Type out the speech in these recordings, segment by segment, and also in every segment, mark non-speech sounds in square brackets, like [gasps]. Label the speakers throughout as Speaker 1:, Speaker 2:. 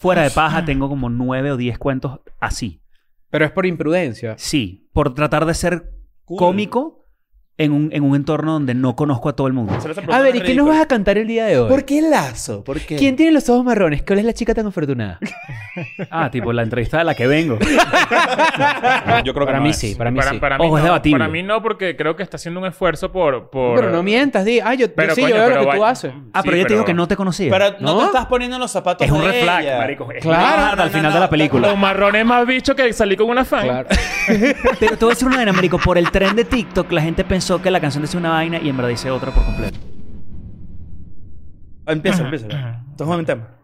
Speaker 1: Fuera de paja, tengo como nueve o diez cuentos así.
Speaker 2: Pero es por imprudencia.
Speaker 1: Sí, por tratar de ser
Speaker 3: Cool.
Speaker 1: cómico en un, en un entorno donde no conozco a todo el mundo.
Speaker 3: Hacer esa
Speaker 2: A
Speaker 3: pregunta
Speaker 2: ver,
Speaker 3: es
Speaker 2: ¿y qué nos
Speaker 3: ridículo.
Speaker 2: vas a cantar el día de hoy?
Speaker 4: ¿Por qué lazo? ¿Por qué?
Speaker 2: ¿Quién tiene los ojos marrones? ¿Cuál es la chica tan
Speaker 4: [laughs]
Speaker 2: afortunada?
Speaker 1: Ah, tipo la entrevista de la que vengo.
Speaker 4: Yo creo que
Speaker 2: Para
Speaker 4: no
Speaker 2: mí
Speaker 4: es.
Speaker 2: sí, para mí
Speaker 3: para,
Speaker 2: sí.
Speaker 3: para mí
Speaker 1: Ojo, es
Speaker 3: no,
Speaker 1: debatible.
Speaker 3: Para mí no, porque creo que está haciendo un esfuerzo por... por...
Speaker 2: Pero no mientas, di. Ah, yo, yo
Speaker 3: Pero,
Speaker 2: sí,
Speaker 3: coño,
Speaker 2: yo veo
Speaker 3: pero
Speaker 2: lo que tú
Speaker 3: va-
Speaker 2: haces.
Speaker 1: Ah, pero
Speaker 3: Sí,
Speaker 1: yo te digo
Speaker 3: pero-
Speaker 1: que no te conocía.
Speaker 4: Pero no,
Speaker 2: ¿No?
Speaker 4: te estás poniendo en los zapatos
Speaker 1: es un
Speaker 4: de
Speaker 1: red flag,
Speaker 4: ella.
Speaker 1: marico. Es
Speaker 2: Claro.
Speaker 1: una mierda
Speaker 4: No,
Speaker 1: al
Speaker 4: no,
Speaker 1: final
Speaker 4: no,
Speaker 1: de la
Speaker 4: no,
Speaker 1: película.
Speaker 3: Los marrones más bichos que salí con una fan.
Speaker 2: Claro.
Speaker 1: Pero te voy a decir una vaina, marico. Por el tren de TikTok, la gente pensó que la canción decía una vaina y en verdad dice otra por completo.
Speaker 4: Empieza, empieza. Toma un tema.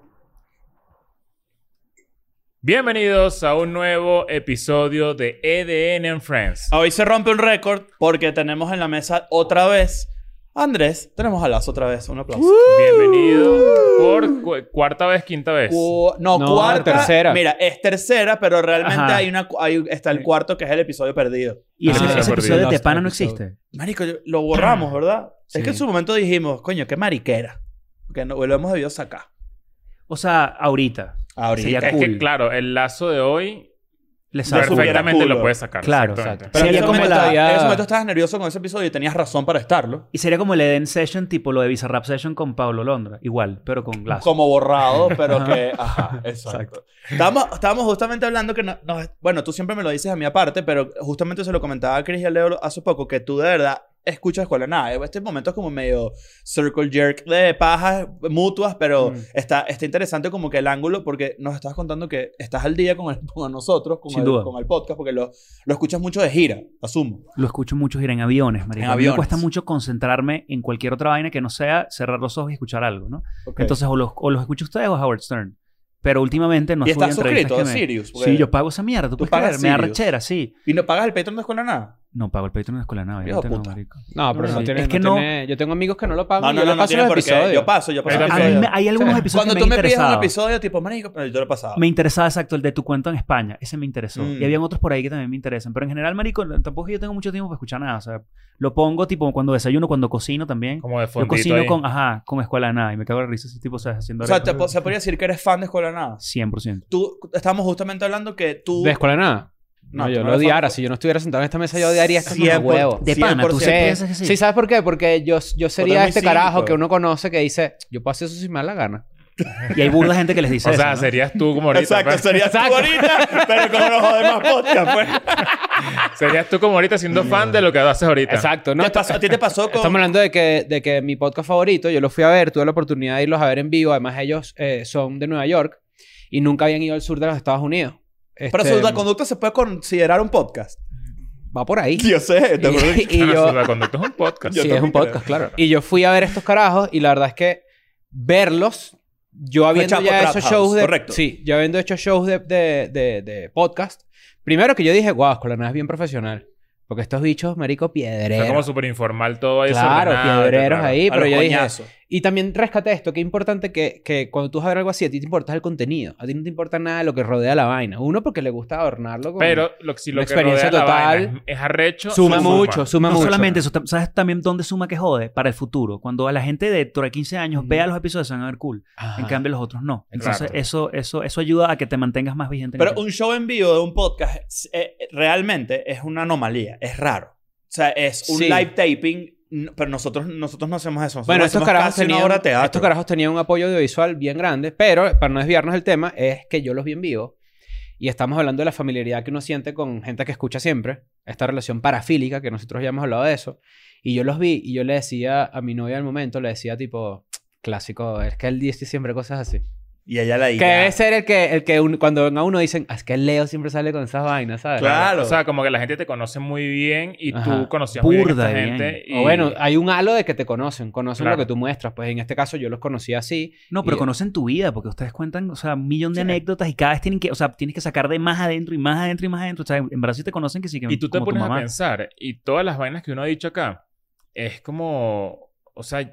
Speaker 3: Bienvenidos a un nuevo episodio de E EDN and Friends.
Speaker 4: Hoy se rompe un récord porque tenemos en la mesa otra vez a Andrés. Tenemos a Lazo otra vez. Un aplauso.
Speaker 2: Uh,
Speaker 3: Bienvenido por cu- cuarta vez, quinta vez.
Speaker 4: Cu- no,
Speaker 2: No,
Speaker 4: cuarta.
Speaker 2: tercera.
Speaker 4: Mira, es tercera, pero realmente
Speaker 1: Ajá.
Speaker 4: hay una, cu- hay- está el cuarto que es el episodio perdido.
Speaker 1: Y ese,
Speaker 2: Ah,
Speaker 1: ese
Speaker 3: perdí.
Speaker 1: episodio de
Speaker 2: Lost
Speaker 1: Pana no
Speaker 2: episode.
Speaker 1: existe.
Speaker 4: Marico, yo- lo borramos, ¿verdad?
Speaker 2: Ah, Sí.
Speaker 4: Es que en su momento dijimos, coño, qué mariquera. Que no, lo hemos debido sacar.
Speaker 1: O sea, ahorita.
Speaker 4: Ahorita.
Speaker 1: Sería
Speaker 3: es que,
Speaker 1: cool.
Speaker 3: claro, el lazo de hoy
Speaker 1: Les
Speaker 4: Sabe
Speaker 1: hago-
Speaker 4: Perfecta.
Speaker 3: perfectamente
Speaker 4: culo.
Speaker 3: lo puedes sacar.
Speaker 1: Claro,
Speaker 3: exactamente.
Speaker 2: Pero
Speaker 4: Pero en
Speaker 2: había
Speaker 4: ese,
Speaker 2: como
Speaker 4: momento,
Speaker 2: la- había-
Speaker 4: en ese momento estabas nervioso con ese episodio y tenías razón para estarlo.
Speaker 1: Y sería como el Eden Session, tipo lo de Bizarrap Session con Pablo Londra. Igual, pero con Lazo.
Speaker 4: Como borrado, pero que... Ajá, exacto. Estábamos, estábamos justamente hablando que... no- no- bueno, tú siempre me lo dices a mí aparte, pero justamente se lo comentaba a Chris y a Leo hace poco, que tú de verdad escuchas Escuela de Nada. Este momento es como medio circle jerk de pajas mutuas, pero está, está interesante como que el ángulo, porque nos estás contando que estás al día con, el- con nosotros, con,
Speaker 1: Sin
Speaker 4: el,
Speaker 1: duda.
Speaker 4: con el podcast, porque lo, lo escuchas mucho de gira, asumo.
Speaker 1: Lo escucho mucho ir en aviones, marico.
Speaker 4: En
Speaker 1: A mí
Speaker 4: aviones.
Speaker 1: Me cuesta mucho concentrarme en cualquier otra vaina que no sea cerrar los ojos y escuchar algo, ¿no?
Speaker 4: Ok.
Speaker 1: Entonces, o los, o los escucho a ustedes o a Howard Stern. Pero últimamente no
Speaker 4: y
Speaker 1: estoy
Speaker 4: estás
Speaker 1: en entrevistas
Speaker 4: suscrito
Speaker 1: que
Speaker 4: a
Speaker 1: me-
Speaker 4: Sirius. porque-
Speaker 1: Sí, yo pago esa mierda. Tú,
Speaker 4: Tú
Speaker 1: puedes pagar,
Speaker 4: pagas
Speaker 1: me da
Speaker 4: Sirius.
Speaker 1: arrechera, sí.
Speaker 4: ¿Y no pagas el Patreon de Escuela de Nada?
Speaker 1: No, pago el Patreon de la escuela nada,
Speaker 4: Hijo de
Speaker 1: obviamente no,
Speaker 4: puta.
Speaker 1: marico.
Speaker 2: No, pero no,
Speaker 4: Sí.
Speaker 2: tiene,
Speaker 1: Es que
Speaker 2: no
Speaker 1: no-
Speaker 2: tiene- Yo tengo amigos que no lo pagan.
Speaker 4: No,
Speaker 2: y
Speaker 4: no,
Speaker 2: yo
Speaker 4: no,
Speaker 2: le
Speaker 4: no
Speaker 2: paso
Speaker 4: tiene
Speaker 2: los
Speaker 4: por qué.
Speaker 2: episodios.
Speaker 4: Yo paso, yo paso. el
Speaker 3: Ahí
Speaker 1: A
Speaker 3: Sí.
Speaker 1: mí
Speaker 4: episodio.
Speaker 1: me- hay algunos episodios
Speaker 4: Cuando
Speaker 1: que
Speaker 4: tú
Speaker 1: me
Speaker 4: me
Speaker 1: han
Speaker 4: pides un
Speaker 1: interesado.
Speaker 4: episodio, tipo, marico, pero yo lo pasaba.
Speaker 1: Me interesaba, exacto, el de tu cuento en España. Ese me interesó.
Speaker 4: Mm.
Speaker 1: Y habían otros por ahí que también me interesan. Pero en general, marico, no- tampoco yo tengo mucho tiempo para escuchar nada. O sea, lo pongo tipo cuando desayuno, cuando cocino también.
Speaker 3: Como de
Speaker 1: Yo
Speaker 3: fondito
Speaker 1: cocino
Speaker 3: ahí.
Speaker 1: con, ajá, con escuela de nada. Y me cago de risa ese tipo, o sea, haciendo...
Speaker 4: O sea,
Speaker 1: arepas.
Speaker 4: te po- se podría decir que eres fan de Escuela de Nada.
Speaker 1: 100%.
Speaker 4: Tú, estábamos justamente hablando que tú...
Speaker 2: ¿De escuela nada?
Speaker 4: No,
Speaker 2: No,
Speaker 4: tú
Speaker 2: yo
Speaker 4: no
Speaker 2: lo
Speaker 4: eres
Speaker 2: odiara.
Speaker 4: fan.
Speaker 2: Si yo no estuviera sentado en esta mesa, yo odiaría estos
Speaker 4: Cien por-
Speaker 2: huevos.
Speaker 1: De pana, tú
Speaker 4: 100%.
Speaker 1: sí
Speaker 2: Sí.
Speaker 1: piensas que sí.
Speaker 2: Sí, ¿sabes por qué? Porque yo, yo sería
Speaker 4: muy
Speaker 2: este
Speaker 4: cínico.
Speaker 2: carajo que uno conoce que dice, yo puedo hacer eso si me da la gana.
Speaker 1: Y hay burda gente que les dice
Speaker 3: O
Speaker 1: eso,
Speaker 3: sea,
Speaker 1: ¿no?
Speaker 3: serías tú como ahorita.
Speaker 4: Exacto,
Speaker 3: pues.
Speaker 4: sería tú ahorita, pero con los demás podcast, pues.
Speaker 3: Serías tú como ahorita siendo fan de lo que haces ahorita.
Speaker 2: Exacto, [laughs] ¿no?
Speaker 4: ¿Te pasó- ¿A ti te pasó con...?
Speaker 2: Estamos hablando de que, de que mi podcast favorito, yo los fui a ver, tuve la oportunidad de irlos a ver en vivo. Además, ellos eh, son de Nueva York y nunca habían ido al sur de los Estados Unidos.
Speaker 4: Pero
Speaker 2: Este,
Speaker 4: su conducta se puede considerar un podcast.
Speaker 2: Va por ahí.
Speaker 4: Yo sé, te juro que-
Speaker 2: [laughs] y, y yo,
Speaker 3: La conducta es un podcast.
Speaker 4: Yo
Speaker 2: sí, es un
Speaker 4: también creo.
Speaker 2: podcast, claro. Y yo fui a ver estos carajos y la verdad es que verlos, yo habiendo
Speaker 4: Chapo
Speaker 2: ya
Speaker 4: Trap
Speaker 2: hecho
Speaker 4: House,
Speaker 2: shows de...
Speaker 4: correcto.
Speaker 2: Sí, yo habiendo hecho shows de, de, de- de podcast. Primero que yo dije, guau, wow, nada es bien profesional. Porque estos bichos, marico,
Speaker 3: Está como
Speaker 2: piedreros.
Speaker 3: súper informal todo ahí.
Speaker 2: Claro,
Speaker 3: desordenado,
Speaker 2: piedreros
Speaker 3: claro.
Speaker 2: ahí.
Speaker 4: a
Speaker 2: Pero
Speaker 4: los
Speaker 2: yo dije,
Speaker 4: coñazos.
Speaker 2: y también rescate esto, que importante que, que cuando tú vas a ver algo así, a ti te importa el contenido, a ti no te importa nada de lo que rodea la vaina. Uno porque le gusta adornarlo con...
Speaker 3: Pero lo, si lo
Speaker 2: Una
Speaker 3: que
Speaker 2: experiencia
Speaker 3: rodea la
Speaker 2: total.
Speaker 3: vaina es es arrecho.
Speaker 2: suma mucho, suma
Speaker 1: No
Speaker 2: mucho.
Speaker 1: solamente eso, tam- ¿sabes también dónde suma que jode? Para el futuro. Cuando a la gente de dentro de 15 años
Speaker 2: Ujú.
Speaker 1: vea los episodios, se van a ver cool.
Speaker 2: Ajá.
Speaker 1: En cambio, los otros no. Entonces,
Speaker 3: Exacto.
Speaker 1: eso, eso, eso ayuda a que te mantengas más vigente. en el
Speaker 4: Pero
Speaker 1: tiempo.
Speaker 4: un show en vivo de un podcast eh, realmente es una anomalía, es raro. O sea, es un
Speaker 2: Sí.
Speaker 4: live taping, n- pero nosotros, nosotros no hacemos eso. Nosotros
Speaker 2: Bueno, estos
Speaker 4: hacemos
Speaker 2: carajos,
Speaker 4: casi una
Speaker 2: tenían,
Speaker 4: hora de teatro.
Speaker 2: estos carajos tenían un apoyo audiovisual bien grande, pero para no desviarnos del tema, es que yo los vi en vivo y estamos hablando de la familiaridad que uno siente con gente que escucha siempre, esta relación parafílica, que nosotros ya hemos hablado de eso, y yo los vi y yo le decía a mi novia al momento, le decía tipo, clásico, es que él dice siempre cosas así.
Speaker 4: Y ella la
Speaker 2: Que
Speaker 4: diga.
Speaker 2: debe ser el que, el que un- cuando ven a uno dicen, "Ah, es que Leo siempre sale con esas vainas, ¿sabes?
Speaker 4: Claro.
Speaker 3: O sea, como que la gente te conoce muy bien y
Speaker 2: Ajá.
Speaker 3: tú conocías muy bien a
Speaker 1: Burda
Speaker 3: esta
Speaker 1: de
Speaker 3: gente. Y...
Speaker 2: O bueno, hay un halo de que te conocen, conocen
Speaker 3: Claro.
Speaker 2: lo que tú muestras. Pues en este caso yo los conocí así.
Speaker 1: No, pero
Speaker 2: y-
Speaker 1: conocen tu vida, porque ustedes cuentan, o sea, un millón de
Speaker 3: Sí.
Speaker 1: anécdotas y cada vez tienen que, o sea, tienes que sacar de más adentro y más adentro y más adentro. O sea, en Brasil te conocen que sí que
Speaker 3: y tú te
Speaker 1: como tu
Speaker 3: pones a
Speaker 1: mamá.
Speaker 3: pensar y todas las vainas que uno ha dicho acá es como, o sea,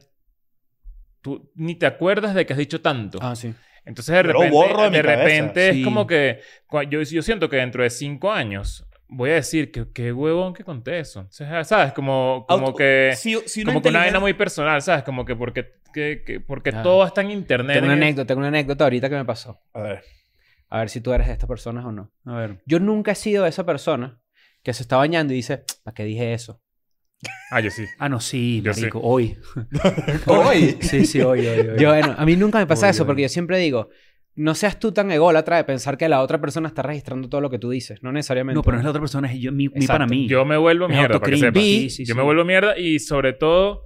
Speaker 3: tú ni te acuerdas de que has dicho tanto.
Speaker 2: Ah, sí.
Speaker 3: Entonces de
Speaker 4: Yo lo
Speaker 3: repente,
Speaker 4: borro de mi
Speaker 3: de
Speaker 4: cabeza.
Speaker 3: repente es
Speaker 1: Sí.
Speaker 3: como que cua- yo, yo siento que dentro de cinco años voy a decir que qué huevón que conté eso. O sea, ¿sabes? Como, como
Speaker 4: Auto-
Speaker 3: que...
Speaker 4: si, si
Speaker 3: como que una vaina
Speaker 4: inteligencia-
Speaker 3: muy personal, ¿sabes? Como que porque, que, que- porque
Speaker 2: Claro.
Speaker 3: todo está en internet.
Speaker 2: Tengo una
Speaker 3: en-
Speaker 2: anécdota, tengo una anécdota ahorita que me pasó.
Speaker 4: A ver.
Speaker 2: A ver si tú eres de estas personas o no.
Speaker 1: A ver.
Speaker 2: Yo nunca he sido esa persona que se está bañando y dice, ¿para qué dije eso?
Speaker 3: Ah, yo sí.
Speaker 1: Ah, no, sí,
Speaker 3: Yo sé.
Speaker 1: marico.
Speaker 4: [laughs]
Speaker 1: Hoy.
Speaker 4: Hoy.
Speaker 1: Sí, sí, hoy, hoy, hoy.
Speaker 2: Yo, bueno, a mí nunca me pasa
Speaker 1: Oye,
Speaker 2: eso
Speaker 1: oye.
Speaker 2: porque yo siempre digo, no seas tú tan ególatra de pensar que la otra persona está registrando todo lo que tú dices. No necesariamente.
Speaker 1: no, pero no es la otra persona, es yo, mi, mi
Speaker 2: Exacto.
Speaker 1: para mí.
Speaker 3: Yo me vuelvo
Speaker 1: Es
Speaker 3: mierda, para que
Speaker 1: autocrítica.
Speaker 3: sepas.
Speaker 1: Sí, sí,
Speaker 3: yo
Speaker 1: sí.
Speaker 3: me vuelvo mierda y sobre todo,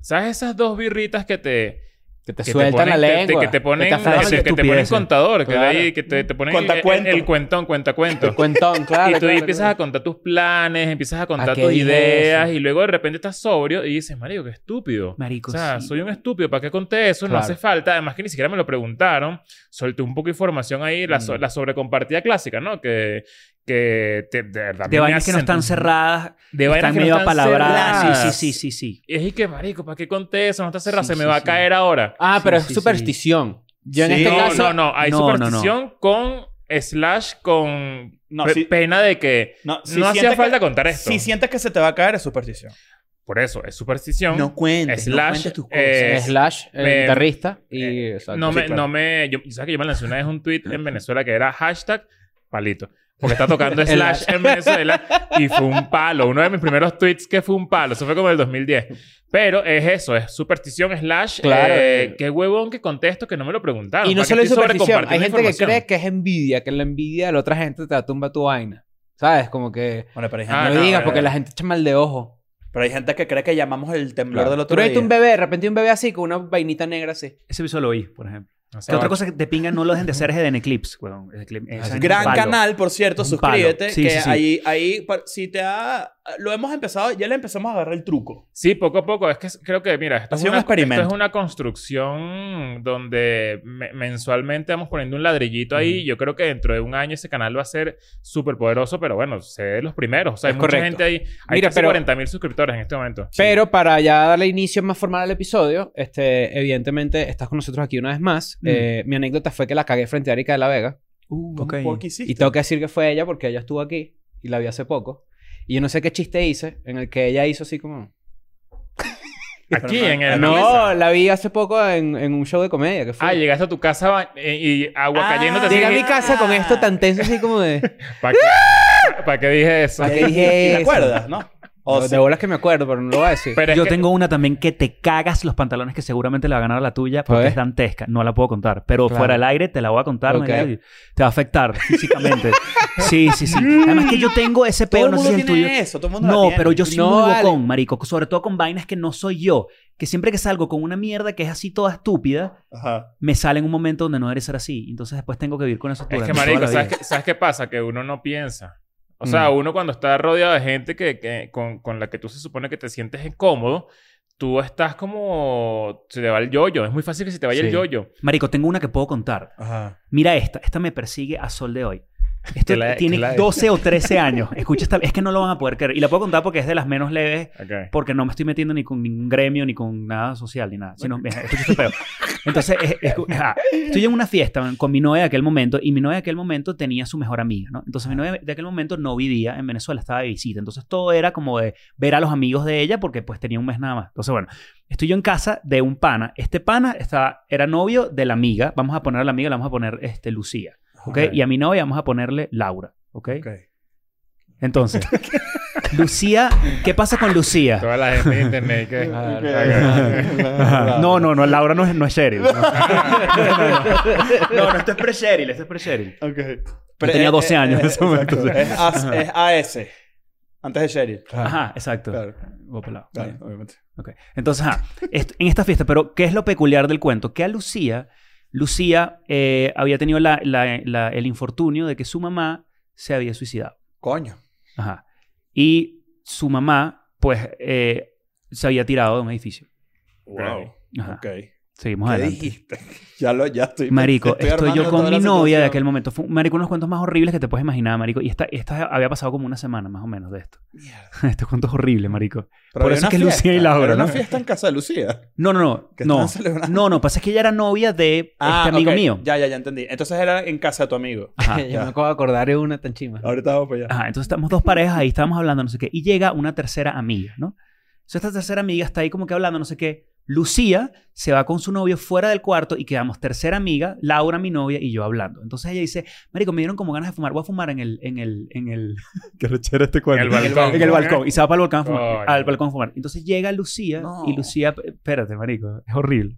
Speaker 3: ¿sabes esas dos birritas que te...
Speaker 2: Que te
Speaker 3: que te
Speaker 2: sueltan
Speaker 3: ponen-
Speaker 2: la
Speaker 3: que te-
Speaker 2: lengua.
Speaker 3: Que te ponen,
Speaker 2: Que te aflojan
Speaker 3: que te- que te ponen
Speaker 1: estupideces.
Speaker 3: contador, que, de
Speaker 2: Claro.
Speaker 3: ahí, que te, te ponen el,
Speaker 4: Cuentacuentos.
Speaker 3: el- el cuentón, cuentacuentos.
Speaker 2: Cuentón,
Speaker 1: Ah,
Speaker 2: claro.
Speaker 3: [laughs] y tú
Speaker 2: claro,
Speaker 3: empiezas a
Speaker 2: claro.
Speaker 3: contar tus planes, empiezas a contar
Speaker 2: qué
Speaker 3: tus
Speaker 2: dije
Speaker 3: ideas
Speaker 2: eso?
Speaker 3: y luego de repente estás sobrio y dices, Mario, qué estúpido.
Speaker 1: Marico,
Speaker 3: O sea,
Speaker 1: sí.
Speaker 3: soy un estúpido, ¿para qué conté eso? No
Speaker 2: Claro.
Speaker 3: hace falta. Además que ni siquiera me lo preguntaron. Solté un poco de información ahí, la, so-
Speaker 2: Mm.
Speaker 3: la sobrecompartida clásica, ¿no? Que, que te- de verdad.
Speaker 1: De
Speaker 3: me
Speaker 1: vainas
Speaker 3: hace
Speaker 1: que no están
Speaker 3: sentir-
Speaker 1: cerradas,
Speaker 3: De vainas
Speaker 1: están
Speaker 3: que no
Speaker 1: medio
Speaker 3: están
Speaker 1: apalabradas.
Speaker 3: cerradas.
Speaker 1: Sí, sí, sí, sí, sí.
Speaker 3: Y es que, marico, ¿para qué conté eso? No está cerrada,
Speaker 1: Sí,
Speaker 3: se me
Speaker 1: sí,
Speaker 3: va a
Speaker 1: sí.
Speaker 3: caer ahora.
Speaker 2: Ah,
Speaker 1: Sí,
Speaker 2: pero
Speaker 1: sí,
Speaker 2: es
Speaker 1: sí.
Speaker 2: superstición. Yo en
Speaker 4: Sí.
Speaker 2: este
Speaker 3: no,
Speaker 2: caso...
Speaker 3: no, no. Hay
Speaker 1: No, no, no.
Speaker 3: superstición con slash con
Speaker 4: No,
Speaker 3: pe-
Speaker 4: sí.
Speaker 3: pena de que
Speaker 4: No,
Speaker 3: no hacía
Speaker 4: sientes que-
Speaker 3: falta contar esto.
Speaker 4: Si sientes que se te va a caer, es superstición.
Speaker 3: Por eso, es superstición.
Speaker 4: cuentes.
Speaker 3: Slash, eh,
Speaker 2: Slash, el
Speaker 3: me-
Speaker 2: guitarrista. Y,
Speaker 3: eh,
Speaker 2: exacto.
Speaker 3: No
Speaker 2: Sí,
Speaker 3: me,
Speaker 2: claro.
Speaker 3: no me, yo, ¿sabes que yo me lancé una vez un tweet
Speaker 2: [laughs]
Speaker 3: en Venezuela que era hashtag palito? Porque está tocando
Speaker 2: El
Speaker 3: Slash en Venezuela y fue un palo. Uno de mis primeros tweets que fue un palo. Eso fue como el 2010. Pero es eso, es superstición Slash.
Speaker 2: Claro.
Speaker 3: eh, qué huevón que contesto que no me lo preguntaron.
Speaker 2: Y no
Speaker 3: ¿Para qué
Speaker 2: solo es
Speaker 3: estoy
Speaker 2: superstición. Hay
Speaker 3: sobrecompartiendo
Speaker 2: gente que
Speaker 3: información?
Speaker 2: cree que es envidia, que la envidia de la otra gente te tumba tu vaina. ¿Sabes? Como que
Speaker 4: Bueno, pero hay, gente,
Speaker 3: Ah,
Speaker 2: no,
Speaker 3: no,
Speaker 2: digas
Speaker 3: eh.
Speaker 2: porque la gente echa mal de ojo.
Speaker 4: pero hay gente que cree que llamamos el temblor del
Speaker 2: Tú
Speaker 4: otro día.
Speaker 2: viste un bebé, de repente un bebé así, con una vainita negra así.
Speaker 1: Ese episodio lo oí, por ejemplo.
Speaker 3: O
Speaker 1: Que
Speaker 3: sea,
Speaker 1: otra cosa que te pingan no lo dejen de hacer es de Eclipse, weón. Eclipse-
Speaker 3: Ah,
Speaker 1: esa es un
Speaker 4: Gran
Speaker 1: palo.
Speaker 4: canal, por cierto,
Speaker 1: Es un palo.
Speaker 4: suscríbete.
Speaker 1: Sí,
Speaker 4: que
Speaker 1: sí, sí.
Speaker 4: ahí, ahí, pa- si te ha. Lo hemos empezado, ya le empezamos a agarrar el truco.
Speaker 3: Sí, poco a poco. Es que creo que, mira,
Speaker 4: Ha
Speaker 3: esto, es
Speaker 4: sido un
Speaker 3: una,
Speaker 4: experimento.
Speaker 3: esto es una construcción donde me- mensualmente vamos poniendo un ladrillito ahí. Yo creo que dentro de un año ese canal va a ser súper poderoso, pero bueno, sé de los primeros. O sea, hay
Speaker 2: Es
Speaker 3: mucha
Speaker 2: correcto.
Speaker 3: gente ahí. Hay
Speaker 2: Mira,
Speaker 3: casi
Speaker 2: pero-
Speaker 3: 40 mil suscriptores en este momento.
Speaker 2: Pero para ya darle inicio más formal al episodio, este, evidentemente estás con nosotros aquí una vez más.
Speaker 1: Mm.
Speaker 2: Eh, mi anécdota fue que la cagué frente a Erika de la Vega.
Speaker 1: Uh, ok.
Speaker 4: ¿Por
Speaker 2: Y
Speaker 4: qué hiciste?
Speaker 2: tengo que decir que fue ella porque ella estuvo aquí y la vi hace poco. Y yo no sé qué chiste hice en el que ella hizo así como...
Speaker 3: Aquí en el.
Speaker 2: No, la vi hace poco en, en un show de comedia que fue.
Speaker 3: Ah, llegaste a tu casa ba- eh, y agua
Speaker 4: Ah,
Speaker 3: cayéndote.
Speaker 2: Llegué a
Speaker 3: así.
Speaker 2: mi casa con esto tan tenso así como de...
Speaker 3: ¿Para qué, pa' qué dije eso?
Speaker 2: ¿Para
Speaker 4: ¿Y-
Speaker 2: qué dije
Speaker 4: y ¿Te
Speaker 2: eso?
Speaker 4: acuerdas, Oh, no? O
Speaker 2: de
Speaker 4: sea,
Speaker 2: bolas que me acuerdo, pero no lo voy a
Speaker 3: [laughs]
Speaker 2: decir.
Speaker 3: Pero es
Speaker 1: Yo
Speaker 3: que-
Speaker 1: tengo una también que te cagas los pantalones que seguramente le va a ganar a la tuya
Speaker 2: A
Speaker 1: porque
Speaker 2: ver.
Speaker 1: es dantesca. No la puedo contar, pero
Speaker 2: Claro.
Speaker 1: fuera del aire te la voy a contar.
Speaker 2: Ok.
Speaker 1: Marico, y Te va a afectar físicamente. sí, sí,
Speaker 3: [laughs]
Speaker 1: sí. Además que yo tengo ese
Speaker 4: todo
Speaker 1: pedo,
Speaker 4: el
Speaker 1: no sé
Speaker 4: mundo
Speaker 1: si el
Speaker 4: tiene
Speaker 1: tuyo.
Speaker 4: eso. Todo el mundo la
Speaker 1: No,
Speaker 4: tiene.
Speaker 1: pero yo soy
Speaker 2: No,
Speaker 1: muy
Speaker 2: vale.
Speaker 1: bocón, marico. Sobre todo con vainas que no soy yo. Que siempre que salgo con una mierda que es así toda estúpida,
Speaker 4: Ajá.
Speaker 1: me sale en un momento donde no debe ser así. Entonces después tengo que vivir con eso
Speaker 3: Es
Speaker 1: durante
Speaker 3: que,
Speaker 1: toda
Speaker 3: marico,
Speaker 1: la vida.
Speaker 3: ¿sabes qué, ¿sabes qué pasa? Que uno no piensa. O sea,
Speaker 2: Mm.
Speaker 3: uno cuando está rodeado de gente que, que- con, con la que tú se supone que te sientes incómodo, tú estás como... Se te va el yoyo. Es muy fácil que se te vaya el
Speaker 2: Sí.
Speaker 3: yoyo.
Speaker 1: Marico, tengo una que puedo contar.
Speaker 4: Ajá.
Speaker 1: Mira esta. Esta me persigue a sol de hoy. Esto
Speaker 3: Que la- que
Speaker 1: tiene
Speaker 3: la-
Speaker 1: 12 o 13 años. Escucha esta... Es que no lo van a poder creer. Y la puedo contar porque es de las menos leves.
Speaker 3: Ok.
Speaker 1: Porque no me estoy metiendo ni con ningún gremio, ni con nada social, ni nada. Sino, escucha este pedo. Entonces, es- es- ajá. estoy en una fiesta man, con mi novia de aquel momento. Y mi novia de aquel momento tenía su mejor amiga, ¿no? Entonces, mi novia de aquel momento no vivía en Venezuela. Estaba de visita. Entonces, todo era como de ver a los amigos de ella porque, pues, tenía un mes nada más. Entonces, bueno. Estoy yo en casa de un pana. Este pana estaba, era novio de la amiga. Vamos a poner a la amiga, le vamos a poner este, Lucía. ¿ok? Y a mi novia vamos a ponerle Laura. ¿Ok? Entonces, [laughs] Lucía, ¿qué pasa con Lucía?
Speaker 3: Toda la gente de
Speaker 4: [laughs]
Speaker 3: internet [laughs] que...
Speaker 2: Claro.
Speaker 1: Ajá. [laughs] No, no, no, Laura no es, no es Cheryl.
Speaker 4: [laughs]
Speaker 1: No, no, no, esto es pre-Cheryl, esto es pre-Cheryl.
Speaker 4: Ok.
Speaker 1: Yo tenía 12 años en ese momento.
Speaker 4: Es, AS, es AS. Antes de Sherry.
Speaker 1: Ajá, exacto.
Speaker 4: Claro,
Speaker 1: Voy para el lado.
Speaker 4: claro, obviamente.
Speaker 1: Ok. Entonces, ajá, est- en esta fiesta, pero ¿qué es lo peculiar del cuento? Que a Lucía, Lucía eh, había tenido la- la- la- el infortunio de que su mamá se había suicidado.
Speaker 4: Coño.
Speaker 1: Ajá. Y su mamá, pues, eh, se había tirado de un edificio.
Speaker 3: Wow.
Speaker 1: Ajá.
Speaker 4: Ok.
Speaker 1: Seguimos
Speaker 4: ¿Qué
Speaker 1: adelante.
Speaker 4: dijiste? [laughs] Ya lo, ya estoy.
Speaker 1: Marico,
Speaker 4: estoy
Speaker 1: estoy yo
Speaker 4: armando toda
Speaker 1: con mi
Speaker 4: la
Speaker 1: novia de aquel
Speaker 4: situación.
Speaker 1: momento. Fue, un- marico, unos cuentos más horribles que te puedes imaginar, marico. Y esta, esta había pasado como una semana más o menos de esto.
Speaker 4: Mierda.
Speaker 1: [laughs] Estos cuentos horribles, marico. Por
Speaker 4: Pero había
Speaker 1: eso es
Speaker 4: una
Speaker 1: que
Speaker 4: fiesta,
Speaker 1: Lucía y Laura,
Speaker 4: era una
Speaker 1: ¿no?
Speaker 4: fiesta en casa de Lucía.
Speaker 1: No, no, no.
Speaker 4: Que
Speaker 1: no.
Speaker 4: estaban celebrando. Ah,
Speaker 1: No, no, pasa es que ella era novia de este amigo
Speaker 4: ok.
Speaker 1: mío.
Speaker 4: Ya, ya, ya entendí. Entonces era en casa de tu amigo. [laughs]
Speaker 1: Ajá.
Speaker 2: Yo me acabo de acordar de una tan chima. [laughs]
Speaker 4: Ahorita vamos para allá.
Speaker 1: Ajá, entonces estamos dos parejas ahí, estábamos hablando, no sé qué, y llega una tercera amiga, ¿no? Entonces esta tercera amiga está ahí como que hablando, no sé qué. Lucía se va con su novio fuera del cuarto y quedamos tercera amiga, Laura, mi novia, y yo hablando. Entonces ella dice, marico, me dieron como ganas de fumar, voy a fumar en el, en el, en el... [laughs] Qué rechera este cuento.
Speaker 3: En el balcón.
Speaker 1: En el balcón. Y se va para el balcón a fumar.
Speaker 3: Coño.
Speaker 1: Al balcón a fumar. Entonces llega Lucía
Speaker 4: No.
Speaker 1: y Lucía... Espérate, marico. Es horrible.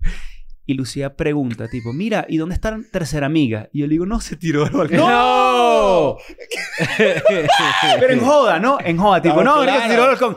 Speaker 1: Y Lucía pregunta, tipo, mira, ¿y dónde está la tercera amiga? Y yo le digo, no, se tiró al balcón.
Speaker 4: ¡No!
Speaker 1: [laughs] Pero en joda, ¿no? En joda, tipo,
Speaker 4: Ah,
Speaker 1: no,
Speaker 4: claro.
Speaker 1: marico, se tiró al balcón.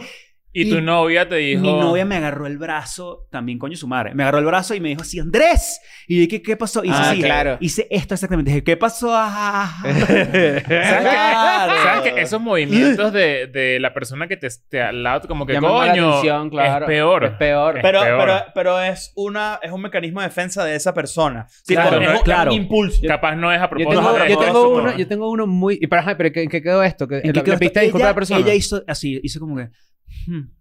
Speaker 3: Y tu
Speaker 1: Y-
Speaker 3: novia te dijo...
Speaker 1: Mi novia me agarró el brazo, también coño su madre, me agarró el brazo y me dijo así, Andrés. Y dije, ¿qué, qué pasó? Y
Speaker 2: Ah,
Speaker 1: así,
Speaker 2: claro.
Speaker 1: hice esto exactamente. Dije, ¿qué pasó? Ah, Ajá, ajá, ajá".
Speaker 4: [laughs]
Speaker 3: ¿Sabes qué?
Speaker 4: Claro.
Speaker 3: ¿Sabes qué? Esos movimientos de, de la persona que te, te al lado, como que
Speaker 2: Llamamos la
Speaker 3: coño,
Speaker 2: atención, claro.
Speaker 3: es peor.
Speaker 2: Es peor.
Speaker 3: Es
Speaker 4: Pero,
Speaker 3: peor.
Speaker 4: pero, pero es, una, es un mecanismo de defensa de esa persona. Sí,
Speaker 1: Claro,
Speaker 4: por- es un-
Speaker 1: claro.
Speaker 4: es un impulso.
Speaker 3: Capaz no es
Speaker 2: Yo
Speaker 3: a propósito.
Speaker 2: tengo,
Speaker 3: no es
Speaker 2: yo,
Speaker 3: a
Speaker 2: tengo
Speaker 3: propósito.
Speaker 2: uno, yo tengo uno muy... y, Pero, ajá, ¿pero qué- ¿en qué quedó esto? ¿Que,
Speaker 1: ¿En
Speaker 2: ¿Le
Speaker 1: qué quedó
Speaker 2: pediste
Speaker 1: esto?
Speaker 2: disculpa a
Speaker 1: Ella-
Speaker 2: la persona?
Speaker 1: Ella hizo así, hizo como que. "Hmm".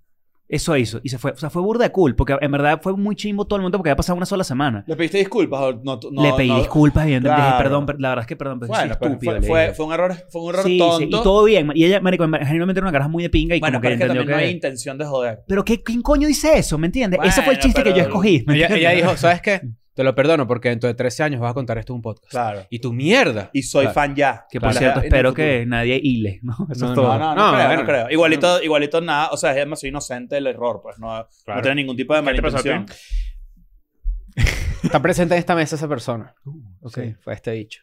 Speaker 1: Eso hizo. Y se fue. O sea, fue burda de cool. Porque en verdad fue muy chimbo todo el mundo porque había pasado una sola semana.
Speaker 4: ¿Le pediste disculpas? o No, no,
Speaker 1: le pedí
Speaker 4: no?
Speaker 1: disculpas, evidentemente.
Speaker 4: Claro.
Speaker 1: Dije, perdón, per- la verdad es que perdón, pero soy
Speaker 4: Bueno, pero
Speaker 1: estúpido.
Speaker 4: fue,
Speaker 1: le
Speaker 4: fue,
Speaker 1: dije.
Speaker 4: fue un error, fue un error
Speaker 1: Sí, sí,
Speaker 4: tonto.
Speaker 1: y todo bien. Y ella, marico, en- generalmente era una caraja muy de pinga y
Speaker 4: bueno,
Speaker 1: como que
Speaker 4: pero es que
Speaker 1: entendió
Speaker 4: también
Speaker 1: que...
Speaker 4: no hay intención de joder.
Speaker 1: Pero qué, ¿quién coño dice eso? ¿Me entiendes? Ese fue el
Speaker 4: Bueno,
Speaker 1: chiste que
Speaker 4: pero-
Speaker 1: yo escogí. ¿me
Speaker 2: Ella,
Speaker 1: entiendes?
Speaker 2: ella dijo, ¿sabes qué? Te lo perdono porque dentro de 13 años vas a contar esto en un podcast.
Speaker 4: Claro.
Speaker 2: Y tu mierda.
Speaker 4: Y soy
Speaker 2: Claro.
Speaker 4: fan ya.
Speaker 1: Que por
Speaker 4: Claro.
Speaker 1: cierto,
Speaker 4: En el
Speaker 1: espero
Speaker 4: futuro.
Speaker 1: que nadie hile, ¿no? Eso
Speaker 2: No,
Speaker 1: es
Speaker 2: no,
Speaker 1: todo.
Speaker 4: No, no, no,
Speaker 2: No,
Speaker 4: creo,
Speaker 2: bueno.
Speaker 4: no creo. Igualito, igualito nada, o sea, es demasiado inocente el error, pues no, no
Speaker 3: Claro.
Speaker 4: tiene ningún tipo de
Speaker 3: ¿Qué te pasó a ti?
Speaker 4: malintención.
Speaker 2: Está presente en esta mesa esa persona.
Speaker 1: Uh, ok.
Speaker 2: Sí, fue este bicho.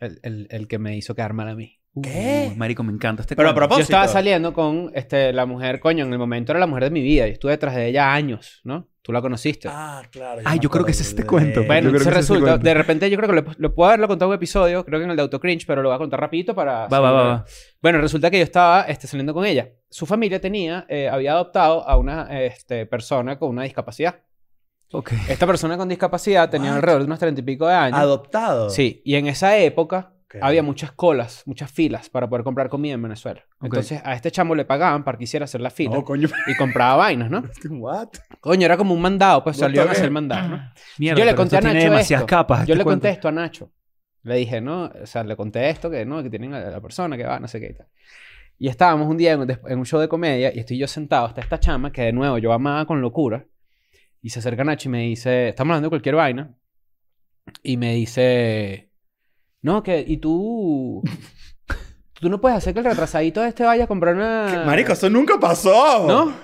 Speaker 2: El, el- el que me hizo quedar mal a mí.
Speaker 4: ¿Qué?
Speaker 1: Uy, Uh, marico, me encanta este
Speaker 4: Pero a
Speaker 1: cuento.
Speaker 4: propósito.
Speaker 2: Yo estaba saliendo con este, la mujer, coño, en el momento era la mujer de mi vida. Yo estuve detrás de ella años, ¿no? Tú la conociste.
Speaker 4: Ah, claro.
Speaker 1: Ay, yo creo que ese es este cuento. yo
Speaker 2: bueno,
Speaker 1: creo que
Speaker 2: entonces
Speaker 1: ese es el
Speaker 2: resulta,
Speaker 1: cuento.
Speaker 2: de repente yo creo que lo, lo puedo haberlo contado en un episodio, creo que en el de Autocringe, pero lo voy a contar rapidito para...
Speaker 1: Va, va, va, va.
Speaker 2: Bueno, resulta que yo estaba este, saliendo con ella. Su familia tenía, eh, había adoptado a una este, persona con una discapacidad.
Speaker 1: Ok.
Speaker 2: Esta persona con discapacidad tenía
Speaker 4: What?
Speaker 2: alrededor de unos treinta y pico de años.
Speaker 4: Adoptado.
Speaker 2: Sí, y en esa época
Speaker 4: Ok.
Speaker 2: había muchas colas, muchas filas para poder comprar comida en Venezuela.
Speaker 1: Ok.
Speaker 2: Entonces a este chamo le pagaban para que hiciera hacer la fila
Speaker 4: No, coño. [laughs]
Speaker 2: y compraba vainas, ¿no?
Speaker 4: What?
Speaker 2: Coño, era como un mandado, pues
Speaker 4: What
Speaker 2: salió
Speaker 4: the
Speaker 2: a hacer
Speaker 4: hell?
Speaker 2: mandado, ¿no?
Speaker 1: Mierda,
Speaker 2: Yo le
Speaker 1: pero esto
Speaker 2: conté a Nacho
Speaker 1: tiene demasiadas
Speaker 2: esto.
Speaker 1: capas.
Speaker 2: Yo
Speaker 1: este
Speaker 2: le
Speaker 1: cuento.
Speaker 2: conté esto a Nacho. Le dije, no, o sea, le conté esto, que no, que tienen a la persona, que va, no sé qué y tal. Y estábamos un día en, des- en un show de comedia y estoy yo sentado, está esta chama que de nuevo yo amaba con locura. Y se acerca Nacho y me dice, estamos hablando de cualquier vaina. Y me dice, no, que, y tú, tú no puedes hacer que el retrasadito este vaya a comprar una...
Speaker 4: Marico, eso nunca pasó.
Speaker 2: ¿no?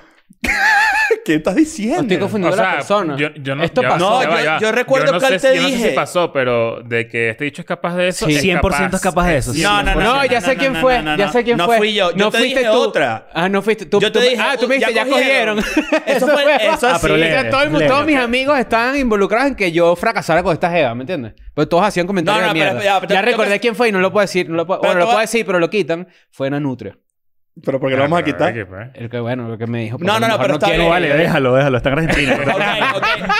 Speaker 4: ¿Qué estás
Speaker 2: O
Speaker 4: diciendo?
Speaker 2: estoy confundiendo a la persona.
Speaker 3: Yo, yo no,
Speaker 2: Esto
Speaker 3: ya va,
Speaker 2: pasó.
Speaker 3: ya va,
Speaker 4: No,
Speaker 3: ya va.
Speaker 4: yo- yo recuerdo
Speaker 3: no
Speaker 4: que
Speaker 3: sé
Speaker 4: él
Speaker 3: si-
Speaker 4: te
Speaker 3: yo no sé
Speaker 4: dije.
Speaker 3: si pasó, pero de que este dicho es capaz de eso.
Speaker 1: Sí.
Speaker 3: es
Speaker 1: 100% es capaz de eso, sí.
Speaker 4: No, no, no.
Speaker 2: No, ya
Speaker 4: no,
Speaker 2: sé
Speaker 4: no,
Speaker 2: quién
Speaker 4: no,
Speaker 2: fue,
Speaker 4: no, no,
Speaker 2: ya
Speaker 4: no.
Speaker 2: sé quién
Speaker 4: No
Speaker 2: fue.
Speaker 4: fui yo, yo
Speaker 2: No
Speaker 4: te
Speaker 2: fuiste
Speaker 4: dije
Speaker 2: tú.
Speaker 4: otra.
Speaker 2: Ah, no fuiste tú.
Speaker 4: Yo te
Speaker 2: tú-
Speaker 4: dije,
Speaker 2: ah, tú
Speaker 4: uh,
Speaker 2: me dijiste,
Speaker 4: ya
Speaker 2: ya
Speaker 4: cogieron".
Speaker 2: cogieron. [laughs]
Speaker 4: Eso fue, eso
Speaker 1: Ah, pero
Speaker 4: sí.
Speaker 1: le-
Speaker 2: O sea, todo el mundo-
Speaker 1: Leve.
Speaker 2: todos mis amigos estaban involucrados en que yo fracasara con esta jeva, ¿me entiendes? Pero todos hacían comentarios
Speaker 4: No, no,
Speaker 2: de
Speaker 4: pero-
Speaker 2: mierda.
Speaker 4: ya,
Speaker 2: ya,
Speaker 4: pero tengo
Speaker 2: recordé
Speaker 4: que-
Speaker 2: quién fue y no lo puedo decir. No lo puedo,
Speaker 4: Pero
Speaker 2: bueno, lo
Speaker 4: tú-
Speaker 2: puedo decir, pero lo quitan. Fue una nutria.
Speaker 4: Pero porque lo
Speaker 3: Ah,
Speaker 4: vamos a quitar.
Speaker 2: El que, bueno, el que me dijo.
Speaker 4: No,
Speaker 2: "Pues,
Speaker 4: no,
Speaker 2: a lo
Speaker 4: no,
Speaker 2: mejor
Speaker 4: pero está
Speaker 2: quiere".
Speaker 3: Eh,
Speaker 1: No,
Speaker 4: bien.
Speaker 1: vale,
Speaker 3: [laughs]
Speaker 1: déjalo, déjalo. Está en Argentina. pero-
Speaker 4: Ok,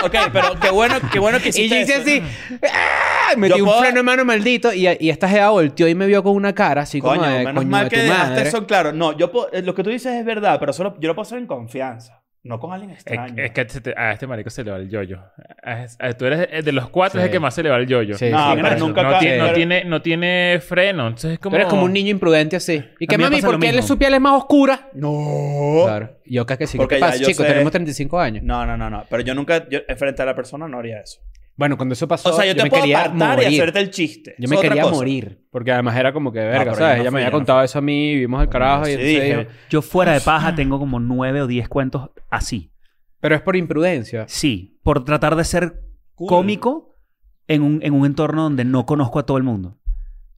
Speaker 4: ok, ok, pero qué bueno, qué bueno que
Speaker 2: Y
Speaker 4: [laughs] hiciste
Speaker 2: yo hice
Speaker 4: eso.
Speaker 2: así. ¡ah! Metí
Speaker 4: Yo
Speaker 2: un
Speaker 4: puedo-
Speaker 2: freno de mano maldito y, y esta jeva volteó y me vio con una cara así
Speaker 4: Coño,
Speaker 2: como de,
Speaker 4: menos
Speaker 2: coño,
Speaker 4: mal
Speaker 2: de
Speaker 4: que
Speaker 2: tu
Speaker 4: dejaste
Speaker 2: madre.
Speaker 4: eso claro. No, yo po- eh, lo que tú dices es verdad, pero solo yo lo puedo hacer en confianza, no con alguien
Speaker 3: Es,
Speaker 4: [laughs] extraño.
Speaker 3: es que se te- a este marico se le va el yoyo. A- a- Tú eres eh, de los
Speaker 2: Sí.
Speaker 3: cuatro, es el que más se le va el yoyo.
Speaker 2: Sí,
Speaker 4: no,
Speaker 2: sí,
Speaker 4: pero
Speaker 2: eso.
Speaker 4: nunca
Speaker 3: no,
Speaker 4: ca-
Speaker 3: tiene, no,
Speaker 4: pero-
Speaker 3: tiene, no tiene freno. Entonces es como.
Speaker 2: Tú eres como un niño imprudente así. ¿Y
Speaker 1: A
Speaker 2: que
Speaker 1: mí me
Speaker 2: mami?
Speaker 1: pasa
Speaker 2: ¿Por
Speaker 1: lo
Speaker 2: qué
Speaker 1: mismo.
Speaker 2: su piel es más oscura?
Speaker 4: No.
Speaker 2: Claro. Y Yo acá que sí.
Speaker 4: Porque
Speaker 2: ¿Qué
Speaker 4: ya
Speaker 2: pasa,
Speaker 4: yo
Speaker 2: chicos?
Speaker 4: sé-
Speaker 2: Tenemos 35 años.
Speaker 4: No, no, no, no. Pero yo nunca, yo, eh, frente a la persona no haría eso.
Speaker 2: Bueno, cuando eso pasó,
Speaker 4: O sea, yo, te
Speaker 2: me
Speaker 4: puedo
Speaker 2: quería
Speaker 4: apartar y
Speaker 2: morir.
Speaker 4: hacerte el chiste.
Speaker 2: Yo
Speaker 4: Es
Speaker 2: me
Speaker 4: otra
Speaker 2: quería
Speaker 4: cosa.
Speaker 2: morir. Porque además era como que verga,
Speaker 4: pero yo
Speaker 2: ¿sabes?
Speaker 4: no
Speaker 2: Ella
Speaker 4: fui,
Speaker 2: me había
Speaker 4: yo no
Speaker 2: contado eso a mí, vimos el carajo
Speaker 4: sí,
Speaker 2: y entonces
Speaker 4: dije.
Speaker 2: dijo-
Speaker 1: Yo fuera de paja tengo como nueve o diez cuentos así.
Speaker 2: Pero es por imprudencia.
Speaker 1: Sí. Por tratar de ser
Speaker 4: Cool.
Speaker 1: cómico en un, en un entorno donde no conozco a todo el mundo.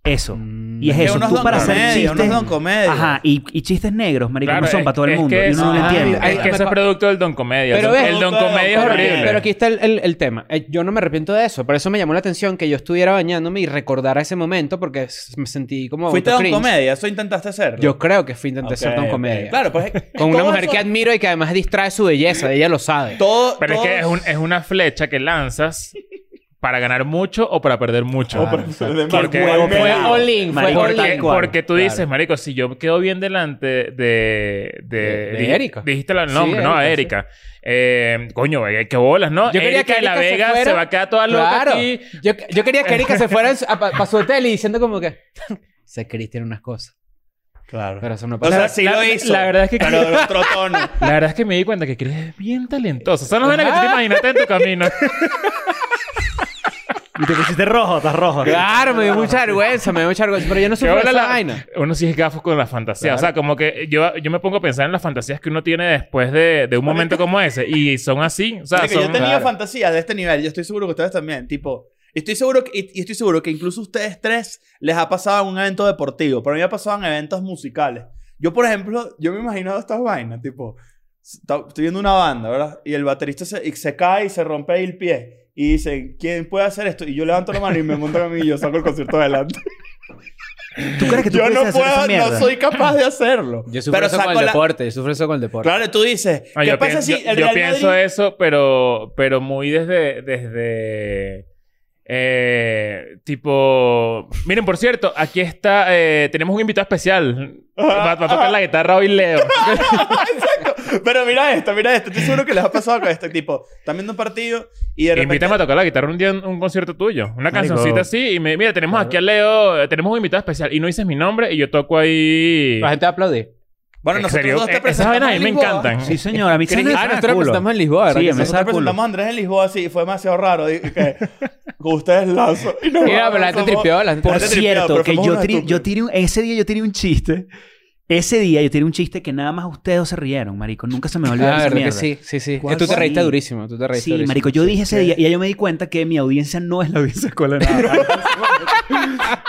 Speaker 1: Eso.
Speaker 2: Mm.
Speaker 1: Y es
Speaker 4: Que
Speaker 1: eso.
Speaker 4: unos
Speaker 1: Tú
Speaker 4: don
Speaker 1: para hacer
Speaker 4: comedia, unos
Speaker 1: chistes-
Speaker 4: don comedia.
Speaker 1: Ajá, y, y chistes negros, marico,
Speaker 3: Claro,
Speaker 1: no son
Speaker 3: es-
Speaker 1: para todo el
Speaker 3: es
Speaker 1: mundo.
Speaker 3: que
Speaker 1: y uno no lo
Speaker 3: eso-
Speaker 1: entiende.
Speaker 2: Ay,
Speaker 3: Es que eso es producto del Don Comedia.
Speaker 2: Pero
Speaker 3: El don-
Speaker 2: ves-
Speaker 3: el Don
Speaker 4: Producto del
Speaker 3: Comedia es
Speaker 4: Don Comedia.
Speaker 3: horrible.
Speaker 2: Pero aquí está el, el- el tema. Eh, Yo no me arrepiento de eso. Por eso me llamó la atención que yo estuviera bañándome y recordara ese momento porque s- me sentí como.
Speaker 4: Fuiste don
Speaker 2: autocringe.
Speaker 4: comedia, eso intentaste hacer.
Speaker 2: Yo creo que fui intenté ser don comedia.
Speaker 4: Claro, pues.
Speaker 2: Con una
Speaker 4: todo
Speaker 2: mujer
Speaker 4: eso-
Speaker 2: que admiro y que además distrae su belleza. Ella lo sabe.
Speaker 4: Todo,
Speaker 3: [laughs] Pero es que
Speaker 4: todo- [laughs]
Speaker 3: es, un- es una flecha que lanzas para ganar mucho o para perder mucho.
Speaker 4: para perder mucho.
Speaker 3: Porque-
Speaker 4: Qué huevo
Speaker 3: porque-
Speaker 2: Fue
Speaker 4: pelado.
Speaker 2: all in. Fue
Speaker 1: Marico,
Speaker 2: all
Speaker 3: Porque,
Speaker 1: tal
Speaker 2: in.
Speaker 1: cual.
Speaker 3: porque tú
Speaker 2: Claro.
Speaker 3: dices, marico, si yo quedo bien delante de... De,
Speaker 2: De- de
Speaker 3: dij-
Speaker 2: Erika.
Speaker 3: Dijiste el
Speaker 2: Sí,
Speaker 3: nombre, ¿no? A
Speaker 2: Erika,
Speaker 3: Erika. Eh, coño, eh, qué bolas, ¿no?
Speaker 2: Yo quería que
Speaker 3: Erika de la
Speaker 2: Erika se
Speaker 3: Vega se,
Speaker 2: fuera.
Speaker 3: va a quedar toda loca
Speaker 2: Claro.
Speaker 3: aquí.
Speaker 2: Yo, yo quería que Erika se fuera para su hotel y diciendo como que. [laughs] Se Cristian unas cosas.
Speaker 4: Claro.
Speaker 2: Pero eso no
Speaker 4: O
Speaker 2: pasa.
Speaker 4: sea, sí
Speaker 3: la-
Speaker 4: lo hizo.
Speaker 3: la verdad es que-
Speaker 4: Pero de otro tono.
Speaker 3: La verdad es que me di cuenta que Chris es bien talentoso. Son las vainas que tú te imaginaste en tu camino.
Speaker 1: Y te pusiste rojo, estás rojo.
Speaker 2: Claro, me dio mucha vergüenza, me dio mucha vergüenza. Pero yo no
Speaker 3: Que
Speaker 2: sufro
Speaker 3: ahora
Speaker 2: esa
Speaker 3: la-
Speaker 2: vaina.
Speaker 3: Uno sí es gafo con la fantasía. O sea, como que yo, yo me pongo a pensar en las fantasías que uno tiene después de, de un momento como ese. Y son así. O sea,
Speaker 4: Marico, yo
Speaker 3: son...
Speaker 4: he tenido
Speaker 2: Claro.
Speaker 4: fantasías de este nivel. Yo estoy seguro que ustedes también. Tipo, estoy seguro que, y y estoy seguro que incluso ustedes tres les ha pasado en un evento deportivo. Pero a mí me ha pasado en eventos musicales. Yo, por ejemplo, yo me imagino estas vainas. Tipo, está- estoy viendo una banda, ¿verdad? Y el baterista se, y se cae y se rompe ahí el pie. Y dicen, ¿quién puede hacer esto? Y yo levanto la mano y me montan a mí y yo saco el concierto adelante.
Speaker 1: ¿Tú crees que tú
Speaker 4: Yo
Speaker 1: puedes
Speaker 4: no
Speaker 1: hacer esa
Speaker 4: puedo, no
Speaker 1: mierda?
Speaker 4: soy capaz de hacerlo.
Speaker 2: Yo sufro eso con el deporte, yo sufro eso con el deporte.
Speaker 4: Claro, tú dices,
Speaker 3: Ah,
Speaker 4: ¿qué
Speaker 3: yo
Speaker 4: pasa
Speaker 3: pien-
Speaker 4: si
Speaker 3: yo-
Speaker 4: el
Speaker 3: yo
Speaker 4: Real
Speaker 3: pienso
Speaker 4: Madrid...
Speaker 3: eso, pero, pero muy desde... desde eh, tipo... Miren, por cierto, aquí está... eh, tenemos un invitado especial. Va, va a tocar la guitarra
Speaker 4: [laughs]
Speaker 3: hoy Leo.
Speaker 4: Pero mira esto, mira esto. Estoy seguro que les ha pasado con este tipo. Están viendo un partido y de repente...
Speaker 3: Invítame a tocar la guitarra un día en un concierto tuyo. Una cancioncita así. Y me, mira, tenemos aquí a Leo. eh, Tenemos un invitado especial. Y no dices mi nombre y yo toco ahí...
Speaker 2: La gente aplaude.
Speaker 4: Bueno,
Speaker 3: ¿En
Speaker 4: nosotros
Speaker 3: serio?
Speaker 4: dos te
Speaker 3: Eh, Esas
Speaker 4: presentamos
Speaker 3: vainas a mí
Speaker 4: en
Speaker 3: me
Speaker 4: Lisboa.
Speaker 3: encantan.
Speaker 1: Sí, señora, a mí
Speaker 2: Ah,
Speaker 1: me saca
Speaker 2: nosotros
Speaker 1: culo.
Speaker 2: presentamos en Lisboa, ¿verdad?
Speaker 1: Sí,
Speaker 2: que
Speaker 1: me
Speaker 2: sí?
Speaker 1: saca
Speaker 4: Nosotros
Speaker 1: culo.
Speaker 4: presentamos a Andrés en Lisboa así. Fue demasiado raro. Y, que, con ustedes lazo. Y no,
Speaker 2: Mira, pero la gente
Speaker 4: somos-
Speaker 2: tripeó, la gente
Speaker 1: Por
Speaker 4: Date tripeado,
Speaker 1: cierto,
Speaker 4: pero
Speaker 1: que
Speaker 4: somos
Speaker 1: yo,
Speaker 4: unos
Speaker 1: tri- yo
Speaker 4: estúpidos.
Speaker 1: tiré un- ese día yo tiré un chiste. Ese día yo tiré un chiste que nada más ustedes dos se rieron, marico. Nunca se me
Speaker 2: Ah,
Speaker 1: olvidó esa
Speaker 2: verdad que
Speaker 1: mierda.
Speaker 2: sí, sí, sí.
Speaker 1: ¿Cuál
Speaker 2: tú te
Speaker 1: fue?
Speaker 2: reíste durísimo, tú te reíste
Speaker 1: Sí,
Speaker 2: durísimo.
Speaker 1: marico, yo dije ese día y ya yo me di cuenta que mi audiencia no es la audiencia escolar.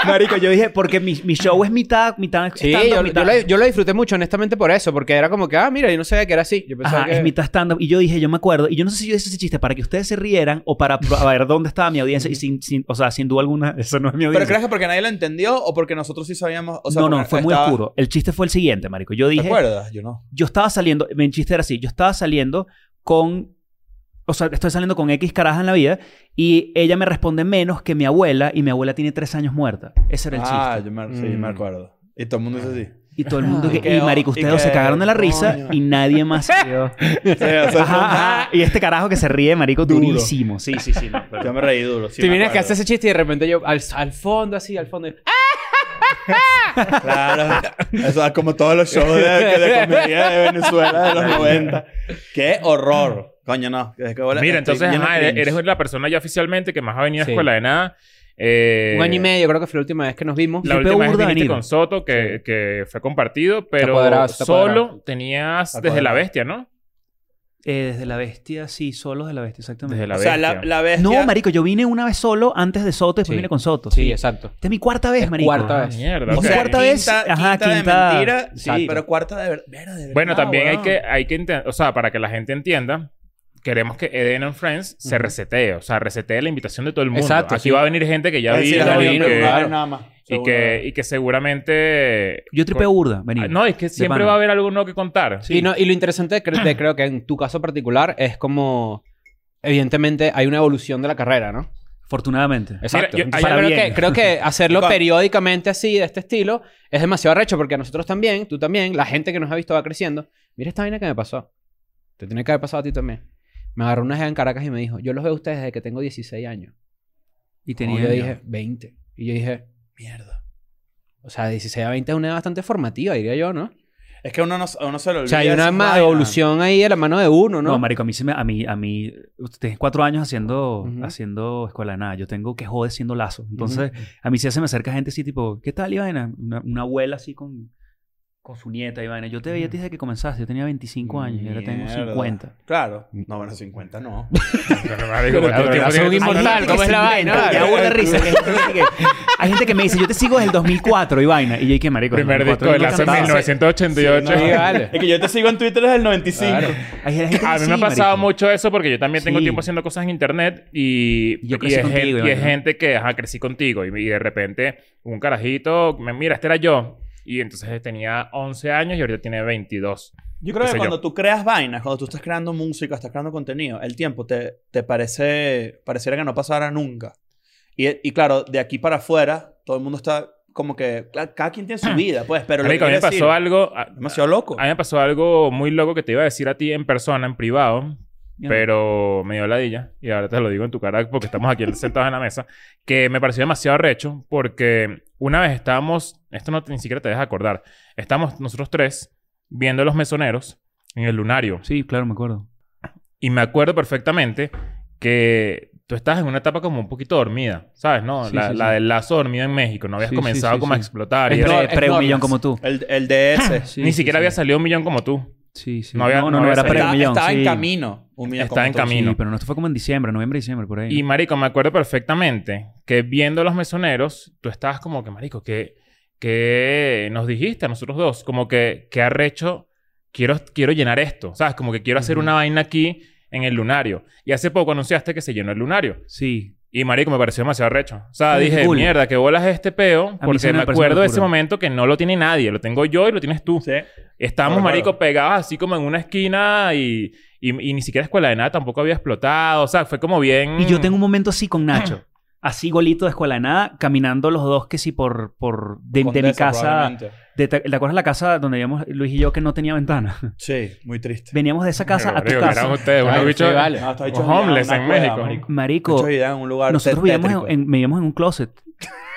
Speaker 1: marico, yo dije, porque mi, mi show es mitad, mitad
Speaker 2: Sí,
Speaker 1: stand-up,
Speaker 2: yo,
Speaker 1: mitad...
Speaker 2: yo lo, yo lo disfruté mucho, honestamente, por eso. Porque era como que, ah, mira, yo no sabía que era así. Yo pensaba
Speaker 1: Ajá,
Speaker 2: que...
Speaker 1: es mitad stand-up. Y yo dije, yo me acuerdo. Y yo no sé si yo hice ese chiste para que ustedes se rieran o para pro- a ver dónde estaba mi audiencia. y sin, sin- o sea, sin duda alguna, [laughs] eso no es mi
Speaker 4: ¿Pero
Speaker 1: audiencia.
Speaker 4: crees que porque nadie lo entendió o porque nosotros sí sabíamos? O sea,
Speaker 1: no, no,
Speaker 4: porque
Speaker 1: fue muy
Speaker 4: estaba-
Speaker 1: oscuro. El chiste fue el siguiente, marico. Yo
Speaker 4: ¿Te
Speaker 1: dije,
Speaker 4: acuerdas? Yo no.
Speaker 1: yo estaba saliendo, mi chiste era así, yo estaba saliendo con, o sea, estoy saliendo con X caraja en la vida y ella me responde menos que mi abuela y mi abuela tiene tres años muerta. Ese era el
Speaker 4: Ah,
Speaker 1: chiste.
Speaker 4: yo me, sí, me
Speaker 2: Mm.
Speaker 4: acuerdo. Y todo el mundo hizo así.
Speaker 1: Y todo el mundo,
Speaker 2: Ay,
Speaker 1: que-
Speaker 4: qué
Speaker 1: y marico,
Speaker 4: o- y
Speaker 1: ustedes dos se
Speaker 4: qué
Speaker 1: cagaron de la risa
Speaker 4: coño.
Speaker 1: y nadie
Speaker 4: [laughs]
Speaker 1: más se rió.
Speaker 4: Sí, o sea, fue un-
Speaker 1: Ajá, ajá. Y este carajo que se ríe, marico,
Speaker 4: Duro.
Speaker 1: durísimo. [laughs] Sí, sí, sí. no, pero-
Speaker 4: Yo me reí duro. Sí,
Speaker 2: Te
Speaker 4: me
Speaker 2: vienes que
Speaker 4: acuerdo.
Speaker 2: haces ese chiste y de repente yo al, al fondo, así, al fondo. ¡Ah!
Speaker 4: Claro. [laughs] Eso es como todos los shows de, de comedia de Venezuela de los 90. ¡Qué horror! Coño, no. Es que bola-
Speaker 3: Mira,
Speaker 4: estoy
Speaker 3: entonces
Speaker 4: lleno de
Speaker 3: ajá, eres,
Speaker 4: cringe.
Speaker 3: eres la persona ya oficialmente que más ha venido a
Speaker 2: Sí.
Speaker 3: escuela de nada. Eh,
Speaker 2: Un año y medio, creo que fue la última vez que nos vimos.
Speaker 3: La
Speaker 1: Qué
Speaker 3: última vez
Speaker 1: burda
Speaker 3: viniste
Speaker 1: venir.
Speaker 3: con Soto, que, que fue compartido, pero
Speaker 2: cuadrado, está
Speaker 3: solo
Speaker 2: cuadrado.
Speaker 3: tenías
Speaker 4: Está
Speaker 3: desde la
Speaker 4: cuadrado.
Speaker 3: bestia, ¿no?
Speaker 1: Eh, desde la bestia, sí, solos de la bestia, exactamente.
Speaker 3: Desde la
Speaker 4: O sea,
Speaker 3: bestia.
Speaker 4: la, la bestia...
Speaker 1: No, marico, yo vine una vez solo antes de Soto, después
Speaker 2: Sí.
Speaker 1: vine con Soto.
Speaker 2: Sí,
Speaker 1: Sí, Esta
Speaker 2: exacto.
Speaker 1: es mi cuarta vez,
Speaker 2: Es
Speaker 1: marico.
Speaker 2: cuarta
Speaker 3: Ah,
Speaker 2: vez.
Speaker 3: mierda.
Speaker 1: O
Speaker 3: ok.
Speaker 1: sea, cuarta vez, ajá, quinta-
Speaker 4: de mentira.
Speaker 1: exacto.
Speaker 4: Sí, pero cuarta de ver- vera de verdad.
Speaker 3: bueno, también hay
Speaker 4: weón.
Speaker 3: que, hay que enten- o sea, para que la gente entienda, queremos que Eden and Friends se
Speaker 2: Ujú.
Speaker 3: resetee, o sea, resetee la invitación de todo el mundo.
Speaker 2: Exacto,
Speaker 3: Aquí
Speaker 2: sí.
Speaker 3: va a venir gente que ya
Speaker 4: Es decir,
Speaker 3: vino
Speaker 4: la
Speaker 3: y
Speaker 4: vino,
Speaker 3: que-
Speaker 4: claro, nada más.
Speaker 3: y que, y que seguramente...
Speaker 1: Yo tripeo burda, vení.
Speaker 3: Ah, No, es que siempre
Speaker 1: pana.
Speaker 3: va a haber algo nuevo que contar.
Speaker 2: Y, no, y lo interesante de, cre- de creo que en tu caso particular es como... Evidentemente hay una evolución de la carrera, ¿no?
Speaker 1: Afortunadamente.
Speaker 2: Exacto.
Speaker 3: yo-
Speaker 2: Entonces,
Speaker 1: ayer-
Speaker 2: creo,
Speaker 1: bien.
Speaker 2: que, creo que hacerlo
Speaker 4: Claro.
Speaker 2: periódicamente así, de este estilo, es demasiado arrecho porque a nosotros también, tú también, la gente que nos ha visto va creciendo. Mira esta vaina que me pasó. Te tiene que haber pasado a ti también. Me agarró una jeva en Caracas y me dijo, yo los veo a ustedes desde que tengo 16 años.
Speaker 1: Y
Speaker 2: Y
Speaker 1: tenía.
Speaker 2: yo dije, 20. Y yo dije, mierda. O sea, de 16 a 20 es una edad bastante formativa, diría yo, ¿no?
Speaker 4: Es que uno no, uno se lo olvida.
Speaker 2: O sea, hay
Speaker 4: de
Speaker 2: una
Speaker 4: esas
Speaker 2: ma-
Speaker 4: vainas.
Speaker 2: evolución ahí de la mano de uno,
Speaker 1: No,
Speaker 2: ¿no?
Speaker 1: marico, a mí se me, a mí, a mí, tenés cuatro años haciendo,
Speaker 2: Ujú.
Speaker 1: haciendo escuela de nada. Yo tengo que joder siendo lazo. Entonces, a mí sí se me acerca gente así, tipo, ¿qué tal, Ivana? Una, una abuela así con con su nieta y vaina. Yo te veía a ti desde que comenzaste. Yo tenía 25 años y ahora tengo
Speaker 4: Mierda.
Speaker 1: 50.
Speaker 4: Claro. No, bueno, 50 no.
Speaker 3: Pero, [laughs] marico,
Speaker 2: Pero la
Speaker 3: ¿cuánto tiempo
Speaker 2: verdad
Speaker 3: tiene
Speaker 2: son
Speaker 3: que tú-
Speaker 2: inmortal,
Speaker 1: Hay gente que
Speaker 2: ¿cómo es
Speaker 1: se
Speaker 2: la vaina?
Speaker 1: inventa,
Speaker 2: Claro.
Speaker 1: Me aburre
Speaker 4: [laughs]
Speaker 1: risa. que hay gente que- Hay gente que me dice, yo te sigo desde el 2004 y vaina. Y yo, ¿y qué marico?
Speaker 3: Primer
Speaker 1: 2004
Speaker 3: disco de
Speaker 1: yo no
Speaker 3: Lazo en
Speaker 1: cantaba.
Speaker 3: 1988.
Speaker 2: Sí,
Speaker 3: [laughs]
Speaker 4: [laughs]
Speaker 2: vale.
Speaker 4: Es que yo te sigo en Twitter desde el 95.
Speaker 2: Claro.
Speaker 1: Hay gente que
Speaker 3: A mí
Speaker 1: sí,
Speaker 3: me ha pasado
Speaker 1: marico.
Speaker 3: mucho eso porque yo también tengo
Speaker 1: Sí.
Speaker 3: tiempo haciendo cosas en internet y,
Speaker 1: Yo
Speaker 3: y,
Speaker 1: crecí
Speaker 3: es, gen-
Speaker 1: contigo,
Speaker 3: y es
Speaker 1: ¿verdad?
Speaker 3: gente que, ajá, crecí contigo y, y de repente un carajito, me mira, este era yo. Y entonces tenía 11 años y ahorita tiene 22.
Speaker 4: Yo creo
Speaker 3: Qué
Speaker 4: que
Speaker 3: sé
Speaker 4: cuando
Speaker 3: yo.
Speaker 4: tú creas vainas, cuando tú estás creando música, estás creando contenido, el tiempo te, te parece, pareciera que no pasara nunca. Y, y claro, de aquí para afuera, todo el mundo está como que, cla- cada quien tiene
Speaker 3: [clears throat]
Speaker 4: su vida, pues, pero lo que
Speaker 3: Marico, a mí me
Speaker 4: quiero decir,
Speaker 3: pasó algo... a-
Speaker 4: demasiado loco.
Speaker 3: A mí me pasó algo muy loco que te iba a decir a ti en persona, en privado,
Speaker 1: Ya.
Speaker 3: pero me dio ladilla. Y ahora te lo digo en tu cara porque estamos aquí [laughs] sentados en la mesa. Que me pareció demasiado recho porque una vez estábamos, esto no te- ni siquiera te deja acordar, estábamos nosotros tres viendo los mesoneros en el lunario.
Speaker 1: Sí, claro, me acuerdo.
Speaker 3: Y me acuerdo perfectamente que tú estabas en una etapa como un poquito dormida, ¿sabes? No,
Speaker 1: Sí,
Speaker 3: la,
Speaker 1: sí,
Speaker 3: la
Speaker 1: sí.
Speaker 3: del lazo dormido en México. No habías
Speaker 1: Sí, sí,
Speaker 3: comenzado
Speaker 1: sí,
Speaker 3: como a
Speaker 1: sí.
Speaker 3: explotar. y
Speaker 2: Es
Speaker 3: eso.
Speaker 2: no-
Speaker 1: Pre, pre un
Speaker 2: normas.
Speaker 1: millón como tú.
Speaker 4: El, el
Speaker 3: [clears throat]
Speaker 4: DS.
Speaker 1: Sí,
Speaker 3: ni
Speaker 1: sí, sí.
Speaker 3: siquiera había salido un millón como tú.
Speaker 1: Sí, sí.
Speaker 3: No había-
Speaker 1: no,
Speaker 3: no
Speaker 1: no,
Speaker 3: había
Speaker 1: era
Speaker 3: salido.
Speaker 1: pre un
Speaker 4: Estaba,
Speaker 1: millón.
Speaker 4: estaba en
Speaker 1: sí.
Speaker 4: camino. Un millón
Speaker 3: Estaba
Speaker 4: como
Speaker 3: en
Speaker 4: tú.
Speaker 3: camino.
Speaker 1: Sí, pero no, esto fue como en diciembre, noviembre, diciembre, por ahí.
Speaker 3: Y marico, me acuerdo perfectamente que viendo los mesoneros, tú estabas como que, marico, que, que nos dijiste a nosotros dos, como que, que arrecho, quiero, quiero llenar esto, ¿sabes? Como que quiero hacer
Speaker 1: Ujú.
Speaker 3: una vaina aquí en el lunario. Y hace poco anunciaste que se llenó el lunario.
Speaker 1: Sí.
Speaker 3: Y marico, me pareció demasiado arrecho. O sea,
Speaker 1: Ay,
Speaker 3: dije,
Speaker 1: cool.
Speaker 3: mierda, que bolas este peo,
Speaker 1: sí
Speaker 3: porque
Speaker 1: me
Speaker 3: me
Speaker 1: pareció una
Speaker 3: acuerdo de ese
Speaker 1: locura.
Speaker 3: momento que no lo tiene nadie, lo tengo yo y lo tienes tú.
Speaker 4: Sí.
Speaker 3: Estábamos,
Speaker 4: Claro,
Speaker 3: marico,
Speaker 4: claro.
Speaker 3: pegados así como en una esquina y, y, y ni siquiera escuela de nada tampoco había explotado. O sea, fue como bien...
Speaker 1: Y yo tengo un momento así con Nacho. Así golito de escuela de nada, caminando los dos que sí por... por de, de mi
Speaker 4: Condesa,
Speaker 1: casa...
Speaker 4: probablemente.
Speaker 1: De, ¿Te te acuerdas la casa donde íbamos Luis y yo que no tenía ventana?
Speaker 4: Sí, muy triste.
Speaker 1: Veníamos de esa casa
Speaker 3: Pero,
Speaker 1: a tu
Speaker 3: marico,
Speaker 1: casa.
Speaker 3: Eran ustedes, unos
Speaker 2: Claro,
Speaker 3: bichos-
Speaker 2: sí, vale.
Speaker 4: No, estaba hecho
Speaker 3: Los
Speaker 4: vida,
Speaker 3: homeless
Speaker 4: una
Speaker 3: en
Speaker 4: cueva,
Speaker 3: México.
Speaker 4: marico.
Speaker 1: Marico,
Speaker 4: Hecho vida en un lugar
Speaker 1: nosotros
Speaker 4: tétrico.
Speaker 1: vivíamos en, en- vivíamos en un closet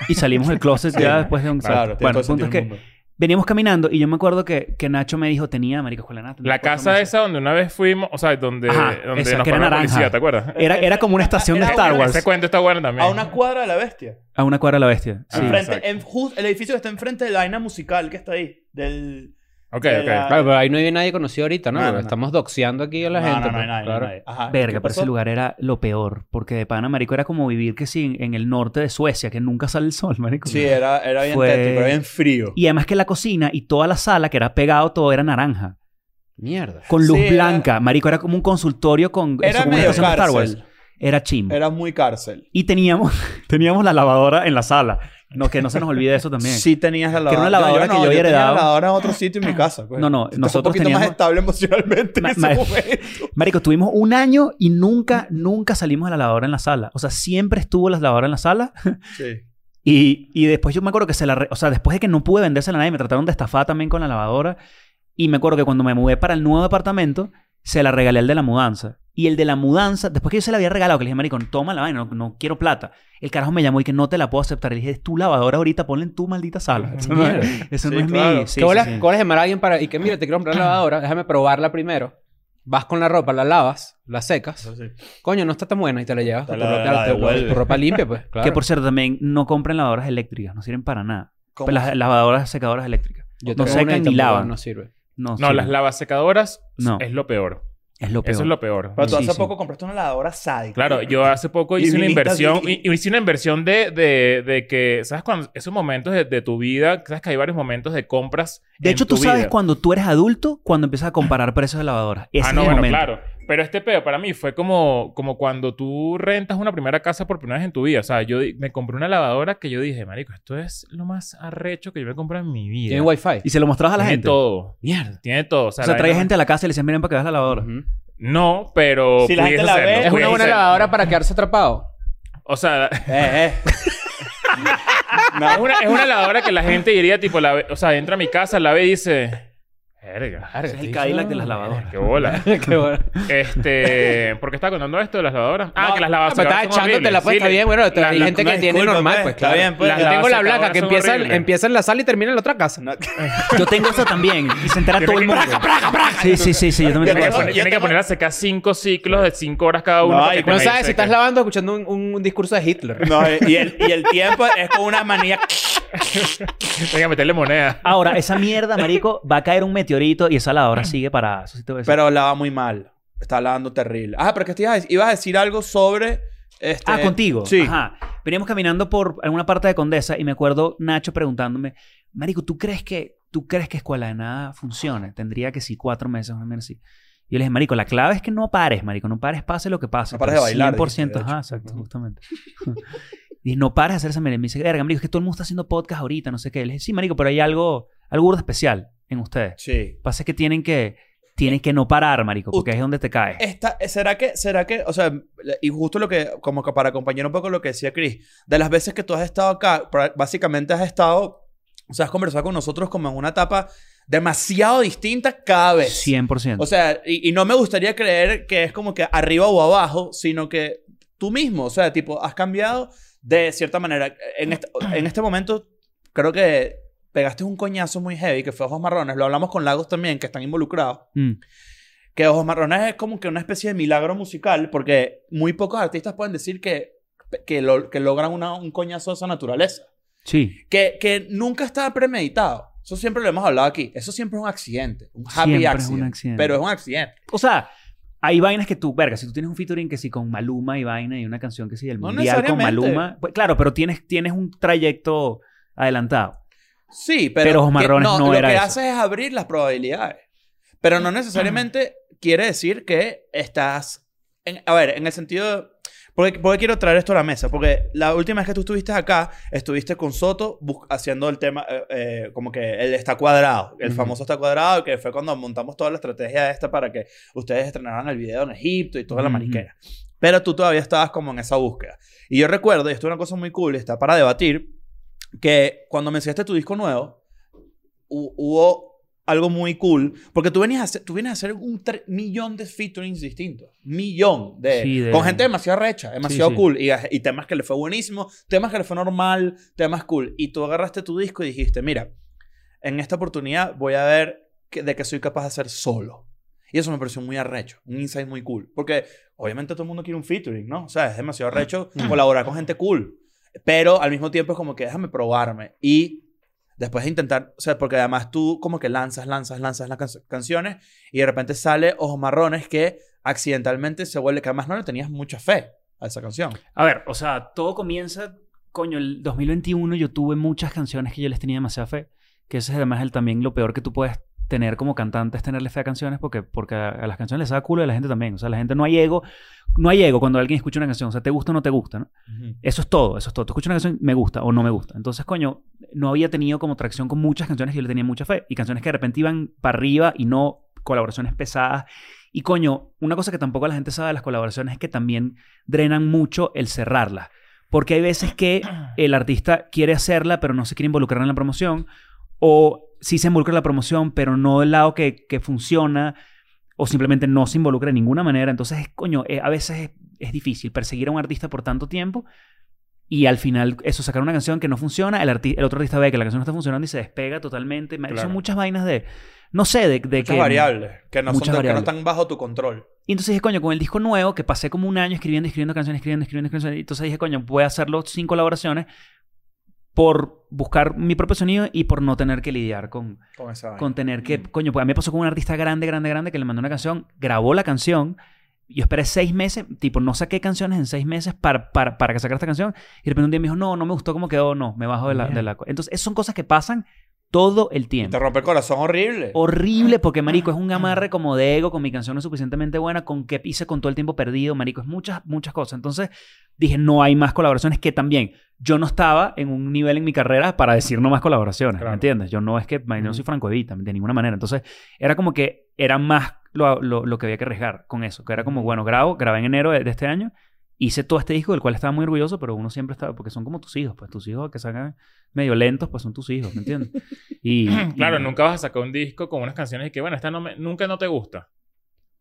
Speaker 1: y salimos del
Speaker 4: [laughs]
Speaker 1: closet ya después de un...
Speaker 4: Claro, tiene
Speaker 1: bueno,
Speaker 4: todo
Speaker 1: el punto
Speaker 4: sentido
Speaker 1: es
Speaker 4: del
Speaker 1: que
Speaker 4: mundo.
Speaker 1: veníamos caminando y yo me acuerdo que, que Nacho me dijo, tenía, marico, escuela de nada. tenía
Speaker 3: La
Speaker 1: cuatro
Speaker 3: casa
Speaker 1: meses".
Speaker 3: esa donde una vez fuimos, o sea, donde,
Speaker 1: Ajá,
Speaker 3: donde
Speaker 1: esa,
Speaker 3: nos
Speaker 1: que era
Speaker 3: paró la
Speaker 1: naranja.
Speaker 3: policía, ¿te acuerdas?
Speaker 1: Era, era como una estación de
Speaker 4: Era
Speaker 1: Star
Speaker 4: una-
Speaker 1: Wars.
Speaker 3: Ese cuento está bueno también. Ah,
Speaker 4: A una cuadra de la bestia.
Speaker 1: A una cuadra de la bestia. Sí.
Speaker 4: Ah, Enfrente-
Speaker 3: exacto.
Speaker 4: en- just- el edificio que está enfrente de la vaina musical que está ahí. Del...
Speaker 3: Ok,
Speaker 4: de
Speaker 3: ok.
Speaker 4: la-
Speaker 2: Claro, pero ahí no hay nadie conocido ahorita, ¿no?
Speaker 4: No, no, no.
Speaker 2: Estamos doxeando aquí a la
Speaker 4: No,
Speaker 2: gente.
Speaker 4: no, no hay
Speaker 2: pues,
Speaker 4: nadie, no hay
Speaker 2: claro.
Speaker 4: nadie. Ajá, Ah, ¿qué
Speaker 1: Verga, pero
Speaker 4: pasó?
Speaker 1: ese lugar era lo peor. Porque de pana, marico, era como vivir que sí, en- en el norte de Suecia, que nunca sale el sol, [laughs] marico.
Speaker 4: Sí, era, era bien
Speaker 1: Fue-
Speaker 4: tétrico, era bien frío.
Speaker 1: Y además que la cocina y toda la sala, que era pegado todo, era naranja.
Speaker 4: [laughs]
Speaker 2: Mierda.
Speaker 1: Con luz
Speaker 4: Sí, era-
Speaker 1: blanca. Marico, era como un consultorio con... eso,
Speaker 4: Era
Speaker 1: como una
Speaker 4: medio
Speaker 1: estación de Star
Speaker 4: cárcel.
Speaker 1: Wars. Era chimbo.
Speaker 4: Era muy cárcel.
Speaker 1: Y teníamos, [laughs] teníamos la lavadora en la sala. No, que no se nos olvide eso también.
Speaker 4: Sí tenías la
Speaker 1: Que
Speaker 4: lavadora.
Speaker 1: era una lavadora
Speaker 4: no,
Speaker 1: que yo había
Speaker 4: tenía
Speaker 1: heredado.
Speaker 4: la lavadora en otro sitio en mi casa. pues.
Speaker 1: No, no,
Speaker 4: Estaba
Speaker 1: nosotros
Speaker 4: un poquito
Speaker 1: teníamos-
Speaker 4: más estable emocionalmente
Speaker 1: Ma-
Speaker 4: en ese
Speaker 1: ma-
Speaker 4: momento.
Speaker 1: Marico, tuvimos un año y nunca, nunca salimos de la lavadora en la sala. O sea, siempre estuvo la lavadora en la sala.
Speaker 4: [laughs] Sí.
Speaker 1: Y, y después yo me acuerdo que se la... re- o sea, después de que no pude vendérsela a nadie, me trataron de estafar también con la lavadora. Y me acuerdo que cuando me mudé para el nuevo apartamento, se la regalé al de la mudanza. Y el de la mudanza, después que yo se la había regalado, que le dije, marico, toma la vaina, no, no quiero plata. El carajo me llamó y que no te la puedo aceptar. Y le dije, es tu lavadora ahorita, ponla en tu maldita sala. Eso no,
Speaker 2: Mierda.
Speaker 1: eso no
Speaker 4: Sí,
Speaker 1: es
Speaker 4: claro.
Speaker 1: mi... sí,
Speaker 2: ¿Qué bolas,
Speaker 1: sí, sí.
Speaker 2: qué bolas llamar a alguien para... Y que, mira, te quiero comprar
Speaker 4: [laughs]
Speaker 2: la lavadora. Déjame probarla primero. Vas con la ropa, la lavas, la secas. Coño, no está tan buena y te la llevas.
Speaker 4: Te
Speaker 2: con
Speaker 4: la-
Speaker 2: tu, ropa,
Speaker 4: la
Speaker 2: te- tu-
Speaker 4: devuelve.
Speaker 2: tu ropa limpia,
Speaker 4: [laughs]
Speaker 2: pues. Claro.
Speaker 1: Que por cierto, también no compren lavadoras eléctricas, no sirven para nada.
Speaker 4: ¿Cómo?
Speaker 1: Pues Las lavadoras secadoras eléctricas.
Speaker 2: Yo
Speaker 1: no
Speaker 2: tengo
Speaker 1: secan
Speaker 2: una y
Speaker 1: ni
Speaker 2: tampoco
Speaker 1: lavan.
Speaker 2: No sirve.
Speaker 1: No,
Speaker 3: no,
Speaker 1: sirven.
Speaker 3: las lavasecadoras
Speaker 1: No.
Speaker 3: es lo peor.
Speaker 1: es lo peor.
Speaker 3: Eso es lo peor.
Speaker 4: Pero tú
Speaker 1: Sí,
Speaker 4: hace
Speaker 1: sí.
Speaker 4: poco compraste una lavadora sádica.
Speaker 3: Claro, yo hace poco
Speaker 4: Y
Speaker 3: hice una
Speaker 4: viniste
Speaker 3: inversión,
Speaker 4: así.
Speaker 3: y- y hice una inversión de, de, de que, ¿sabes? Cuando esos momentos de, de tu vida, sabes que hay varios momentos de compras.
Speaker 1: De
Speaker 3: en
Speaker 1: hecho,
Speaker 3: tu
Speaker 1: tú sabes
Speaker 3: vida.
Speaker 1: cuando tú eres adulto, cuando empiezas a comparar precios de lavadoras. Ese
Speaker 3: ah, no,
Speaker 1: es el
Speaker 3: bueno,
Speaker 1: momento.
Speaker 3: claro. Pero este pedo para mí fue como, como cuando tú rentas una primera casa por primera vez en tu vida. O sea, yo di- me compré una lavadora que yo dije, marico, esto es lo más arrecho que yo me he comprado en mi vida.
Speaker 2: Tienen wifi.
Speaker 1: Y se lo mostrabas a la
Speaker 3: Tiene
Speaker 1: gente.
Speaker 3: todo.
Speaker 2: Mierda.
Speaker 3: Tiene todo. O
Speaker 1: O
Speaker 3: sea,
Speaker 1: sea,
Speaker 3: la
Speaker 1: traía
Speaker 3: vaina-
Speaker 1: gente a la casa y le decías, miren para que veas la lavadora.
Speaker 2: Ujú.
Speaker 3: No, pero
Speaker 4: Si la gente
Speaker 3: pudiese
Speaker 4: la ve,
Speaker 3: hacerlo,
Speaker 2: Es una
Speaker 3: pudiese
Speaker 2: buena
Speaker 3: hacerlo.
Speaker 2: lavadora para quedarse atrapado.
Speaker 3: O sea,
Speaker 4: [laughs] Eh, eh.
Speaker 3: es una, es una lavadora que la gente diría, tipo, la ve- o sea, entra a mi casa, la ve y dice... Verga.
Speaker 1: Ese es el Cadillac de las lavadoras.
Speaker 3: [laughs]
Speaker 2: [laughs]
Speaker 3: Qué bola.
Speaker 2: Qué bueno.
Speaker 3: Este, ¿por qué estaba contando esto de las lavadoras? Ah,
Speaker 4: No,
Speaker 3: que las lavadoras.
Speaker 2: Me estaba echándote la puesta bien. Bueno, te- hay gente
Speaker 4: no,
Speaker 2: que tiene
Speaker 4: disculpa,
Speaker 2: normal,
Speaker 4: pues,
Speaker 2: pues.
Speaker 4: está
Speaker 2: claro.
Speaker 4: bien, pues.
Speaker 2: Yo
Speaker 3: Las
Speaker 2: tengo la blanca
Speaker 3: lavasecadoras
Speaker 2: que
Speaker 3: son
Speaker 2: empieza,
Speaker 3: horribles.
Speaker 2: empieza en la sala y termina en la otra casa.
Speaker 4: No.
Speaker 1: Yo tengo eso también. Y se
Speaker 3: [laughs]
Speaker 1: entera
Speaker 3: Tiene
Speaker 1: todo
Speaker 3: que-
Speaker 1: el mundo. Sí, sí, sí, sí. Yo también tengo
Speaker 4: Tiene
Speaker 3: Tiene que,
Speaker 1: eso.
Speaker 3: poner,
Speaker 4: Yo
Speaker 3: tiene que
Speaker 4: tengo-
Speaker 3: poner a secar cinco ciclos de cinco horas cada uno.
Speaker 4: No,
Speaker 3: para
Speaker 4: y
Speaker 3: que
Speaker 2: No
Speaker 3: con ahí
Speaker 2: sabes si
Speaker 3: [laughs] seque.
Speaker 2: estás lavando o escuchando un, un- un discurso de Hitler.
Speaker 4: No, y, y el, y el tiempo es con una manía
Speaker 3: Venga,
Speaker 1: [clears throat]
Speaker 3: meterle moneda.
Speaker 1: Ahora, esa mierda, marico, va a caer un meteorito y esa
Speaker 3: [clears throat]
Speaker 1: lavadora sigue parada. Eso sí te voy a decir.
Speaker 4: Pero hablaba muy mal. Estaba hablando terrible. Ah, pero que te ibas a decir, ibas a decir algo sobre. Este...
Speaker 1: Ah, contigo.
Speaker 4: Sí.
Speaker 1: Ajá. Veníamos caminando por alguna parte de Condesa y me acuerdo Nacho preguntándome, marico, ¿tú crees que tú crees que escuela de nada funcione? Tendría que sí cuatro meses una mierda así. Y yo le dije, marico, la clave es que no pares, marico, no pares, pase lo que pase.
Speaker 4: No pares de
Speaker 1: Pero
Speaker 4: bailar,
Speaker 1: 100%,
Speaker 4: dijiste, de hecho.
Speaker 1: ajá, exacto, justamente. [laughs] y no pares de hacer esa mierda. Y Me dice, verga, marico, es que todo el mundo está haciendo podcast ahorita, no sé qué. Le dije, sí, marico, pero hay algo, algo burda especial en ustedes.
Speaker 4: Sí.
Speaker 1: Pasa es que tienen que, tienen que no parar, marico, porque ahí es donde te caes.
Speaker 4: Esta, ¿Será que, será que, o sea, la- y justo lo que, como que para acompañar un poco lo que decía Chris, de las veces que tú has estado acá, pra- básicamente has estado, o sea, has conversado con nosotros como en una etapa demasiado distinta cada vez.
Speaker 1: 100%.
Speaker 4: pues. O sea, y, y no me gustaría creer que es como que arriba o abajo, sino que tú mismo, o sea, tipo, has cambiado de cierta manera. En este, [clears throat] en este momento, creo que pegaste un coñazo muy heavy, que fue Ojos Marrones, lo hablamos con Lagos también, que están involucrados.
Speaker 1: Mm.
Speaker 4: Que Ojos Marrones es como que una especie de milagro musical, porque muy pocos artistas pueden decir que, que, lo- que logran una- un coñazo de esa naturaleza.
Speaker 1: Sí.
Speaker 4: Que, que nunca está premeditado. Eso siempre lo hemos hablado aquí. Eso siempre es un accidente. Un happy
Speaker 1: Siempre es un
Speaker 4: accident.
Speaker 1: accidente.
Speaker 4: Pero es un accidente.
Speaker 1: O sea, hay vainas que tú, verga, si tú tienes un featuring que sí con Maluma y vaina y una canción que sí del
Speaker 4: No
Speaker 1: mundial con
Speaker 4: necesariamente.
Speaker 1: Maluma, pues, claro, pero tienes, tienes un trayecto adelantado.
Speaker 4: Sí, pero,
Speaker 1: Pero Ojos
Speaker 4: que-
Speaker 1: Marrones no
Speaker 4: lo
Speaker 1: era
Speaker 4: que
Speaker 1: eso.
Speaker 4: hace es abrir las probabilidades. Pero no necesariamente quiere decir que estás... en- a ver, en el sentido... Porque, porque quiero traer esto a la mesa. Porque la última vez que tú estuviste acá, estuviste con Soto bus- haciendo el tema, eh, eh, como que el está cuadrado, el
Speaker 1: Ujú.
Speaker 4: famoso está cuadrado, que fue cuando montamos toda la estrategia esta para que ustedes estrenaran el video en Egipto y toda la
Speaker 1: Ujú.
Speaker 4: mariquera. Pero tú todavía estabas como en esa búsqueda. Y yo recuerdo, y esto es una cosa muy cool, y está para debatir, que cuando mencionaste tu disco nuevo, hu- hubo algo muy cool, porque tú venías a hacer, tú vienes a hacer un tre- millón de featurings distintos, millón de,
Speaker 1: Sí, de-
Speaker 4: con gente demasiado recha, demasiado
Speaker 1: sí.
Speaker 4: cool, y, y temas que le fue buenísimo, temas que le fue normal, temas cool, y tú agarraste tu disco y dijiste, mira, en esta oportunidad voy a ver que- de qué soy capaz de hacer solo. Y eso me pareció muy arrecho, un insight muy cool, porque obviamente todo el mundo quiere un featuring, ¿no? O sea, es demasiado
Speaker 1: Mm.
Speaker 4: arrecho colaborar con gente cool, pero al mismo tiempo es como que déjame probarme y después de intentar, o sea, porque además tú como que lanzas, lanzas, lanzas las canc- canciones y de repente sale Ojos Marrones que accidentalmente se vuelve, que además no le tenías mucha fe a esa canción.
Speaker 1: A ver, o sea, todo comienza, coño, el 2021 yo tuve muchas canciones que yo les tenía demasiada fe, que ese es además el, también lo peor que tú puedes tener como cantante es tenerle fe a canciones porque, porque a, a las canciones les da culo y a la gente también, o sea, la gente no hay ego, no hay ego cuando alguien escucha una canción, o sea, te gusta o no te gusta, ¿no? Eso es todo, eso es todo. Tú escuchas una canción, me gusta o no me gusta. Entonces, coño, no había tenido como tracción con muchas canciones que yo le tenía mucha fe. Y canciones que de repente iban para arriba y no colaboraciones pesadas. Y coño, una cosa que tampoco la gente sabe de las colaboraciones es que también drenan mucho el cerrarlas. Porque hay veces que el artista quiere hacerla, pero no se quiere involucrar en la promoción. O sí se involucra en la promoción, pero no del lado que, que funciona. O simplemente no se involucra de ninguna manera. Entonces, coño, eh, a veces es- es difícil perseguir a un artista por tanto tiempo. Y al final, eso, sacar una canción que no funciona, el, arti- el otro artista ve que la canción no está funcionando y se despega totalmente. Ma-
Speaker 3: Claro.
Speaker 1: Son muchas vainas de, no sé, de, de
Speaker 4: Muchas
Speaker 1: que...
Speaker 4: variables, que no, son-
Speaker 1: muchas
Speaker 4: que no
Speaker 1: variables.
Speaker 4: están bajo tu control.
Speaker 1: Y entonces dije, coño, con el disco nuevo, que pasé como un año escribiendo, escribiendo canciones, escribiendo, escribiendo canciones, y entonces dije, coño, voy a hacerlo sin colaboraciones por buscar mi propio sonido y por no tener que lidiar con,
Speaker 4: Con esa vaina.
Speaker 1: con tener que,
Speaker 4: Mm.
Speaker 1: coño, pues a mí me pasó con un artista grande, grande, grande que le mandó una canción, grabó la canción. Yo esperé seis meses, tipo, no saqué canciones en seis meses para, para, para que sacara esta canción. Y de repente un día me dijo, no, no me gustó cómo quedó, no, me bajo de la... De la co-". Entonces, esas son cosas que pasan todo el tiempo.
Speaker 4: Te rompe el corazón horrible.
Speaker 1: Horrible,
Speaker 3: [gasps]
Speaker 1: porque Marico es un amarre como de ego, con mi canción no es suficientemente buena, con qué hice con todo el tiempo perdido, Marico, es muchas, muchas cosas. Entonces dije, no hay más colaboraciones que también. Yo no estaba en un nivel en mi carrera para decir no más colaboraciones,
Speaker 3: Claro.
Speaker 1: ¿me entiendes? Yo no es que, yo no soy Franco Evita, de ninguna manera. Entonces era como que era más lo, lo- lo que había que arriesgar con eso, que era como, bueno, grabo, grabé en enero de, de este año. Hice todo este disco del cual estaba muy orgulloso, pero uno siempre estaba, porque son como tus hijos, pues tus hijos que salgan medio lentos, pues son tus hijos, ¿me
Speaker 3: [laughs]
Speaker 1: entiendes? Y,
Speaker 3: Claro,
Speaker 1: y-
Speaker 3: nunca vas a sacar un disco con unas canciones y que, bueno, esta no me- nunca no te gusta.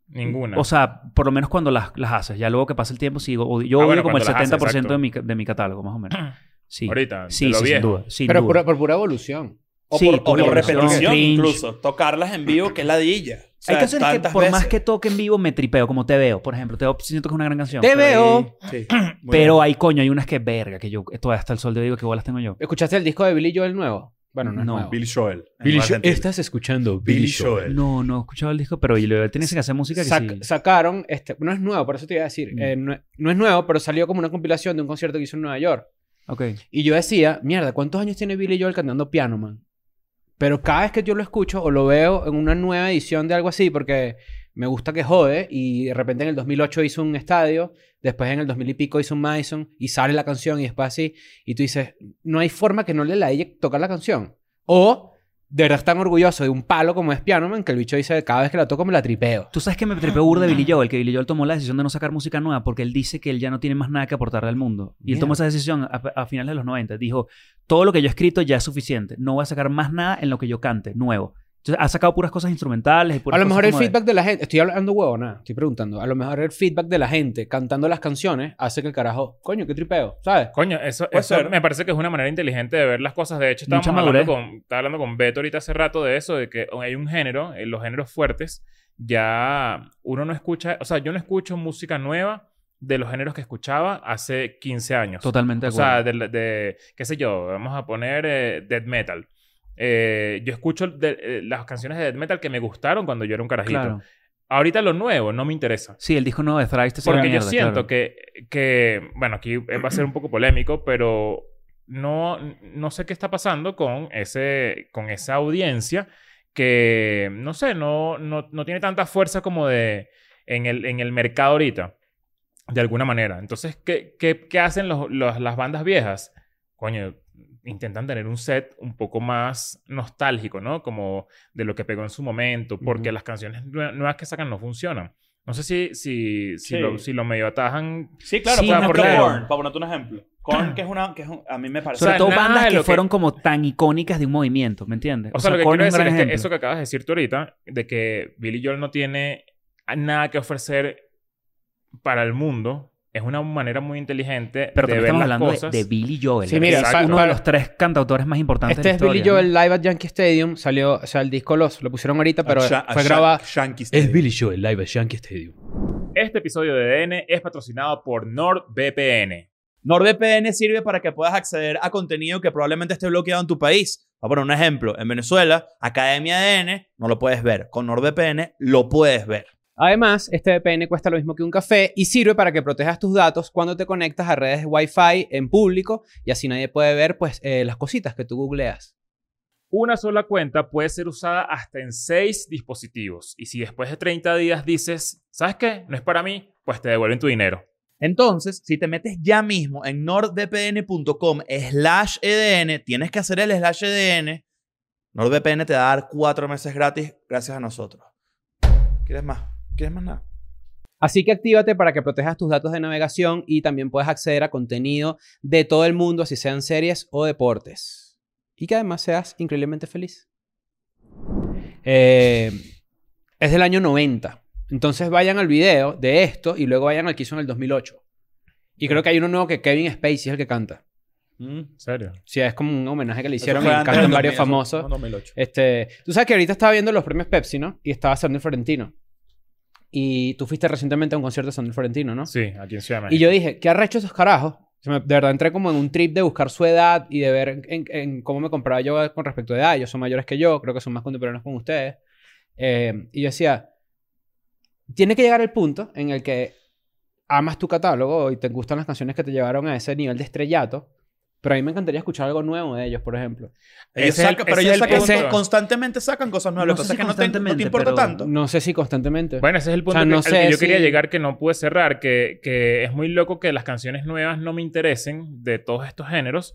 Speaker 3: Ninguna.
Speaker 1: O sea, por lo menos cuando las, las haces. Ya luego que pasa el tiempo, sí, o- yo
Speaker 3: Ah,
Speaker 1: odio
Speaker 3: bueno,
Speaker 1: como el
Speaker 3: cuando las
Speaker 1: 70%
Speaker 3: haces,
Speaker 1: de,
Speaker 3: exacto. [clears throat]
Speaker 1: mi, ca- de mi catálogo, más o menos. Sí.
Speaker 3: Ahorita,
Speaker 1: sí,
Speaker 3: de lo
Speaker 1: sí, sin
Speaker 3: viejo.
Speaker 1: duda. sin
Speaker 2: Pero
Speaker 1: duda.
Speaker 2: por, por pura evolución.
Speaker 4: O
Speaker 1: Sí,
Speaker 4: por, o
Speaker 1: por
Speaker 4: por
Speaker 1: repetición,
Speaker 4: repetición,
Speaker 1: cringe.
Speaker 4: incluso. Tocarlas en vivo, que es ladilla. O sea,
Speaker 1: Hay canciones que
Speaker 4: tantas
Speaker 1: por más
Speaker 4: veces.
Speaker 1: que toque en vivo me tripeo, como Te Veo, por ejemplo. Te Veo siento que es una gran canción.
Speaker 2: Te
Speaker 1: pero-
Speaker 2: veo.
Speaker 1: [clears throat]
Speaker 4: Sí, muy
Speaker 1: Pero
Speaker 4: bien.
Speaker 1: hay coño, hay unas que verga, que yo todavía hasta el sol de hoy digo que bolas tengo yo.
Speaker 2: ¿Escuchaste el disco de Billy Joel nuevo? Bueno, no, es
Speaker 1: No.
Speaker 2: nuevo.
Speaker 5: Billy Joel.
Speaker 2: Billy
Speaker 5: En
Speaker 2: Joel.
Speaker 5: Argentina.
Speaker 2: Estás escuchando
Speaker 5: Billy
Speaker 3: Eh.
Speaker 5: Joel.
Speaker 1: No, no he escuchado el disco, pero tiene que hacer música que
Speaker 2: Sac-
Speaker 1: sí.
Speaker 2: Sacaron, este, no es nuevo, por eso te iba a decir,
Speaker 1: Mm.
Speaker 2: eh, no, no es nuevo, pero salió como una compilación de un concierto que hizo en Nueva York.
Speaker 1: Ok.
Speaker 2: Y yo decía, mierda, ¿cuántos años tiene Billy Joel cantando piano, man? Pero cada vez que yo lo escucho o lo veo en una nueva edición de algo así, porque me gusta que jode, y de repente en el 2008 hizo un estadio, después en el 2000 y pico hizo un Madison, y sale la canción y después así, y tú dices, no hay forma que no le la haya tocar la canción. O de verdad es tan orgulloso de un palo como es Piano Man que el bicho dice, cada vez que la toco me la tripeo.
Speaker 1: Tú sabes que me trepeo burda de Billy Joel, que Billy Joel tomó la decisión de no sacar música nueva porque él dice que él ya no tiene más nada que aportarle al mundo. Y él
Speaker 2: Mierda.
Speaker 1: tomó esa decisión a, a finales de los 90. Dijo, todo lo que yo he escrito ya es suficiente. No voy a sacar más nada en lo que yo cante, nuevo. Entonces, ha sacado puras cosas instrumentales y puras
Speaker 2: A lo
Speaker 1: cosas
Speaker 2: mejor el
Speaker 1: como de-
Speaker 2: feedback de la gente, estoy hablando huevo, nada, estoy preguntando. A lo mejor el feedback de la gente cantando las canciones hace que el carajo, coño, qué tripeo, ¿sabes?
Speaker 3: Coño, eso,
Speaker 4: Puede
Speaker 3: eso
Speaker 4: ser.
Speaker 3: me parece que es una manera inteligente de ver las cosas. De hecho, estábamos
Speaker 1: Mucha
Speaker 3: hablando
Speaker 1: madurez.
Speaker 3: con, estaba hablando con Beto ahorita hace rato de eso, de que hay un género, eh, los géneros fuertes, ya uno no escucha, o sea, yo no escucho música nueva de los géneros que escuchaba hace 15 años.
Speaker 1: Totalmente de
Speaker 3: O sea,
Speaker 1: acuerdo.
Speaker 3: de, la- de- qué sé yo, vamos a poner eh, death metal. Eh, yo escucho de- eh, las canciones de death metal que me gustaron cuando yo era un carajito.
Speaker 1: claro.
Speaker 3: Ahorita lo nuevo no me interesa.
Speaker 1: Sí, el disco nuevo de Thrice te salió
Speaker 3: Porque yo
Speaker 1: Este mierda,
Speaker 3: siento
Speaker 1: claro.
Speaker 3: que, que, bueno, aquí va a ser un poco polémico, pero no, no sé qué está pasando con, ese, con esa audiencia que, no sé, no, no, no tiene tanta fuerza como de, en, el, en el mercado ahorita, de alguna manera. Entonces, ¿qué, qué, qué hacen los- los- las bandas viejas? Coño, intentan tener un set un poco más nostálgico, ¿no? Como de lo que pegó en su momento, porque las canciones nue- nuevas que sacan no funcionan. No sé si, si, si,
Speaker 4: Sí.
Speaker 3: lo, si lo medio atajan.
Speaker 4: Sí, claro,
Speaker 1: Sí,
Speaker 4: por
Speaker 3: no,
Speaker 4: ejemplo,
Speaker 3: claro.
Speaker 4: Korn, para ponerte un ejemplo. Korn, que es una. Que es un- a mí me parece.
Speaker 1: Sobre
Speaker 3: sea,
Speaker 1: todo
Speaker 3: nada
Speaker 1: bandas
Speaker 3: de
Speaker 1: que
Speaker 3: lo que-
Speaker 1: fueron como tan icónicas de un movimiento, ¿me entiendes?
Speaker 3: O sea, lo que
Speaker 1: Korn
Speaker 3: quiero
Speaker 1: un
Speaker 3: decir
Speaker 1: gran
Speaker 3: es que
Speaker 1: ejemplo.
Speaker 3: eso que acabas de decir tú ahorita, de que Billy Joel no tiene nada que ofrecer para el mundo, es una manera muy inteligente
Speaker 1: Pero
Speaker 3: de
Speaker 1: también
Speaker 3: ver
Speaker 1: estamos
Speaker 3: las
Speaker 1: hablando de-
Speaker 3: cosas.
Speaker 1: de, Billy Joel.
Speaker 2: Sí, mira,
Speaker 1: es
Speaker 3: exacto.
Speaker 1: uno de
Speaker 2: para-
Speaker 1: los tres cantautores más importantes
Speaker 2: Este
Speaker 1: de
Speaker 2: es
Speaker 1: la historia.
Speaker 2: Billy Joel live at Yankee Stadium, salió, o sea, el disco los, lo pusieron ahorita, pero fue grabado.
Speaker 5: Es Billy.
Speaker 2: Joel live at Yankee Stadium.
Speaker 3: Este episodio de DN es patrocinado por NordVPN.
Speaker 4: NordVPN sirve para que puedas acceder a contenido que probablemente esté bloqueado en tu país. Voy a poner un ejemplo. En Venezuela, Academia ADN no lo puedes ver. Con NordVPN lo puedes ver.
Speaker 2: Además, este VPN cuesta lo mismo que un café y sirve para que protejas tus datos cuando te conectas a redes Wi-Fi en público y así nadie puede ver pues eh, las cositas que tú googleas.
Speaker 3: Una sola cuenta puede ser usada hasta en seis dispositivos. Y si después de 30 días dices, ¿sabes qué? No es para mí, pues te devuelven tu dinero.
Speaker 4: Entonces, si te metes ya mismo en nordvpn.com slash EDN, tienes que hacer el slash EDN. NordVPN te va a dar cuatro meses gratis gracias a nosotros. ¿Quieres más? ¿Quieres más nada?
Speaker 2: Así que actívate para que protejas tus datos de navegación y también puedes acceder a contenido de todo el mundo, así sean series o deportes. Y que además seas increíblemente feliz. Eh, es del año 90. Entonces vayan al video de esto y luego vayan al que hizo en el 2008. Y creo que hay uno nuevo que Kevin Spacey es el que canta.
Speaker 3: ¿En serio?
Speaker 2: O sea, es como un homenaje que le
Speaker 4: Eso
Speaker 2: hicieron y
Speaker 4: fue antes
Speaker 2: cantan
Speaker 4: del
Speaker 2: varios
Speaker 4: 2000,
Speaker 2: famosos.
Speaker 4: eso fue en 2008.
Speaker 2: Este, tú sabes que ahorita estaba viendo los premios Pepsi, ¿no? Y estaba Sandro Florentino. Y tú fuiste recientemente a un concierto de Sandro Florentino, ¿no?
Speaker 3: Sí, aquí en Ciudad de
Speaker 2: Y
Speaker 3: México.
Speaker 2: yo dije, ¿qué arrecho esos carajos? Se me- de verdad entré como en un trip de buscar su edad y de ver en, en cómo me compraba yo con respecto a edad. Ellos son mayores que yo, creo que son más contemporáneos con ustedes. Eh, y yo decía, tiene que llegar el punto en el que amas tu catálogo y te gustan las canciones que te llevaron a ese nivel de estrellato. Pero a mí me encantaría escuchar algo nuevo de ellos, por ejemplo.
Speaker 4: Ellos
Speaker 3: Ese es el-
Speaker 4: sacan- pero
Speaker 3: ese
Speaker 4: ellos
Speaker 3: es el
Speaker 4: sacan-
Speaker 3: punto.
Speaker 4: constantemente sacan cosas nuevas. Lo
Speaker 1: No
Speaker 4: que
Speaker 1: sé
Speaker 4: pasa
Speaker 1: si
Speaker 4: es que no te, no te
Speaker 1: constantemente,
Speaker 4: importa
Speaker 1: pero-
Speaker 4: tanto.
Speaker 2: No sé si constantemente.
Speaker 3: Bueno, ese es el punto
Speaker 2: O sea, no
Speaker 3: que- al que
Speaker 2: sé
Speaker 3: yo quería
Speaker 2: si-
Speaker 3: llegar que no pude cerrar, que, que es muy loco que las canciones nuevas no me interesen de todos estos géneros,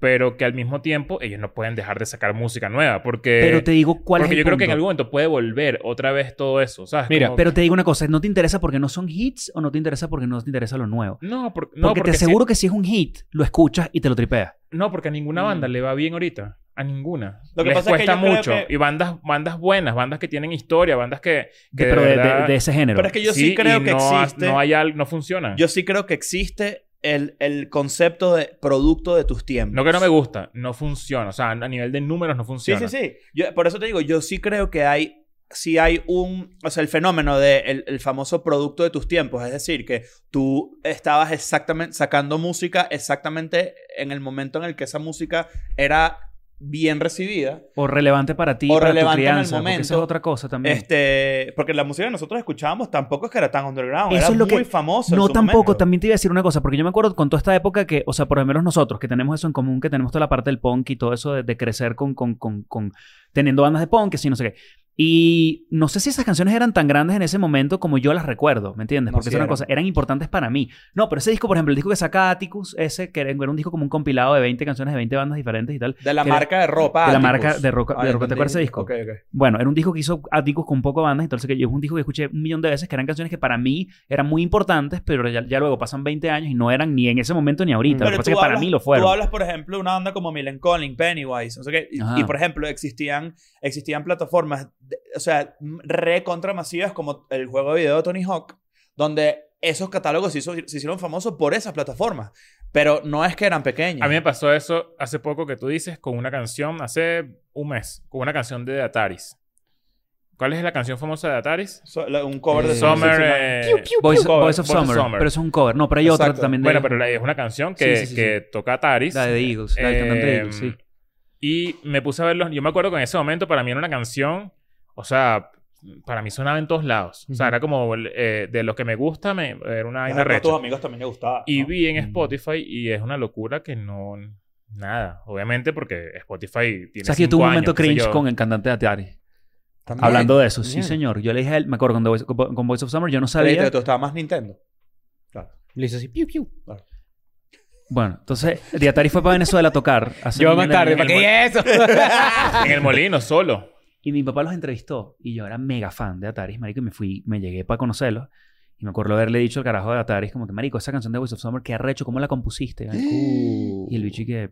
Speaker 3: pero que al mismo tiempo ellos no pueden dejar de sacar música nueva, porque,
Speaker 1: Pero te digo cuál
Speaker 3: Eh, porque
Speaker 1: es el
Speaker 3: yo creo que en
Speaker 1: punto.
Speaker 3: algún momento puede volver otra vez todo eso, ¿sabes?
Speaker 2: Mira,
Speaker 3: Como-
Speaker 1: Pero te digo una cosa, ¿no te interesa porque no son hits o no te interesa porque no te interesa lo nuevo?
Speaker 3: No, por- no,
Speaker 1: porque,
Speaker 3: porque,
Speaker 1: te
Speaker 3: si-
Speaker 1: aseguro que si es un hit, lo escuchas y te lo tripeas.
Speaker 3: no, porque a ninguna
Speaker 2: Mm.
Speaker 3: banda le va bien ahorita. A ninguna.
Speaker 4: Lo que
Speaker 3: Les
Speaker 4: pasa es que
Speaker 3: cuesta
Speaker 4: yo creo
Speaker 3: mucho.
Speaker 4: que-
Speaker 3: Y bandas, bandas buenas, bandas que tienen historia, bandas que... que
Speaker 1: pero de, de-
Speaker 3: verdad-
Speaker 1: de ese género.
Speaker 4: Pero es que yo sí,
Speaker 3: y
Speaker 4: creo que
Speaker 3: no ha-
Speaker 4: existe.
Speaker 3: No, hay al- no funcionan.
Speaker 4: Yo sí creo que existe el, el concepto de producto de tus tiempos.
Speaker 3: No que no me gusta, no funciona. O sea, a nivel de números no
Speaker 4: Sí,
Speaker 3: funciona.
Speaker 4: sí, sí. Yo, por eso te digo, yo sí creo que hay, sí hay un, o sea, el fenómeno del de el- el famoso producto de tus tiempos, es decir, que tú estabas exactamente sacando música exactamente en el momento en el que esa música era bien recibida.
Speaker 1: O relevante para ti,
Speaker 4: O
Speaker 1: para tu
Speaker 4: relevante en el
Speaker 1: crianza. porque
Speaker 4: momento.
Speaker 1: Eso es otra cosa
Speaker 3: Mm.
Speaker 1: también.
Speaker 4: Este, porque la música que nosotros escuchábamos tampoco es que era tan underground,
Speaker 1: Eso
Speaker 4: era
Speaker 1: es lo
Speaker 4: muy
Speaker 1: que-
Speaker 4: famoso. en
Speaker 1: No
Speaker 4: su
Speaker 1: tampoco,
Speaker 4: momento.
Speaker 1: también te iba a decir una cosa, porque yo me acuerdo con toda esta época que, o sea, por lo menos nosotros, que tenemos eso en común, que tenemos toda la parte del punk y todo eso de, de crecer con, con, con, con, teniendo bandas de punk, que sí, no sé qué. Y no sé si esas canciones eran tan grandes en ese momento como yo las recuerdo, ¿me entiendes?
Speaker 4: No,
Speaker 1: Porque
Speaker 4: sí
Speaker 1: es una
Speaker 4: eran.
Speaker 1: cosa, eran importantes para mí. No, pero ese disco, por ejemplo, el disco que saca Atticus, ese que era era un disco como un compilado de 20 canciones de 20 bandas diferentes y tal.
Speaker 4: De la
Speaker 1: que era-
Speaker 4: marca de ropa.
Speaker 1: de la
Speaker 4: Atticus.
Speaker 1: marca de roca-
Speaker 4: Ah,
Speaker 1: de roca- ¿te
Speaker 4: entendí.
Speaker 1: acuerdas de ese disco?
Speaker 4: Ok, ok.
Speaker 1: Bueno, era un disco que hizo Atticus con poco bandas, entonces que yo es un disco que escuché un millón de veces, que eran canciones que para mí eran muy importantes, pero ya, ya luego pasan 20 años y no eran ni en ese momento ni ahorita. Lo que
Speaker 4: Pero
Speaker 1: pasa
Speaker 4: tú
Speaker 1: es que para
Speaker 4: hablas-
Speaker 1: mí lo fueron.
Speaker 4: Tú hablas, por ejemplo, de una banda como Millen Collins, Pennywise, no sé qué. Y,
Speaker 1: Ajá.
Speaker 4: y, por ejemplo, existían, existían plataformas, de- o sea, re contramasivas como el juego de video de Tony Hawk, donde esos catálogos se, hizo- se hicieron famosos por esas plataformas. Pero no es que eran pequeños.
Speaker 3: A mí me pasó eso hace poco que tú dices con una canción, hace un mes, con una canción de Ataris. ¿Cuál es la canción famosa de Ataris?
Speaker 4: So- la- un cover
Speaker 2: Eh,
Speaker 4: de
Speaker 3: Summer.
Speaker 4: 69.
Speaker 3: eh,
Speaker 1: Voice,
Speaker 3: cover,
Speaker 1: Voice of
Speaker 3: Voice of
Speaker 1: Summer,
Speaker 3: Summer.
Speaker 1: pero eso es un cover. No, pero hay otra
Speaker 4: Exacto.
Speaker 1: también de...
Speaker 3: Bueno, pero la- es una canción que,
Speaker 1: Sí, sí, sí,
Speaker 3: que toca Ataris.
Speaker 1: La de Eagles, la del cantante de
Speaker 3: Eh,
Speaker 1: Eagles, sí.
Speaker 3: Y me puse a verlos. Yo me acuerdo que en ese momento para mí era una canción, o sea, para mí sonaba en todos lados. O sea,
Speaker 2: Ujú.
Speaker 3: era como el, eh, de los que me gusta, me, era una
Speaker 4: Ajá,
Speaker 3: vaina
Speaker 4: pero a tus
Speaker 3: recha.
Speaker 4: amigos también le gustaba.
Speaker 3: Y
Speaker 4: ¿no?
Speaker 3: vi en
Speaker 1: Mm.
Speaker 3: Spotify y es una locura que no. Nada, obviamente porque Spotify tiene.
Speaker 1: O sea, que yo
Speaker 3: cinco
Speaker 1: tuve un
Speaker 3: años,
Speaker 1: momento
Speaker 3: qué sé
Speaker 1: cringe
Speaker 3: yo.
Speaker 1: con el cantante de Atari.
Speaker 4: También.
Speaker 1: Hablando de eso, sí,
Speaker 2: Bien.
Speaker 1: señor. Yo le dije a él, me acuerdo, con The Voice- con, con Voice of Summer, yo no
Speaker 4: Pero
Speaker 1: sabía...
Speaker 4: te- te gustaba más Nintendo.
Speaker 2: Le hizo así, piu, piu.
Speaker 1: Bueno, entonces, de Atari fue para Venezuela a tocar. hace
Speaker 2: Yo
Speaker 1: un
Speaker 2: más
Speaker 1: millón de
Speaker 2: tarde,
Speaker 1: años.
Speaker 2: ¿para qué eso? [laughs]
Speaker 3: [laughs]
Speaker 1: [laughs]
Speaker 3: En el molino, solo.
Speaker 1: Y mi papá los entrevistó y yo era mega fan de Ataris, marico, y me fui, me llegué para conocerlos. Y me acuerdo haberle dicho al carajo de Ataris, como que, marico, esa canción de Voice of Summer, qué arrecho, ¿cómo la compusiste? marico?".
Speaker 2: [gasps]
Speaker 1: Y el bicho y que,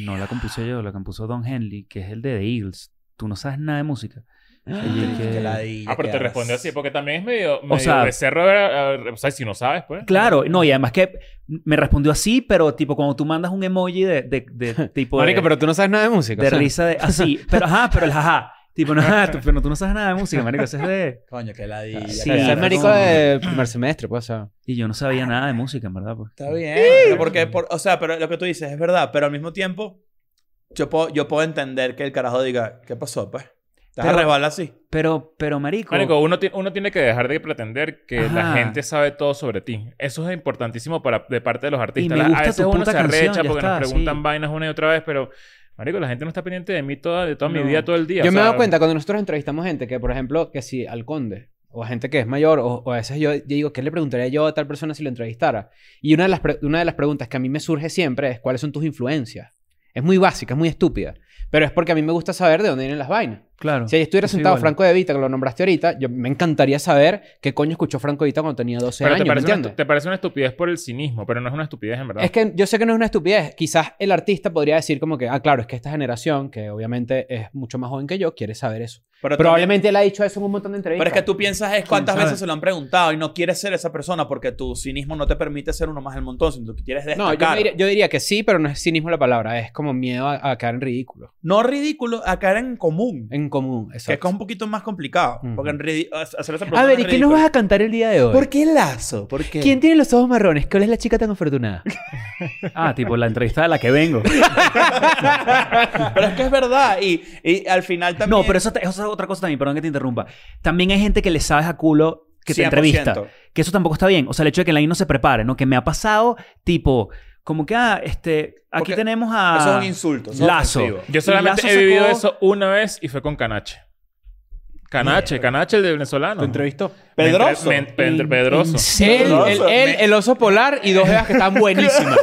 Speaker 1: no la compuse yo, la compuso Don Henley, que es el de The Eagles. Tú no sabes nada de
Speaker 2: [gasps]
Speaker 1: música. Y yo que-
Speaker 3: Ah, pero te respondió así, porque también es medio, medio
Speaker 1: sea-
Speaker 3: becerro. a- a- O sea, si no sabes, pues.
Speaker 1: Claro, no, y además que me respondió así, pero tipo, cuando tú mandas un emoji de, de,
Speaker 2: [laughs]
Speaker 1: de tipo de,
Speaker 2: Marico, pero tú no sabes nada de música.
Speaker 1: de
Speaker 2: [laughs] o sea.
Speaker 1: risa de así, pero ajá, pero el jaja.
Speaker 2: [laughs]
Speaker 1: Tipo, no, [laughs] ajá, tú, pero tú no sabes nada de música, marico, eso es de...
Speaker 4: Coño, que la di.
Speaker 1: Ah, Sí,
Speaker 2: O sea, ese es
Speaker 1: claro.
Speaker 2: marico de primer semestre, pues, o sea.
Speaker 1: Y yo no sabía nada de música, en verdad, pues.
Speaker 4: Está bien. pero Porque, por- o sea, pero lo que tú dices es verdad, pero al mismo tiempo, yo puedo, yo puedo entender que el carajo diga, ¿qué pasó, pues? Te vas a
Speaker 1: Pero-
Speaker 4: resbalar así.
Speaker 1: Pero, pero, marico...
Speaker 3: Marico, uno, ti- uno tiene que dejar de pretender que la
Speaker 1: Ajá.
Speaker 3: gente sabe todo sobre ti. Eso es importantísimo para, de parte de los artistas.
Speaker 1: Y me
Speaker 3: La-
Speaker 1: gusta
Speaker 3: a veces
Speaker 1: tu
Speaker 3: uno
Speaker 1: puta
Speaker 3: se arrecha
Speaker 1: canción, ya
Speaker 3: porque
Speaker 1: está,
Speaker 3: nos preguntan
Speaker 1: sí.
Speaker 3: vainas una y otra vez, pero, Marico, la gente no está pendiente de mí toda, de toda mi
Speaker 1: No.
Speaker 3: vida, todo el día.
Speaker 2: Yo
Speaker 3: o
Speaker 2: me he
Speaker 3: sea,
Speaker 2: dado cuenta cuando nosotros entrevistamos gente que, por ejemplo, que si al conde o a gente que es mayor, o, o a veces yo, yo digo, ¿qué le preguntaría yo a tal persona si lo entrevistara? Y una de, las pre- una de las preguntas que a mí me surge siempre es, ¿cuáles son tus influencias? Es muy básica, es muy estúpida, pero es porque a mí me gusta saber de dónde vienen las vainas.
Speaker 1: Claro.
Speaker 2: Si ahí estuviera
Speaker 1: Yo soy
Speaker 2: sentado
Speaker 1: igual.
Speaker 2: Franco De Vita, que lo nombraste ahorita, yo me encantaría saber qué coño escuchó Franco De Vita cuando tenía 12
Speaker 3: Pero
Speaker 2: años,
Speaker 3: te,
Speaker 2: ¿me
Speaker 3: parece una,
Speaker 2: entiendes?
Speaker 3: estu- te parece una estupidez por el cinismo, pero no es una estupidez en verdad.
Speaker 2: Es que yo sé que no es una estupidez. Quizás el artista podría decir como que, ah, claro, es que esta generación, que obviamente es mucho más joven que yo, quiere saber eso.
Speaker 4: Pero
Speaker 2: Probablemente él ha dicho eso en un montón de
Speaker 4: también- pero
Speaker 2: entrevistas.
Speaker 4: es que tú piensas es cuántas
Speaker 1: sabe?
Speaker 4: veces se lo han preguntado y no quieres ser esa persona porque tu cinismo no te permite ser uno más del montón, sino que quieres
Speaker 2: No,
Speaker 4: destacar.
Speaker 2: yo,
Speaker 4: No,
Speaker 2: me diría, yo diría que sí, pero no es cinismo la palabra. Es como miedo a, a quedar en ridículo.
Speaker 4: ridículo, a caer en común,
Speaker 2: En común,
Speaker 4: que es
Speaker 2: exacto.
Speaker 4: un poquito más complicado.
Speaker 2: Ujú.
Speaker 4: Porque en ridi- hacer esa pregunta
Speaker 2: A ver, ¿y
Speaker 4: es
Speaker 2: qué nos
Speaker 4: ridículo.
Speaker 2: vas a cantar el día de hoy?
Speaker 4: ¿Por qué lazo? ¿Por qué?
Speaker 2: ¿Quién tiene los ojos marrones? ¿Cuál es la chica tan [laughs] afortunada?
Speaker 1: Ah, tipo la entrevista de la que
Speaker 3: [laughs]
Speaker 1: vengo.
Speaker 4: [laughs] pero es que es verdad y, y al final también...
Speaker 1: No, pero eso, ta- eso es otra cosa también, perdón que te interrumpa. También hay gente que le sabes a culo que te
Speaker 4: 100%.
Speaker 1: entrevista. Que eso tampoco está bien. O sea, el hecho de que la I no se prepare, ¿no? Que me ha pasado, tipo, como que, ah, este, aquí
Speaker 4: Porque
Speaker 1: tenemos a.
Speaker 4: Eso es un insulto. eso es
Speaker 1: Lazo.
Speaker 4: ofensivo.
Speaker 3: Yo solamente
Speaker 1: Lazo
Speaker 3: he vivido
Speaker 1: sacó-
Speaker 3: eso una vez y fue con Canache. Canache, Canache, el de venezolano.
Speaker 2: ¿Te entrevistó?
Speaker 3: Me entre-
Speaker 4: Pedroso.
Speaker 3: me- me entre- Pedroso.
Speaker 1: ¿En
Speaker 2: Él,
Speaker 1: serio?
Speaker 2: el, él, el oso polar y dos veas que
Speaker 4: [laughs]
Speaker 2: están buenísimas.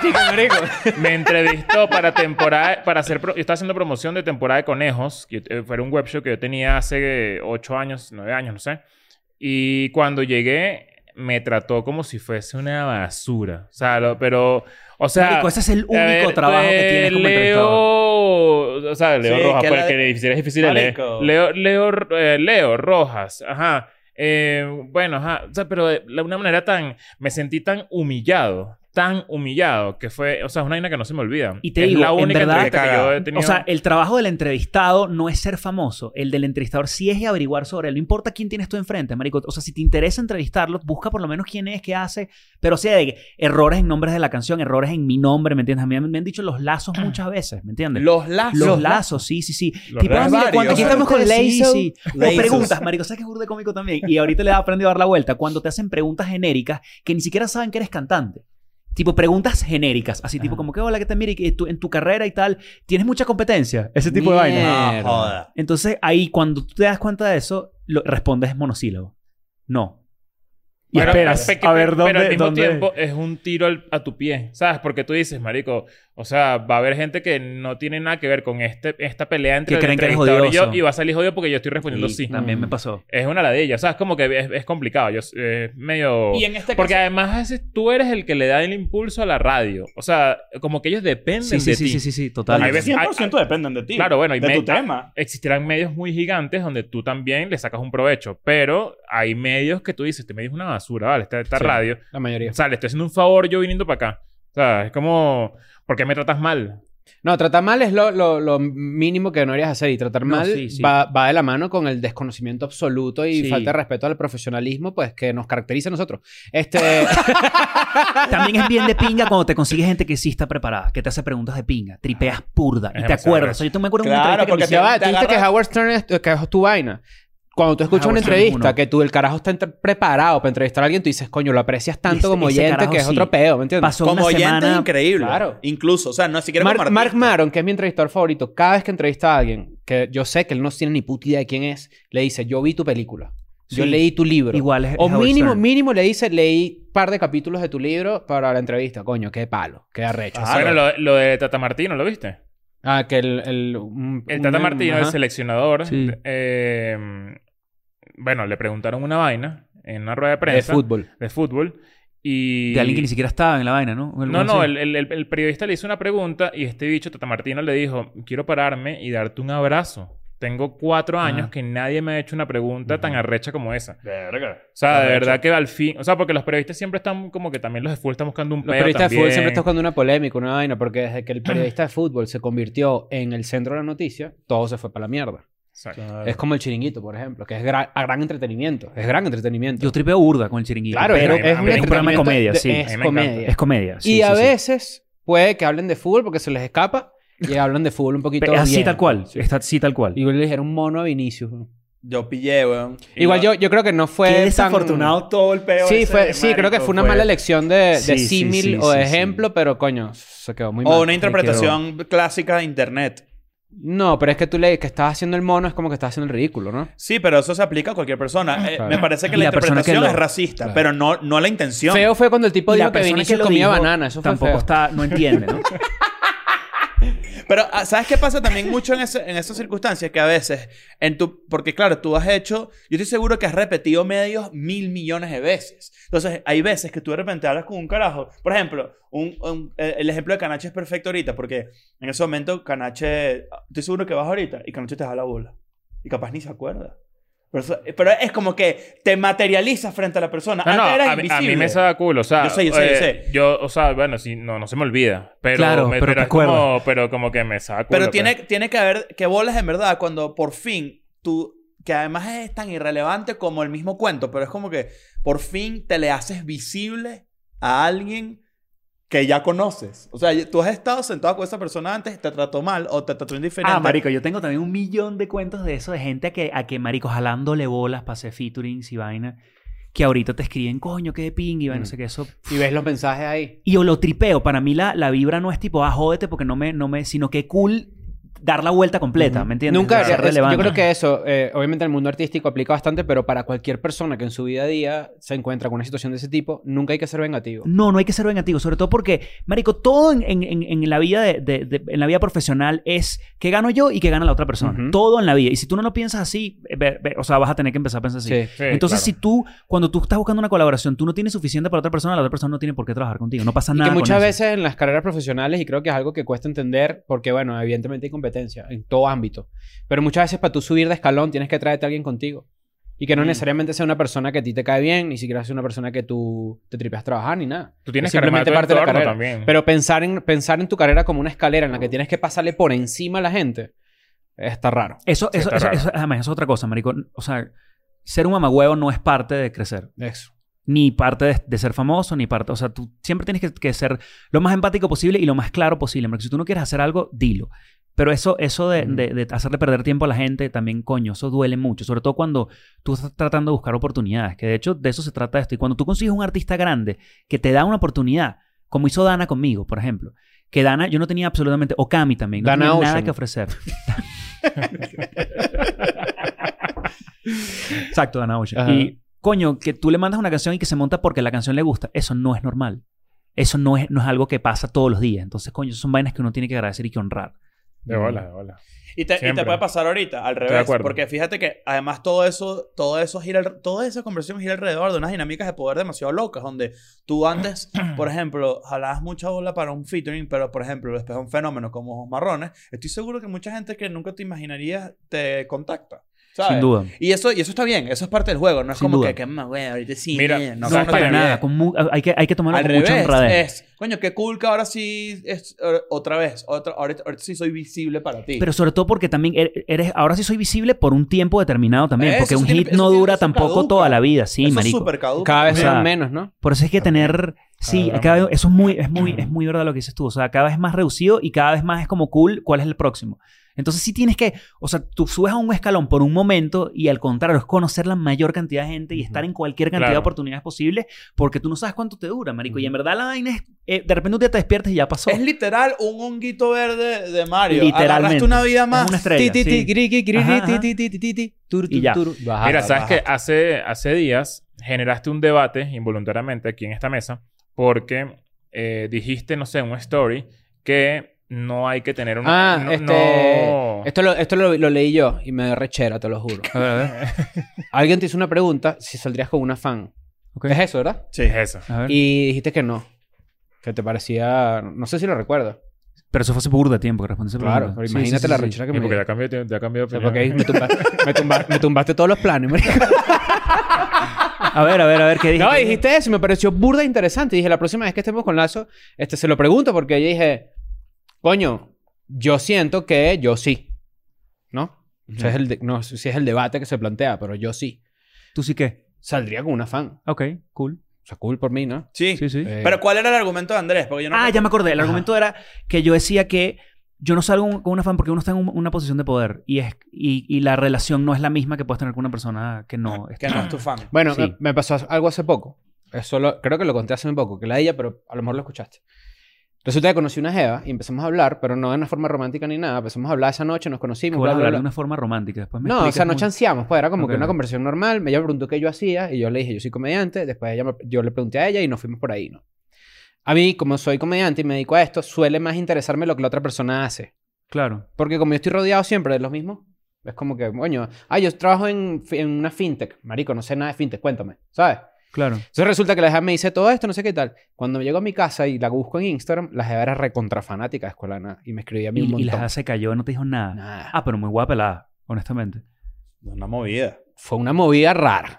Speaker 2: Chico, marico.
Speaker 3: [laughs] me entrevistó para temporada para hacer pro- yo estaba haciendo promoción de temporada de conejos que eh, fue un web show que yo tenía hace eh, ocho años nueve años no sé y cuando llegué me trató como si fuese una basura o sea lo- pero o sea
Speaker 1: Marico, ese es el único
Speaker 3: a ver, pues,
Speaker 1: trabajo que tienes como entrevistador.
Speaker 3: Leo o sea Leo
Speaker 4: Sí,
Speaker 3: Rojas
Speaker 4: que la-
Speaker 3: porque es difícil, es difícil de leer
Speaker 4: Marico.
Speaker 3: Leo Leo eh, Leo Rojas ajá Eh, bueno, ajá, o sea, pero de la- una manera tan, me sentí tan humillado tan humillado que fue, o sea, es una vaina que no se me olvida.
Speaker 1: Y te
Speaker 3: es
Speaker 1: digo,
Speaker 3: la
Speaker 1: en
Speaker 3: única
Speaker 1: verdad-
Speaker 3: entrevista que yo he tenido.
Speaker 1: O sea, el trabajo del entrevistado no es ser famoso. El del entrevistador sí es averiguar sobre él. No importa quién tienes tú enfrente, marico. O sea, si te interesa entrevistarlo, busca por lo menos quién es, qué hace. Pero o sea de que errores en nombres de la canción, errores en mi nombre, ¿me entiendes? A mí me han dicho los lazos muchas veces, ¿me entiendes?
Speaker 4: Los lazos.
Speaker 1: Los lazos, sí, sí, sí.
Speaker 3: Ah. Los
Speaker 1: tipo, ah,
Speaker 4: lazos.
Speaker 1: mira, ¿cuánto- aquí
Speaker 4: Varios.
Speaker 1: estamos con
Speaker 5: Ustedes
Speaker 1: Lazo. Sí, sí. O
Speaker 4: Lazos.
Speaker 1: preguntas, marico, ¿sabes qué es burda de cómico también? Y ahorita le he aprendido a dar la vuelta. Cuando te hacen preguntas genéricas que ni siquiera saben que eres cantante. Tipo, preguntas genéricas. Así, tipo, como que, hola, ¿qué te mira? Y que tú- en tu carrera y tal, ¿tienes mucha competencia? Ese tipo de vainas.
Speaker 4: Ah,
Speaker 2: Mierda.
Speaker 4: joda.
Speaker 1: Entonces, ahí, cuando tú te das cuenta de eso, lo, respondes monosílabo. No. Y
Speaker 3: Pero-
Speaker 1: esperas
Speaker 3: pe-
Speaker 1: a ver
Speaker 3: pe-
Speaker 1: dónde...
Speaker 3: Pero al mismo
Speaker 1: dónde-
Speaker 3: tiempo es un tiro al- a tu pie, ¿sabes? Porque tú dices, marico, o sea, va a haber gente que no tiene nada que ver con este, esta pelea entre
Speaker 1: Que
Speaker 3: el
Speaker 1: creen que eres
Speaker 3: entrevistador y yo
Speaker 1: odioso.
Speaker 3: y va a salir jodido porque yo estoy respondiendo
Speaker 1: Y
Speaker 3: sí.
Speaker 1: También me pasó.
Speaker 3: Es una ladilla, ¿sabes? Como que es, es complicado, yo eh, es medio...
Speaker 4: Y en este
Speaker 3: Porque
Speaker 4: caso-
Speaker 3: además a veces tú eres el que le da el impulso a la radio. O sea, como que ellos dependen
Speaker 1: Sí, sí,
Speaker 3: de
Speaker 1: sí,
Speaker 3: ti.
Speaker 1: sí, sí, sí, total.
Speaker 3: Hay veces-
Speaker 5: 100% dependen de ti.
Speaker 3: Claro, bueno, y
Speaker 5: de
Speaker 3: me-
Speaker 5: tu tema.
Speaker 3: Existirán medios muy gigantes donde tú también le sacas un provecho. Pero hay medios que tú dices, este medio es una basura, ¿vale? Esta, esta
Speaker 2: Sí.
Speaker 3: radio.
Speaker 2: La mayoría.
Speaker 3: O sea, le estoy haciendo un favor yo viniendo para acá. O sea, es como... ¿Por qué me tratas mal?
Speaker 2: No, tratar mal es lo, lo- lo mínimo que deberías hacer. Y tratar
Speaker 1: No,
Speaker 2: mal
Speaker 1: sí, sí.
Speaker 2: Va, va de la mano con el desconocimiento absoluto y
Speaker 1: Sí.
Speaker 2: falta de respeto al profesionalismo pues que nos caracteriza a nosotros. Este...
Speaker 4: [laughs]
Speaker 1: También es bien de pinga cuando te consigues gente que sí está preparada, que te hace preguntas de pinga, tripeas purda y
Speaker 3: Es
Speaker 1: te
Speaker 3: demasiado
Speaker 1: acuerdas.
Speaker 3: arrecho.
Speaker 1: O sea, yo te me acuerdo de
Speaker 4: Claro,
Speaker 1: una entrevista que
Speaker 4: porque
Speaker 1: me
Speaker 4: te
Speaker 2: Ya
Speaker 1: hicieron-
Speaker 2: va,
Speaker 4: te
Speaker 2: tú dijiste que
Speaker 4: agarra-
Speaker 2: Howard Stern es, que es tu vaina. Cuando tú escuchas
Speaker 1: Howard
Speaker 2: una
Speaker 1: Stern Ah, es
Speaker 2: entrevista
Speaker 1: uno.
Speaker 2: que tú, el carajo está entre- preparado para entrevistar a alguien, tú dices, coño, lo aprecias tanto
Speaker 1: Ese-
Speaker 2: como
Speaker 1: ese
Speaker 2: oyente
Speaker 1: carajo
Speaker 2: que es
Speaker 1: sí.
Speaker 2: otro peo, ¿me entiendes?
Speaker 1: Pasó
Speaker 4: Como
Speaker 1: una
Speaker 4: oyente es
Speaker 1: semana
Speaker 4: increíble.
Speaker 2: Claro.
Speaker 4: Incluso, o sea, no siquiera
Speaker 2: Mark,
Speaker 4: como
Speaker 2: Mark
Speaker 4: artista.
Speaker 2: Maron, que es mi entrevistador favorito, cada vez que entrevista a alguien, que yo sé que él no tiene ni puta idea de quién es, le dice, yo vi tu película, yo
Speaker 1: Sí.
Speaker 2: leí tu libro.
Speaker 1: igual. es-
Speaker 2: o
Speaker 1: es Howard
Speaker 2: mínimo,
Speaker 1: Stern.
Speaker 2: mínimo le dice, leí un par de capítulos de tu libro para la entrevista. Coño, qué palo, qué arrecho.
Speaker 4: Claro.
Speaker 3: Bueno, lo, lo de Tata Martino, ¿lo viste?
Speaker 2: Ah, que el... El, un-
Speaker 3: El
Speaker 2: un-
Speaker 3: Tata Martino, el
Speaker 2: ajá.
Speaker 3: seleccionador,
Speaker 1: Mm, Sí.
Speaker 3: eh, bueno, le preguntaron una vaina en una rueda de
Speaker 2: de
Speaker 3: prensa de fútbol.
Speaker 2: fútbol.
Speaker 3: y...
Speaker 1: De alguien que ni siquiera estaba en la vaina, ¿no? O algo
Speaker 3: No, no,
Speaker 1: así.
Speaker 3: el, el- el- el periodista le hizo una pregunta y este bicho, Tata Martino, le dijo, quiero pararme y darte un abrazo. Tengo cuatro
Speaker 1: Ah.
Speaker 3: años que nadie me ha hecho una pregunta tan arrecha como esa.
Speaker 5: Verga.
Speaker 3: O sea, de
Speaker 5: Arrecho.
Speaker 3: verdad que al fin... O sea, porque los periodistas siempre están como que también los de fútbol están buscando un
Speaker 2: Los
Speaker 3: pero
Speaker 2: periodistas de fútbol siempre
Speaker 3: también.
Speaker 2: están buscando una polémica, una vaina, porque desde que el periodista de fútbol se convirtió en el centro de la noticia, todo se fue para la mierda.
Speaker 3: Exacto.
Speaker 2: Es como el chiringuito, por ejemplo, que es gra- a gran entretenimiento. Es gran entretenimiento.
Speaker 1: Yo tripeo burda con el chiringuito.
Speaker 2: claro,
Speaker 1: pero
Speaker 3: a mí-
Speaker 2: es,
Speaker 3: a
Speaker 2: es
Speaker 3: mí me
Speaker 1: es un programa de
Speaker 2: entretenimiento
Speaker 1: comedia,
Speaker 2: de-
Speaker 1: sí.
Speaker 2: Es
Speaker 3: A mí me encanta.
Speaker 2: comedia.
Speaker 1: Es comedia. sí,
Speaker 2: y
Speaker 1: sí,
Speaker 2: a
Speaker 1: sí.
Speaker 2: veces puede que hablen de fútbol porque se les escapa y hablan de fútbol un poquito.
Speaker 1: Pero es así
Speaker 2: bien.
Speaker 1: tal cual. Está así tal cual.
Speaker 2: Igual le dijeron mono a Vinicius.
Speaker 4: Yo pillé, weón.
Speaker 2: Igual yo, yo creo que no fue.
Speaker 5: Qué
Speaker 2: tan-
Speaker 5: desafortunado todo el peo.
Speaker 2: Sí,
Speaker 5: ese
Speaker 2: fue,
Speaker 5: de
Speaker 2: sí creo que
Speaker 5: marico,
Speaker 2: fue una mala elección de, de
Speaker 1: Sí, sí,
Speaker 2: símil
Speaker 1: sí,
Speaker 2: o de
Speaker 1: sí, sí.
Speaker 2: ejemplo, pero coño, se quedó muy mal.
Speaker 4: O una interpretación clásica de internet.
Speaker 2: No, pero es que tú le que estás haciendo el mono es como que estás haciendo el ridículo, ¿no?
Speaker 4: Sí, pero eso se aplica a cualquier persona. Eh,
Speaker 2: Claro.
Speaker 4: Me parece que
Speaker 1: Y
Speaker 4: la,
Speaker 1: la persona
Speaker 4: interpretación
Speaker 1: que lo-
Speaker 4: es racista,
Speaker 2: Claro.
Speaker 4: pero no, no la intención.
Speaker 2: Feo fue cuando el tipo
Speaker 1: Y
Speaker 2: dijo que
Speaker 1: persona
Speaker 2: Vinicius
Speaker 1: lo
Speaker 2: comía
Speaker 1: dijo
Speaker 2: banana. Eso fue
Speaker 1: tampoco
Speaker 2: feo.
Speaker 1: está, no entiende,
Speaker 2: [laughs]
Speaker 1: ¿no?
Speaker 4: Pero, ah, ¿sabes qué pasa también mucho en, ese- en esas circunstancias? Que a veces, en tu, porque claro, tú has hecho, yo estoy seguro que has repetido medios mil millones de veces. Entonces, hay veces que tú de repente hablas con un carajo. Por ejemplo, un- un- eh, el ejemplo de Canache es perfecto ahorita, porque en ese momento Canache, estoy seguro que vas ahorita y Canache te da la bola. Y capaz ni se acuerda. Pero, eso- pero es como que te materializas frente a la persona.
Speaker 3: No, no,
Speaker 4: Antes eras
Speaker 3: a mí, a mí
Speaker 4: invisible.
Speaker 3: me saca culo, o sea,
Speaker 4: Yo sé, yo sé, yo
Speaker 3: eh,
Speaker 4: sé.
Speaker 3: yo, o sea, bueno, sí, no, no se me olvida, pero,
Speaker 1: Claro,
Speaker 3: me,
Speaker 1: pero te
Speaker 3: es como, pero como que me
Speaker 1: Ah,
Speaker 3: saca culo.
Speaker 4: Pero tiene,
Speaker 3: pues.
Speaker 4: tiene que haber que bolas en verdad cuando por fin tú, que además es tan irrelevante como el mismo cuento, pero es como que por fin te le haces visible a alguien que ya conoces. O sea, tú has estado sentado con esa persona antes, te trató mal o te trató indiferente.
Speaker 1: Ah, marico, yo tengo también un millón de cuentos de eso, de gente a que, a que marico, jalándole bolas para hacer featurings y vaina, que ahorita te escriben, coño, qué de ping, y vaina,
Speaker 2: Mm.
Speaker 1: no sé qué, eso.
Speaker 2: Y ves los mensajes ahí.
Speaker 1: Y yo lo tripeo, para mí la, la vibra no es tipo, ah, jódete porque no me, no me, sino que cool dar la vuelta completa, ¿me entiendes?
Speaker 2: Nunca
Speaker 1: Ser
Speaker 2: es- es-
Speaker 1: relevante.
Speaker 2: Yo creo que eso, eh, obviamente, en el mundo artístico aplica bastante, pero para cualquier persona que en su vida a día se encuentra con una situación de ese tipo, nunca hay que ser vengativo.
Speaker 1: No, no hay que ser vengativo, sobre todo porque, marico, todo en, en- en- en la vida de, de- de- en la vida profesional es que gano yo y que gana la otra persona.
Speaker 2: Ujú.
Speaker 1: Todo en la vida. Y si tú no lo piensas así, ve- ve- o sea, vas a tener que empezar a pensar así.
Speaker 2: Sí.
Speaker 3: Sí,
Speaker 1: Entonces,
Speaker 3: claro.
Speaker 1: si tú, cuando tú estás buscando una colaboración, tú no tienes suficiente para otra persona, la otra persona no tiene por qué trabajar contigo. No pasa
Speaker 2: Y
Speaker 1: nada.
Speaker 2: que
Speaker 1: con
Speaker 2: muchas
Speaker 1: eso.
Speaker 2: veces en las carreras profesionales, y creo que es algo que cuesta entender, porque bueno, evidentemente hay competencia en todo ámbito, pero muchas veces para tú subir de escalón tienes que traerte a alguien contigo. Y
Speaker 1: Mm.
Speaker 2: que no necesariamente sea una persona que a ti te cae bien, ni siquiera sea una persona que tú te tripeas trabajar ni nada.
Speaker 3: Tú tienes
Speaker 2: Es
Speaker 3: que armar
Speaker 2: simplemente
Speaker 3: tu
Speaker 2: parte de la
Speaker 3: entorno
Speaker 2: carrera.
Speaker 3: también.
Speaker 2: Pero pensar en, pensar en tu carrera como una escalera en la que tienes que pasarle por encima a la gente está raro.
Speaker 1: Eso,
Speaker 3: Sí,
Speaker 1: eso,
Speaker 3: está
Speaker 1: eso,
Speaker 3: raro.
Speaker 1: eso- además, eso es otra cosa, marico. O sea, ser un mamagüevo no es parte de crecer.
Speaker 2: Eso.
Speaker 1: Ni parte de, de ser famoso, ni parte... O sea, tú siempre tienes que, que ser lo más empático posible y lo más claro posible. Porque si tú no quieres hacer algo, dilo. Pero eso, eso de,
Speaker 3: Ujú.
Speaker 1: de- de hacerle perder tiempo a la gente también, coño, eso duele mucho. Sobre todo cuando tú estás tratando de buscar oportunidades. Que de hecho, de eso se trata esto. Y cuando tú consigues un artista grande que te da una oportunidad, como hizo Dana conmigo, por ejemplo. Que Dana, yo no tenía absolutamente... O Cami también. No
Speaker 2: Dana
Speaker 1: tenía nada
Speaker 2: Ocean.
Speaker 1: que ofrecer. Exacto, Dana Ocean.
Speaker 2: Ajá.
Speaker 1: Y, coño, que tú le mandas una canción y que se monta porque la canción le gusta. Eso no es normal. Eso no es, no es algo que pasa todos los días. Entonces, coño, son vainas que uno tiene que agradecer y que honrar.
Speaker 3: De bola, de bola.
Speaker 4: Y te, y te
Speaker 3: Siempre.
Speaker 4: puede pasar ahorita, al
Speaker 3: de
Speaker 4: revés.
Speaker 3: acuerdo.
Speaker 4: Porque fíjate que además todo eso, todo eso gira, al- toda esa conversión gira alrededor de unas dinámicas de poder demasiado locas, donde
Speaker 1: [clears throat]
Speaker 4: tú antes, por ejemplo, jalabas mucha bola para un featuring, pero por ejemplo, después de un fenómeno como Ojos Marrones, estoy seguro que mucha gente que nunca te imaginarías te contacta. ¿sabes?
Speaker 1: Sin duda.
Speaker 4: Y eso, y eso está bien, eso es parte del juego, no es
Speaker 1: Sin
Speaker 4: como
Speaker 1: duda.
Speaker 4: que, que más güey, ahorita sí.
Speaker 3: Mira,
Speaker 4: eh,
Speaker 1: No,
Speaker 3: No,
Speaker 1: es
Speaker 3: no,
Speaker 1: para
Speaker 3: no,
Speaker 1: nada.
Speaker 4: eh.
Speaker 1: con mu- hay, que, hay que tomarlo
Speaker 4: Al
Speaker 1: con mucha
Speaker 4: revés,
Speaker 1: honradez.
Speaker 4: es, coño, qué cool que ahora sí, es, eh, otra vez, otra, ahorita, ahorita sí soy visible para ti.
Speaker 1: Pero sobre todo porque también er- eres... Ahora sí soy visible por un tiempo determinado también.
Speaker 4: Eso
Speaker 1: porque un
Speaker 4: tiene-
Speaker 1: hit
Speaker 4: eso
Speaker 1: no
Speaker 4: tiene-
Speaker 1: dura
Speaker 4: eso
Speaker 1: tampoco
Speaker 4: caduca.
Speaker 1: toda la vida. Sí,
Speaker 4: Eso es
Speaker 1: marico.
Speaker 4: súper caduco.
Speaker 2: Cada vez
Speaker 1: O sea,
Speaker 2: son menos, ¿no?
Speaker 1: Por eso es que tener... Sí,
Speaker 3: Hablamos.
Speaker 1: cada vez- eso es muy, es, muy, es muy verdad lo que dices tú. O sea, cada vez más reducido y cada vez más es como cool cuál es el próximo. Entonces sí tienes que... O sea, tú subes a un escalón por un momento y al contrario, es conocer la mayor cantidad de gente y
Speaker 2: Ujú.
Speaker 1: estar en cualquier cantidad de
Speaker 3: Claro.
Speaker 1: oportunidades posibles porque tú no sabes cuánto te dura, marico. Y en verdad la vaina es... eh, de repente un día te despiertas y ya pasó.
Speaker 4: Es literal un honguito verde de Mario.
Speaker 1: Literalmente.
Speaker 4: Agarraste una vida más.
Speaker 1: Es una estrella, sí. Ajá, ajá. Y ya.
Speaker 3: Mira,
Speaker 2: Mira,
Speaker 3: sabes que hace, hace días generaste un debate involuntariamente aquí en esta mesa porque eh, dijiste, no sé, en un story que no hay que tener una.
Speaker 2: Ah,
Speaker 3: no-
Speaker 2: este...
Speaker 3: no-
Speaker 2: Esto, lo, esto lo, lo leí yo y me dio rechera, te lo juro. Alguien te hizo una pregunta si saldrías con una fan. Es eso, ¿verdad?
Speaker 4: Sí.
Speaker 3: [laughs] Es
Speaker 2: [laughs] Ah,
Speaker 3: eso.
Speaker 1: A ver.
Speaker 2: Y dijiste que no. Que te parecía... No sé si lo recuerdo.
Speaker 1: Pero eso fue hace burda de tiempo que respondí esa
Speaker 2: Claro,
Speaker 1: pregunta.
Speaker 2: pero
Speaker 1: Sí,
Speaker 2: imagínate
Speaker 1: sí, sí,
Speaker 2: la
Speaker 1: sí.
Speaker 2: rechera que
Speaker 3: Y
Speaker 2: me
Speaker 3: porque
Speaker 2: dio.
Speaker 3: ya cambió, te- ya cambió de
Speaker 2: O sea,
Speaker 3: opinión.
Speaker 2: porque ahí me
Speaker 3: [laughs]
Speaker 2: tumbaste, me tumba- me tumbaste todos los planes. marico.
Speaker 1: A ver, a ver, a ver, ¿qué dijiste?
Speaker 2: [laughs] No, dijiste eso y me pareció burda interesante. Y dije, la próxima vez que estemos con Lazo, este, se lo pregunto porque yo dije, coño, yo siento que yo sí. ¿No? O sea, es el de- no sé si es el debate que se plantea, pero yo sí.
Speaker 1: ¿Tú sí qué?
Speaker 2: Saldría con una fan.
Speaker 1: Ok, cool.
Speaker 2: O sea, cool por mí, ¿no?
Speaker 4: Sí.
Speaker 1: Sí, sí.
Speaker 2: Eh,
Speaker 4: Pero ¿cuál era el argumento de Andrés? Porque yo no
Speaker 1: ah, ya me acordé. El
Speaker 2: Ajá.
Speaker 1: argumento era que yo decía que yo no salgo un- con una fan porque uno está en un- una posición de poder y, es, y, y la relación no es la misma que puedes tener con una persona que no
Speaker 2: Ah,
Speaker 4: que
Speaker 1: está.
Speaker 4: no es tu fan.
Speaker 2: Bueno,
Speaker 1: Sí.
Speaker 2: me, me pasó algo hace poco. Eso lo- creo que lo conté hace muy poco, que la de ella, pero a lo mejor lo escuchaste. Resulta que conocí una Jeva y empezamos a hablar, pero no de una forma romántica ni nada. Empezamos a hablar esa noche, nos
Speaker 1: Que
Speaker 2: conocimos.
Speaker 1: voy a
Speaker 2: bla, bla,
Speaker 1: hablar de
Speaker 2: bla.
Speaker 1: una forma romántica. Después me
Speaker 2: No, o
Speaker 1: explicas
Speaker 2: sea, no
Speaker 1: cómo-
Speaker 2: chanceamos, pues era como
Speaker 1: Ok.
Speaker 2: que una conversación normal. Ella me preguntó qué yo hacía y yo le dije, yo soy comediante. Después ella me- yo le pregunté a ella y nos fuimos por ahí, ¿no? A mí, como soy comediante y me dedico a esto, suele más interesarme lo que la otra persona hace.
Speaker 1: Claro.
Speaker 2: Porque como yo estoy rodeado siempre de los mismos, es como que, coño, ah, yo trabajo en, fi- en una fintech. Marico, no sé nada de fintech, cuéntame, ¿sabes?
Speaker 1: Claro.
Speaker 2: Entonces resulta que la jefa me dice todo esto, no sé qué tal. Cuando llego a mi casa y la busco en Instagram, la jefa era recontrafanática de Escuela de Nada y me escribía a mí un
Speaker 1: Y, y
Speaker 2: montón.
Speaker 1: la jada se cayó, no te dijo nada.
Speaker 2: Nada.
Speaker 1: Ah, pero muy guapa la, honestamente.
Speaker 4: Una movida.
Speaker 2: Fue una movida rara.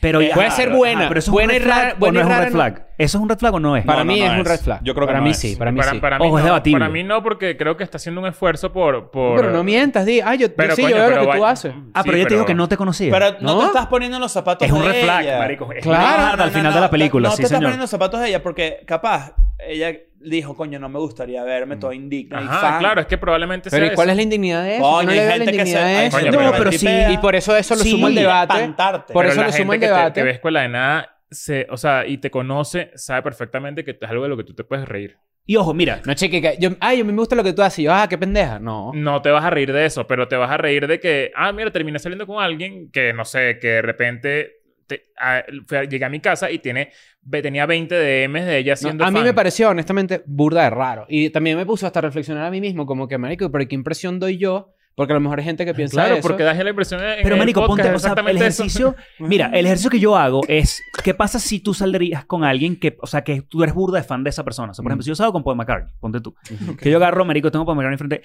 Speaker 1: Pero
Speaker 4: Puede
Speaker 1: Claro.
Speaker 2: ser buena,
Speaker 1: Eh, pero eso es un
Speaker 2: buena y
Speaker 1: red flag
Speaker 2: rara-
Speaker 1: o
Speaker 2: buena y
Speaker 1: no es un
Speaker 2: rara,
Speaker 1: red
Speaker 2: no-
Speaker 1: flag. Eso es un red flag o no es.
Speaker 2: Para
Speaker 4: no,
Speaker 2: mí
Speaker 4: no
Speaker 2: es, un
Speaker 4: es.
Speaker 2: red flag.
Speaker 4: Yo creo que
Speaker 2: para
Speaker 4: no
Speaker 2: mí
Speaker 4: es.
Speaker 2: sí, para mí sí.
Speaker 1: Ojo,
Speaker 3: mí
Speaker 1: es
Speaker 3: no,
Speaker 1: debatible.
Speaker 3: Para mí no, porque creo que está haciendo un esfuerzo por. por
Speaker 2: Pero no mientas, di, ay, yo, yo sí,
Speaker 3: coño,
Speaker 2: yo veo
Speaker 3: pero
Speaker 2: lo que tú
Speaker 3: va-
Speaker 2: haces.
Speaker 1: Ah, pero
Speaker 3: Sí,
Speaker 1: yo te digo que no te conocía.
Speaker 4: Pero no,
Speaker 2: ¿No?
Speaker 4: te estás poniendo en los zapatos
Speaker 1: es un
Speaker 4: de
Speaker 1: red flag,
Speaker 4: ella.
Speaker 1: marico. Es
Speaker 2: Claro.
Speaker 1: una mierda
Speaker 4: No, no,
Speaker 1: al
Speaker 4: no,
Speaker 1: final
Speaker 4: no,
Speaker 1: de la
Speaker 4: te-
Speaker 1: película,
Speaker 4: No
Speaker 1: sí,
Speaker 4: te estás
Speaker 1: señor.
Speaker 4: poniendo en los zapatos de ella porque capaz ella dijo, coño, no me gustaría
Speaker 1: Mm.
Speaker 4: verme toda indigna y
Speaker 3: Ajá,
Speaker 4: fan.
Speaker 3: claro, es que probablemente
Speaker 2: Pero
Speaker 3: sea
Speaker 2: ¿y cuál
Speaker 3: eso.
Speaker 2: es la indignidad de eso?
Speaker 4: Coño,
Speaker 2: Yo no
Speaker 4: hay
Speaker 2: le veo la
Speaker 4: gente que
Speaker 2: indignidad
Speaker 4: se-
Speaker 2: de
Speaker 4: hay
Speaker 2: eso.
Speaker 3: gente
Speaker 2: No,
Speaker 3: que se
Speaker 2: pero sí.
Speaker 4: tripea.
Speaker 2: Y por eso eso lo
Speaker 1: Sí.
Speaker 2: sumo al debate.
Speaker 4: Espantarte.
Speaker 2: Por
Speaker 3: Pero
Speaker 2: eso
Speaker 3: la
Speaker 2: lo sumo al
Speaker 3: gente que te-
Speaker 2: debate.
Speaker 3: que ve escuela de nada, se, o sea, y te conoce, sabe perfectamente que es algo de lo que tú te puedes reír.
Speaker 1: Y ojo, mira.
Speaker 2: No, chique, que yo, ay, a mí me gusta lo que tú haces. Y yo, ah, qué pendeja. No.
Speaker 3: No te vas a reír de eso, pero te vas a reír de que, ah, mira, terminé saliendo con alguien que, no sé, que de repente te- a- fui a- llegué a mi casa y tiene, ve- tenía 20 DMs de ella
Speaker 2: No,
Speaker 3: siendo
Speaker 2: a mí
Speaker 3: fan.
Speaker 2: me pareció, honestamente, burda de raro. Y también me puso hasta a reflexionar a mí mismo, como que, marico, pero ¿qué impresión doy yo? Porque a lo mejor hay gente que piensa
Speaker 3: Claro,
Speaker 2: eso.
Speaker 3: porque das la impresión de. en
Speaker 1: Pero,
Speaker 3: el
Speaker 1: marico,
Speaker 3: podcast
Speaker 1: ponte, o sea, el
Speaker 3: exactamente eso.
Speaker 1: ejercicio... Mira, el ejercicio que yo hago es... ¿Qué pasa si tú saldrías con alguien que... O sea, que tú eres burda de fan de esa persona? O sea, por ejemplo, si yo salgo con Paul McCartney, ponte tú. Que yo agarro, marico, tengo a Paul McCartney enfrente...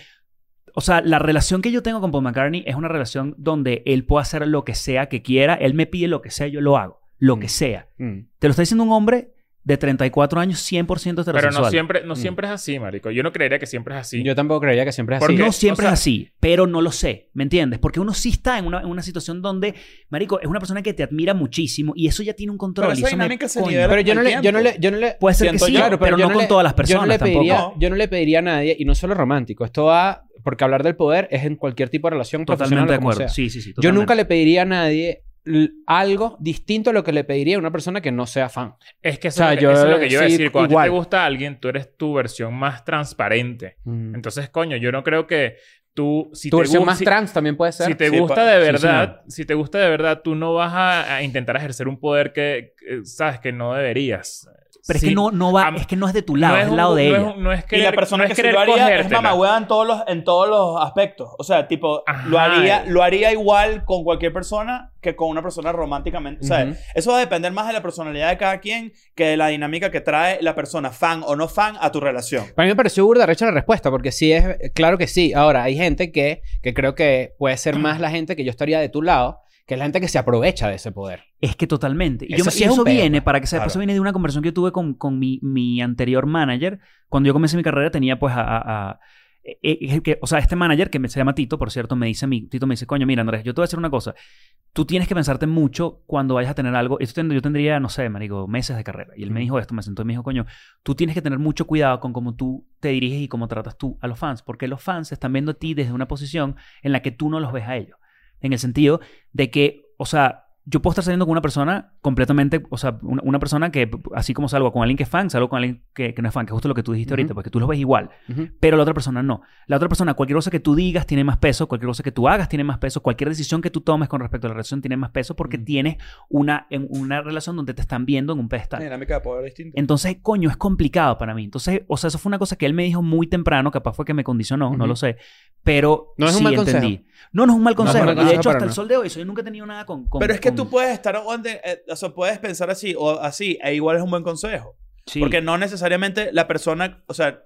Speaker 1: O sea, la relación que yo tengo con Paul McCartney es una relación donde él puede hacer lo que sea que quiera. Él me pide lo que sea, yo lo hago. Lo que sea.
Speaker 2: Mm.
Speaker 1: Te lo está diciendo un hombre de 34 años, 100% heterosexual.
Speaker 3: [laughs] Pero no siempre, no siempre es así, marico. Yo no creería que siempre es así.
Speaker 2: Mm. Yo tampoco creía que siempre es
Speaker 3: ¿Por
Speaker 2: así.
Speaker 3: qué?
Speaker 1: No siempre
Speaker 3: O sea-
Speaker 1: es así, pero no lo sé, ¿me entiendes? Porque uno sí está en una, en una situación donde, marico, es una persona que te admira muchísimo y eso ya tiene un control.
Speaker 4: Pero
Speaker 1: y
Speaker 4: esa
Speaker 1: eso me
Speaker 4: dinámica se
Speaker 1: coño.
Speaker 4: nivela.
Speaker 2: Pero yo no,
Speaker 4: Al
Speaker 2: le, yo no
Speaker 4: tiempo.
Speaker 2: le... Yo no le
Speaker 1: Puede ser
Speaker 2: siento
Speaker 1: que sí,
Speaker 2: yo,
Speaker 1: pero no con todas las
Speaker 2: yo no
Speaker 1: personas
Speaker 2: le pediría,
Speaker 4: tampoco.
Speaker 2: Yo no le pediría a nadie, y no solo romántico, esto va... Porque hablar del poder es en cualquier tipo de relación profesional
Speaker 1: Totalmente de
Speaker 2: o como
Speaker 1: acuerdo.
Speaker 2: sea.
Speaker 1: Sí, sí, sí.
Speaker 2: Yo
Speaker 1: totalmente.
Speaker 2: nunca le pediría a nadie l- algo distinto a lo que le pediría a una persona que no sea fan.
Speaker 3: Es que eso,
Speaker 2: O sea,
Speaker 3: es, lo que-
Speaker 2: yo
Speaker 3: eso es lo que yo iba a
Speaker 2: sí,
Speaker 3: decir. Cuando a ti
Speaker 2: igual.
Speaker 3: te gusta a alguien, tú eres tu versión más transparente.
Speaker 1: Mm.
Speaker 3: Entonces, coño, yo no creo que tú... Si
Speaker 2: Mm. tu
Speaker 3: te
Speaker 2: versión
Speaker 3: gu-
Speaker 2: más
Speaker 3: si-
Speaker 2: trans también puede ser.
Speaker 3: Si te
Speaker 4: Sí,
Speaker 3: gusta
Speaker 4: pa-
Speaker 3: de
Speaker 2: sí,
Speaker 3: verdad, si te gusta de verdad, tú no vas a, a intentar ejercer un poder que, que, sabes que no deberías.
Speaker 1: Pero es
Speaker 3: Sí,
Speaker 1: que no, no va,
Speaker 3: am-
Speaker 1: es que no es de tu lado, es del lado
Speaker 3: un-
Speaker 1: de
Speaker 3: no
Speaker 1: ella.
Speaker 3: Es, un- no es
Speaker 4: Y
Speaker 3: querer,
Speaker 4: la persona
Speaker 3: no
Speaker 4: que
Speaker 3: es
Speaker 4: se
Speaker 3: querer
Speaker 4: lo haría es
Speaker 3: cogértela.
Speaker 4: mamagüea en todos los, en todos los aspectos. O sea, tipo,
Speaker 3: Ajá. eh.
Speaker 4: lo haría, lo haría igual con cualquier persona que con una persona románticamente. O sea,
Speaker 2: Ujú.
Speaker 4: eso va a depender más de la personalidad de cada quien que de la dinámica que trae la persona, fan o no fan, a tu relación.
Speaker 2: Para mí me pareció burda recha la respuesta, porque sí es, claro que sí. Ahora, hay gente que, que creo que puede ser más la gente que yo estaría de tu lado, que es la gente que se aprovecha de ese poder.
Speaker 1: Es que totalmente. Y, yo
Speaker 2: Eso
Speaker 1: me-
Speaker 2: sí
Speaker 1: y
Speaker 2: es un
Speaker 1: eso
Speaker 2: pedo,
Speaker 1: viene,
Speaker 2: ¿no?
Speaker 1: para que sepa,
Speaker 4: Claro.
Speaker 1: eso viene de una conversación que yo tuve con, con mi, mi anterior manager. Cuando yo comencé mi carrera tenía pues a... a- a- eh, eh, que- o sea, este manager que me- se llama Tito, por cierto, me dice a mí, Tito me dice, coño, mira Andrés, yo te voy a decir una cosa. Tú tienes que pensarte mucho cuando vayas a tener algo. Esto ten- yo tendría, no sé, marico, meses de carrera. Y él me
Speaker 2: Ujú.
Speaker 1: dijo esto, me sentó y me dijo, coño, tú tienes que tener mucho cuidado con cómo tú te diriges y cómo tratas tú a los fans. Porque los fans están viendo a ti desde una posición en la que tú no los ves a ellos. En el sentido de que, o sea, yo puedo estar saliendo con una persona completamente, o sea, una, una persona que, así como salgo con alguien que es fan, salgo con alguien que, que no es fan, que es justo lo que tú dijiste
Speaker 2: Ujú.
Speaker 1: ahorita, porque tú los ves igual, pero la otra persona no. La otra persona, cualquier cosa que tú digas tiene más peso, cualquier cosa que tú hagas tiene más peso, cualquier decisión que tú tomes con respecto a la relación tiene más peso porque
Speaker 2: Ujú.
Speaker 1: tienes una, en una relación donde te están viendo en un pedestal.
Speaker 4: dinámica de poder distinta.
Speaker 1: Entonces, coño, es complicado para mí. Entonces, o sea, eso fue una cosa que él me dijo muy temprano, capaz fue que me condicionó, no
Speaker 2: Ujú.
Speaker 1: lo sé. Pero
Speaker 2: No es un
Speaker 1: sí
Speaker 2: mal consejo.
Speaker 1: entendí. No, no es un mal
Speaker 2: No es un
Speaker 1: consejo.
Speaker 2: mal
Speaker 1: Y de
Speaker 2: consejo
Speaker 1: hecho,
Speaker 2: para
Speaker 1: hasta el
Speaker 2: nada.
Speaker 1: sol de hoy, yo nunca he tenido nada con. con-
Speaker 4: Pero es que
Speaker 1: con-
Speaker 4: tú puedes estar, donde- eh, o sea, puedes pensar así o así, e igual es un buen consejo.
Speaker 1: Sí.
Speaker 4: Porque no necesariamente la persona, o sea, eh,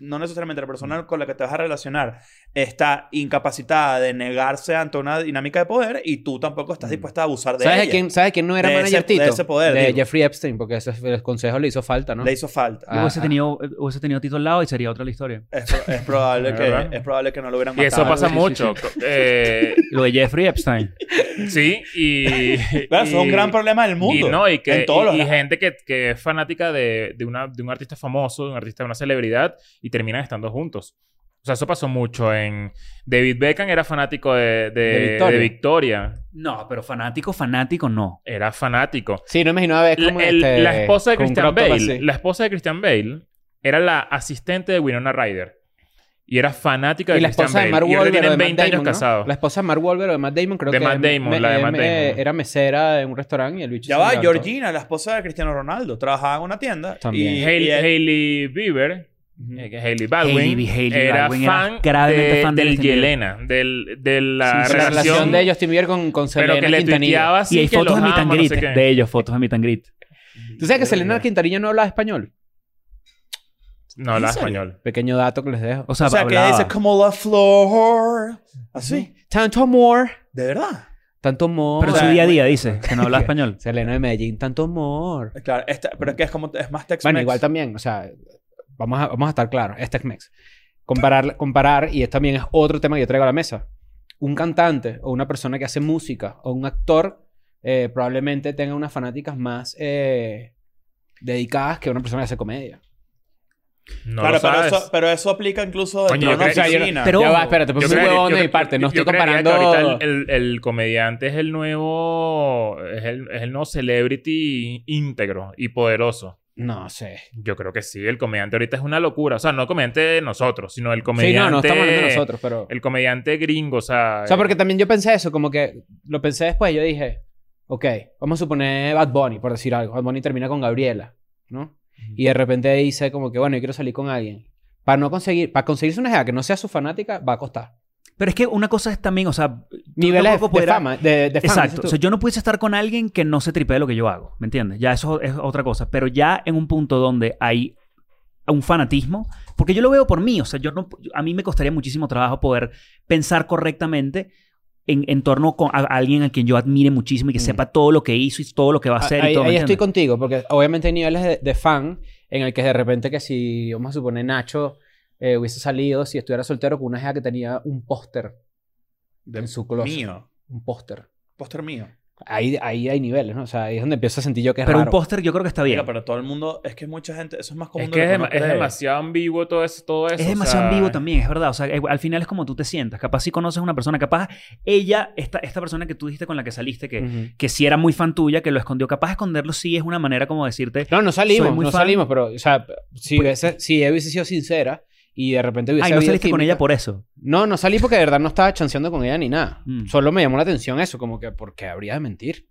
Speaker 4: no necesariamente la persona con la que te vas a relacionar está incapacitada de negarse ante una dinámica de poder y tú tampoco
Speaker 3: Mm.
Speaker 4: estás dispuesta a abusar de
Speaker 2: ¿Sabes, de
Speaker 4: ella.
Speaker 2: quién, ¿Sabes quién no era
Speaker 4: De
Speaker 2: manager
Speaker 4: ese-
Speaker 2: Tito?
Speaker 4: de ese poder,
Speaker 2: De
Speaker 4: digo.
Speaker 2: Jeffrey Epstein, porque ese el consejo le hizo falta, ¿no?
Speaker 4: Le hizo falta.
Speaker 1: Yo hubiese,
Speaker 2: Ah, ah.
Speaker 1: tenido, hubiese tenido a Tito al lado y sería otra la
Speaker 2: [laughs]
Speaker 1: historia.
Speaker 4: Es, pro- es probable
Speaker 3: [laughs] Es
Speaker 4: que,
Speaker 3: verdad.
Speaker 4: es probable que no lo hubieran
Speaker 3: Y
Speaker 4: matado.
Speaker 3: eso pasa
Speaker 1: sí, sí,
Speaker 3: mucho. Eh,
Speaker 1: Lo de Jeffrey Epstein.
Speaker 3: sí,
Speaker 4: [laughs]
Speaker 3: y...
Speaker 4: Claro, eso es un
Speaker 3: y-
Speaker 4: gran problema del mundo.
Speaker 3: Y no, y que
Speaker 4: en todos
Speaker 3: y-
Speaker 4: los
Speaker 3: y
Speaker 4: lados.
Speaker 3: gente que, que es fanática de, de una, de un artista famoso, de un artista de una celebridad, y terminan estando juntos. O sea, eso pasó mucho en... David Beckham era fanático de, de-
Speaker 2: De Victoria.
Speaker 3: de Victoria.
Speaker 1: No, pero fanático, fanático no.
Speaker 3: Era fanático.
Speaker 2: Sí, no imaginaba ver
Speaker 3: La,
Speaker 2: como
Speaker 3: el-
Speaker 2: este,
Speaker 3: la esposa de
Speaker 2: con un
Speaker 3: Christian
Speaker 2: crop top
Speaker 3: Bale.
Speaker 2: así.
Speaker 3: La esposa de Christian Bale era la asistente de Winona Ryder. Y era fanática de
Speaker 2: Y la
Speaker 3: Christian
Speaker 2: esposa
Speaker 3: Bale.
Speaker 2: de Mark
Speaker 3: y ahora
Speaker 2: Wahlberg o de
Speaker 3: tienen
Speaker 2: Matt
Speaker 3: 20 años
Speaker 2: Damon, ¿no?
Speaker 3: casados.
Speaker 2: La esposa de Mark Wahlberg o de Matt Damon creo
Speaker 3: De
Speaker 2: que
Speaker 3: Matt Damon,
Speaker 2: me- eh,
Speaker 3: la de Matt
Speaker 2: me-
Speaker 3: Damon.
Speaker 2: era mesera de un restaurante y el bicho
Speaker 4: Ya
Speaker 2: se
Speaker 4: va,
Speaker 2: levantó.
Speaker 4: Georgina, la esposa de Cristiano Ronaldo, trabajaba en una tienda.
Speaker 2: También.
Speaker 4: Y,
Speaker 3: Hailey,
Speaker 4: y él-
Speaker 3: Hailey Bieber,
Speaker 4: Ujú.
Speaker 3: eh, que Hailey Baldwin,
Speaker 1: Hailey- Hailey
Speaker 3: era
Speaker 1: Baldwin era
Speaker 3: fan,
Speaker 1: gravemente
Speaker 3: de-
Speaker 1: fan de
Speaker 3: del
Speaker 1: Justin Bieber.
Speaker 3: Yelena, del, de la,
Speaker 1: Sí, sí,
Speaker 2: La
Speaker 3: relación,
Speaker 2: relación de Justin Bieber con, con
Speaker 3: pero
Speaker 2: Selena
Speaker 3: que le
Speaker 2: Quintanilla.
Speaker 3: tuiteaba así
Speaker 1: y hay
Speaker 3: que
Speaker 1: fotos de
Speaker 3: los
Speaker 1: mi
Speaker 3: ama, no
Speaker 1: tangrit.
Speaker 3: sé qué.
Speaker 1: de ellos, fotos de mi tangrit.
Speaker 2: ¿Tú sabes que Selena Quintanilla no hablaba español?
Speaker 3: No habla
Speaker 4: ¿En serio?
Speaker 3: español.
Speaker 2: Pequeño dato que les dejo.
Speaker 1: O sea,
Speaker 4: O sea, que
Speaker 1: hablaba.
Speaker 4: dice como la flor. Así.
Speaker 2: Tanto amor.
Speaker 4: De verdad.
Speaker 2: Tanto amor.
Speaker 1: Pero en
Speaker 4: o
Speaker 1: su
Speaker 4: sea,
Speaker 1: día a día dice que no
Speaker 2: [laughs]
Speaker 1: habla español.
Speaker 2: Selena de Medellín, tanto amor.
Speaker 4: Claro, esta- pero es que es como es más texto.
Speaker 2: Bueno, igual también, o sea, vamos a, vamos a estar claros, es Tex-Mex. Comparar, comparar, y esto también es otro tema que yo traigo a la mesa. Un cantante o una persona que hace música o un actor eh, probablemente tenga unas fanáticas más eh, dedicadas que una persona que hace comedia.
Speaker 3: No
Speaker 4: claro,
Speaker 3: lo
Speaker 4: pero
Speaker 3: sabes.
Speaker 4: eso, pero eso aplica incluso dentro de
Speaker 3: Coño, yo
Speaker 4: una
Speaker 3: creo- o sea, yo-
Speaker 4: oficina.
Speaker 1: pero-
Speaker 2: ya
Speaker 1: ojo,
Speaker 2: va, espérate, pues
Speaker 3: Yo
Speaker 2: es un
Speaker 3: creería-
Speaker 2: huevón
Speaker 3: yo-
Speaker 2: de mi parte, no
Speaker 3: yo-
Speaker 2: estoy
Speaker 3: yo creería que
Speaker 2: comparando...
Speaker 3: ahorita el, el- el comediante es el nuevo. Es el, es el nuevo celebrity íntegro y poderoso.
Speaker 2: No sé.
Speaker 3: Yo creo que sí, el comediante ahorita es una locura. O sea, no el comediante de nosotros, sino el
Speaker 2: Sí,
Speaker 3: comediante.
Speaker 2: no, no estamos hablando de nosotros, pero...
Speaker 3: El comediante gringo, o sea.
Speaker 2: O sea, porque
Speaker 3: eh,
Speaker 2: también yo pensé eso, como que lo pensé después. Yo dije, ok, vamos a suponer Bad Bunny, por decir algo. Bad Bunny termina con Gabriela, ¿no? Y de repente dice, como que bueno, yo quiero salir con alguien. Para no conseguir, para conseguirse una jeva que no sea su fanática, va a costar.
Speaker 1: Pero es que una cosa es también, o sea,
Speaker 2: Niveles de,
Speaker 1: tampoco podrás-
Speaker 2: fama, de, de fama.
Speaker 1: Exacto. O
Speaker 2: dices
Speaker 1: sea,
Speaker 2: tú.
Speaker 1: yo no pudiese estar con alguien que no se tripee lo que yo hago, ¿me entiendes? Ya eso es otra cosa. Pero ya en un punto donde hay a un fanatismo, porque yo lo veo por mí, o sea, yo no, a mí me costaría muchísimo trabajo poder pensar correctamente en, en torno con- a, a alguien a quien yo admire muchísimo y que sepa todo lo que hizo y todo lo que va a hacer
Speaker 2: Ah, ahí
Speaker 1: y todo. ¿me
Speaker 2: ahí estoy
Speaker 1: entiendes?
Speaker 2: contigo, porque obviamente hay niveles de, de fan en el que de repente que si, vamos a suponer, Nacho eh, hubiese salido, si estuviera soltero, con una jefa que tenía un póster,
Speaker 4: De
Speaker 2: En su closet.
Speaker 4: Mío.
Speaker 2: un póster.
Speaker 4: Póster mío.
Speaker 2: Ahí, ahí hay niveles, ¿no? O sea, ahí es donde empiezo a sentir yo que es
Speaker 1: Pero un
Speaker 2: raro.
Speaker 1: póster yo creo que está bien.
Speaker 4: Mira, pero todo el mundo... Es que mucha gente... Eso es más común
Speaker 3: Es
Speaker 4: de
Speaker 3: que es,
Speaker 4: lo uno
Speaker 3: dem- es
Speaker 4: cree.
Speaker 3: demasiado ambiguo todo eso. Todo eso
Speaker 1: Es
Speaker 3: o
Speaker 1: demasiado
Speaker 3: sea,
Speaker 1: ambiguo también, es verdad. O sea, es- al final es como tú te sientas. Capaz si conoces a una persona, capaz ella, esta, esta persona que tú dijiste con la que saliste, que,
Speaker 2: Ujú.
Speaker 1: que sí era muy fan tuya, que lo escondió. Capaz esconderlo sí es una manera como decirte,
Speaker 2: No, no
Speaker 1: Soy
Speaker 2: salimos,
Speaker 1: muy
Speaker 2: no
Speaker 1: fan. Pues
Speaker 2: salimos, pero, o sea, si, hubiese, si ella hubiese sido sincera y de repente hubiese
Speaker 1: ay, no
Speaker 2: habido
Speaker 1: saliste con
Speaker 2: química-
Speaker 1: ella por eso.
Speaker 2: No, no salí porque de verdad no estaba chanceando con ella ni nada.
Speaker 1: Mm.
Speaker 2: Solo me llamó la atención eso, como que, porque habría de mentir?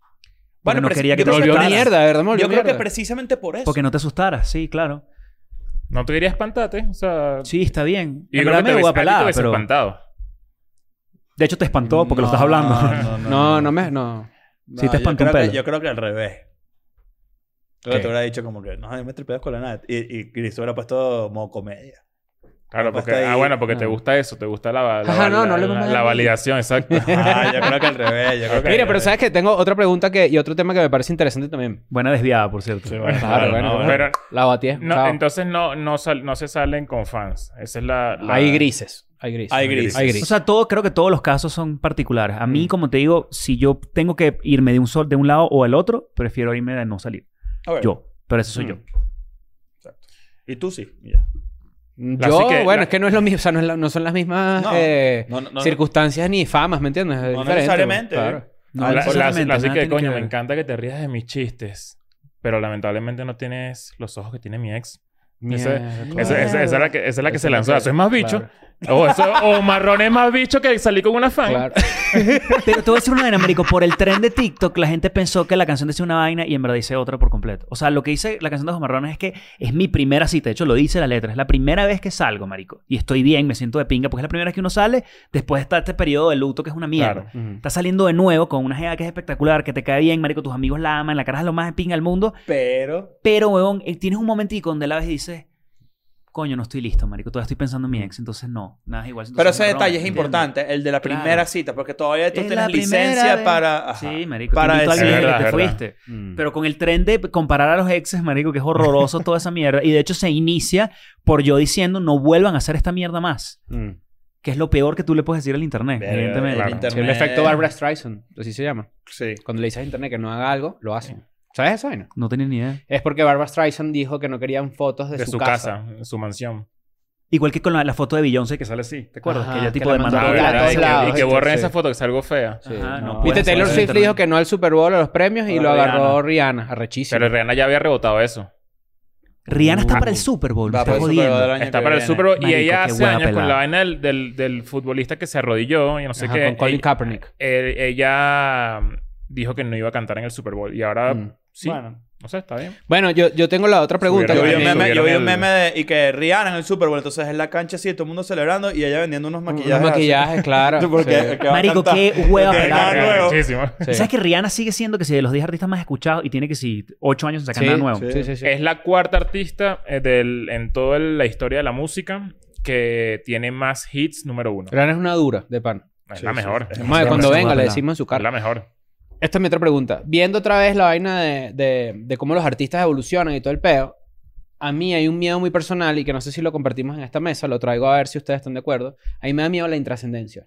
Speaker 1: Porque no
Speaker 4: pero
Speaker 1: quería
Speaker 4: yo
Speaker 1: que te
Speaker 4: creo
Speaker 2: Volvió
Speaker 4: claro,
Speaker 2: mierda, de verdad me volvió
Speaker 4: Yo creo que
Speaker 2: mierda.
Speaker 4: precisamente por eso.
Speaker 1: Porque no te asustaras, sí, claro.
Speaker 3: No te quería espantarte. O sea.
Speaker 1: Sí, está bien.
Speaker 3: yo
Speaker 1: En
Speaker 3: creo
Speaker 1: verdad
Speaker 3: que te
Speaker 1: me
Speaker 3: hubiese-
Speaker 1: voy a
Speaker 3: a ti te
Speaker 1: pelar,
Speaker 3: hubiese
Speaker 1: pero...
Speaker 3: espantado.
Speaker 1: De hecho, te espantó porque lo estás hablando.
Speaker 2: No, no me... No.
Speaker 1: Sí, te espantó
Speaker 4: yo
Speaker 1: un
Speaker 4: creo que-
Speaker 1: pelo.
Speaker 4: Yo creo que al revés.
Speaker 2: ¿Qué?
Speaker 4: Creo que te hubiera dicho como que, no, yo me tripeas con la nada. Y, y Chris hubiera puesto modo comedia.
Speaker 3: Claro,
Speaker 4: Pues
Speaker 3: porque.
Speaker 4: está ahí.
Speaker 3: Ah, bueno, porque te
Speaker 2: Ah.
Speaker 3: gusta eso. Te gusta la, la,
Speaker 2: Ajá, no,
Speaker 3: la-
Speaker 2: no le
Speaker 3: la-
Speaker 2: vamos a dar
Speaker 3: la
Speaker 2: ni-
Speaker 3: validación, exacto.
Speaker 4: Ah, yo creo que al revés. Yo creo
Speaker 2: Mira,
Speaker 4: que
Speaker 3: Ok,
Speaker 4: al
Speaker 2: pero
Speaker 4: revés.
Speaker 2: ¿sabes que Tengo otra pregunta que, y otro tema que me parece interesante también.
Speaker 1: [laughs] Buena desviada, por cierto.
Speaker 4: Sí, bueno,
Speaker 2: Claro, bueno,
Speaker 4: no,
Speaker 2: bueno.
Speaker 3: Pero
Speaker 2: La batí
Speaker 3: no,
Speaker 2: escuchado.
Speaker 3: entonces no, no, sal- no se salen con fans. Esa es la. la-
Speaker 2: Hay grises. Hay grises.
Speaker 4: Hay grises.
Speaker 2: Hay
Speaker 1: O sea, todo, creo que todos los casos son particulares. A mí,
Speaker 2: Mm.
Speaker 1: como te digo, si yo tengo que irme de un sol, de un lado o al otro, prefiero irme de no salir.
Speaker 4: A ver,
Speaker 1: Yo. Pero eso soy
Speaker 3: Mm.
Speaker 1: yo.
Speaker 4: Y tú sí. mira.
Speaker 2: Yo,
Speaker 3: Así que
Speaker 2: bueno,
Speaker 3: la-
Speaker 2: es que no es lo mismo. O sea, no, es la- no son las mismas
Speaker 4: No,
Speaker 2: eh,
Speaker 4: No, no, no.
Speaker 2: circunstancias ni famas, ¿me entiendes? Es
Speaker 4: No
Speaker 2: diferente,
Speaker 4: necesariamente.
Speaker 2: claro.
Speaker 1: No,
Speaker 3: la- la-
Speaker 1: necesariamente,
Speaker 3: la- así
Speaker 1: nada
Speaker 3: que,
Speaker 1: tiene
Speaker 3: coño,
Speaker 1: ver.
Speaker 3: me encanta que te rías de mis chistes. Pero lamentablemente no tienes los ojos que tiene mi ex. Ese-
Speaker 2: Mierda.
Speaker 3: Esa, esa- esa es la que, esa es la que se lanzó.
Speaker 2: Claro.
Speaker 3: Eso es más bicho.
Speaker 2: Claro.
Speaker 3: O, eso- o marrón es más bicho que salir con una fan.
Speaker 2: Claro.
Speaker 3: [laughs]
Speaker 1: Pero te voy a decir una vaina, marico. Por el tren de TikTok, la gente pensó que la canción decía una vaina y en verdad dice otra por completo. O sea, lo que dice la canción de los marrones es que es mi primera cita. De hecho, lo dice la letra. Es la primera vez que salgo, marico. Y estoy bien, me siento de pinga, porque es la primera vez que uno sale después de estar este periodo de luto que es una mierda.
Speaker 3: Claro.
Speaker 2: Ujú.
Speaker 1: Estás saliendo de nuevo con una jeva que es espectacular, que te cae bien, marico. Tus amigos la aman, la cara es lo más de pinga del mundo.
Speaker 4: Pero...
Speaker 1: Pero, weón, eh, tienes un momentico donde la ves y dices... Coño, no estoy listo, marico. Todavía estoy pensando en mi ex. Entonces, no. Nada es igual.
Speaker 4: Pero
Speaker 1: Entonces,
Speaker 4: ese
Speaker 1: marrón,
Speaker 4: detalle es
Speaker 1: ¿entiendes?
Speaker 4: importante, el de la
Speaker 1: Claro.
Speaker 4: primera cita, porque todavía tú
Speaker 1: Es la
Speaker 4: tienes
Speaker 1: primera
Speaker 4: licencia
Speaker 1: vez.
Speaker 4: para. ajá.
Speaker 1: Sí, marico.
Speaker 4: Para
Speaker 1: Para
Speaker 4: decir-
Speaker 1: decir
Speaker 3: Es
Speaker 1: que
Speaker 3: verdad,
Speaker 1: te
Speaker 3: es verdad.
Speaker 1: fuiste.
Speaker 2: Mm.
Speaker 1: Mm. Pero con el tren de comparar a los exes, marico, que es
Speaker 4: [laughs]
Speaker 1: horroroso toda esa mierda. Y de hecho se inicia por yo diciendo no vuelvan a hacer esta mierda más.
Speaker 2: Mm.
Speaker 1: Que es lo peor que tú le puedes decir al internet,
Speaker 4: Verga,
Speaker 1: evidentemente.
Speaker 4: el
Speaker 3: claro.
Speaker 4: internet.
Speaker 2: El efecto Barbara Streisand, así se llama.
Speaker 4: eh, Sí.
Speaker 2: Cuando le dices a internet que no haga algo, lo hacen. ¿Sabes eso? vaina?
Speaker 1: No tenía ni idea.
Speaker 2: Es porque Barbara Streisand dijo que no querían fotos de,
Speaker 3: De su casa, su mansión.
Speaker 1: Igual que con la, la foto de Beyoncé que sale así, ¿te acuerdas?
Speaker 2: Ajá,
Speaker 1: que ella
Speaker 2: que
Speaker 1: tipo
Speaker 2: la
Speaker 1: demandó.
Speaker 2: mandó
Speaker 1: a
Speaker 2: a
Speaker 1: Beyoncé.
Speaker 2: todos
Speaker 3: y, que-
Speaker 2: lados,
Speaker 3: y que borren
Speaker 2: sí.
Speaker 3: esa foto que es algo fea.
Speaker 2: Sí,
Speaker 1: Ajá, no
Speaker 2: no.
Speaker 1: puede
Speaker 2: Viste,
Speaker 1: ser
Speaker 2: Taylor
Speaker 1: de
Speaker 2: Swift le
Speaker 1: internet.
Speaker 2: dijo que no al Super Bowl a los premios y
Speaker 4: Solo
Speaker 2: lo
Speaker 4: Rihanna.
Speaker 2: agarró Rihanna, arrechísimo.
Speaker 3: Pero Rihanna ya había rebotado eso.
Speaker 1: Rihanna está
Speaker 2: Uh.
Speaker 1: para el Super Bowl, me
Speaker 4: Va
Speaker 1: está
Speaker 4: para el Super Bowl del
Speaker 1: jodiendo.
Speaker 4: año
Speaker 3: Está
Speaker 4: que
Speaker 3: para el
Speaker 4: viene.
Speaker 3: Super Bowl. Y
Speaker 1: Marico,
Speaker 3: ella
Speaker 1: qué
Speaker 3: hace
Speaker 1: hueva
Speaker 3: años con
Speaker 1: pelada.
Speaker 3: la vaina del, del- del futbolista que se arrodilló y no sé
Speaker 2: Ajá,
Speaker 3: qué.
Speaker 2: con Colin
Speaker 3: eh,
Speaker 2: Kaepernick.
Speaker 3: eh, ella mm, dijo que no iba a cantar en el Super Bowl. Y ahora
Speaker 2: Mm.
Speaker 3: sí.
Speaker 5: Bueno.
Speaker 3: No sé, está bien.
Speaker 2: Bueno, yo, yo tengo la otra pregunta.
Speaker 4: Yo vi
Speaker 3: Subieron
Speaker 4: un
Speaker 3: el-
Speaker 4: meme, yo vi
Speaker 3: subieron
Speaker 4: un
Speaker 3: el-
Speaker 4: meme de, y que Rihanna en el Super Bowl, entonces en la cancha así, todo el mundo celebrando y ella vendiendo unos maquillajes.
Speaker 2: Los
Speaker 4: así.
Speaker 2: maquillajes, claro.
Speaker 4: [laughs] Porque,
Speaker 2: sí.
Speaker 4: que va a
Speaker 1: Marico,
Speaker 4: cantar.
Speaker 1: qué hueva
Speaker 4: Que nada
Speaker 1: pelada.
Speaker 4: nuevo.
Speaker 3: Muchísimo.
Speaker 2: Sí.
Speaker 1: ¿Y ¿Sabes que Rihanna sigue siendo que si de los 10 artistas más escuchados y tiene que si 8 años sin sacar
Speaker 2: Sí,
Speaker 1: nada nuevo?
Speaker 2: Sí, sí, sí.
Speaker 3: Es la cuarta artista eh, del- en toda el- la historia de la música que tiene más hits número uno.
Speaker 2: Rihanna es una dura, de pan.
Speaker 3: Es
Speaker 4: Sí,
Speaker 3: la
Speaker 4: sí.
Speaker 3: mejor.
Speaker 4: Es
Speaker 3: Es
Speaker 2: Madre,
Speaker 1: Sí,
Speaker 2: cuando
Speaker 1: sí,
Speaker 2: venga le
Speaker 1: guapela.
Speaker 2: decimos en su cara.
Speaker 3: la mejor.
Speaker 2: Esta es mi otra pregunta. Viendo otra vez la vaina de, de- de cómo los artistas evolucionan y todo el peo, a mí hay un miedo muy personal y que no sé si lo compartimos en esta mesa, lo traigo a ver si ustedes están de acuerdo. A mí me da miedo la intrascendencia.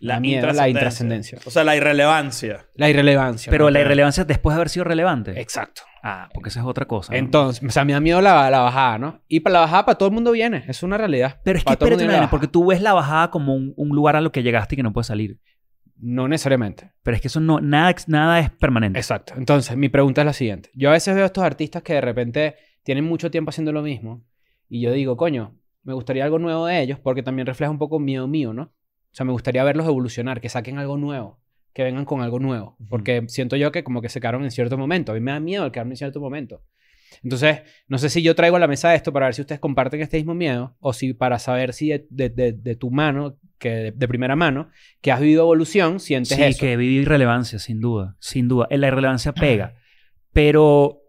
Speaker 4: La
Speaker 2: miedo,
Speaker 4: intrascendencia.
Speaker 2: la intrascendencia.
Speaker 4: O sea, la irrelevancia.
Speaker 2: La irrelevancia.
Speaker 1: Pero
Speaker 2: ¿no?
Speaker 1: la irrelevancia después de haber sido relevante.
Speaker 4: Eh,
Speaker 2: Exacto.
Speaker 1: Ah, porque esa es otra cosa. ¿no?
Speaker 2: Entonces, o sea, me da miedo la, la bajada, ¿no? Y para la bajada, para todo el mundo viene. Es una realidad.
Speaker 1: Pero es que
Speaker 2: Para todo el
Speaker 1: espérate
Speaker 2: mundo
Speaker 1: una
Speaker 2: viene la
Speaker 1: vaina, porque
Speaker 2: bajada.
Speaker 1: tú ves la bajada como un, un lugar a lo que llegaste y que no puedes salir.
Speaker 2: No necesariamente.
Speaker 1: Pero es que eso no, nada, ex- nada es permanente.
Speaker 2: Exacto. Entonces, mi pregunta es la siguiente. Yo a veces veo a estos artistas que de repente tienen mucho tiempo haciendo lo mismo y yo digo, coño, me gustaría algo nuevo de ellos porque también refleja un poco miedo mío, ¿no? O sea, me gustaría verlos evolucionar, que saquen algo nuevo, que vengan con algo nuevo, porque siento yo que como que se quedaron en cierto momento. A mí me da miedo el quedarme en cierto momento. Entonces, no sé si yo traigo a la mesa esto para ver si ustedes comparten este mismo miedo o si para saber si de, de- de- de tu mano, que de, de primera mano, que has vivido evolución, sientes
Speaker 1: sí,
Speaker 2: eso.
Speaker 1: que vive irrelevancia, sin duda. Sin duda. Eh, La irrelevancia pega. Pero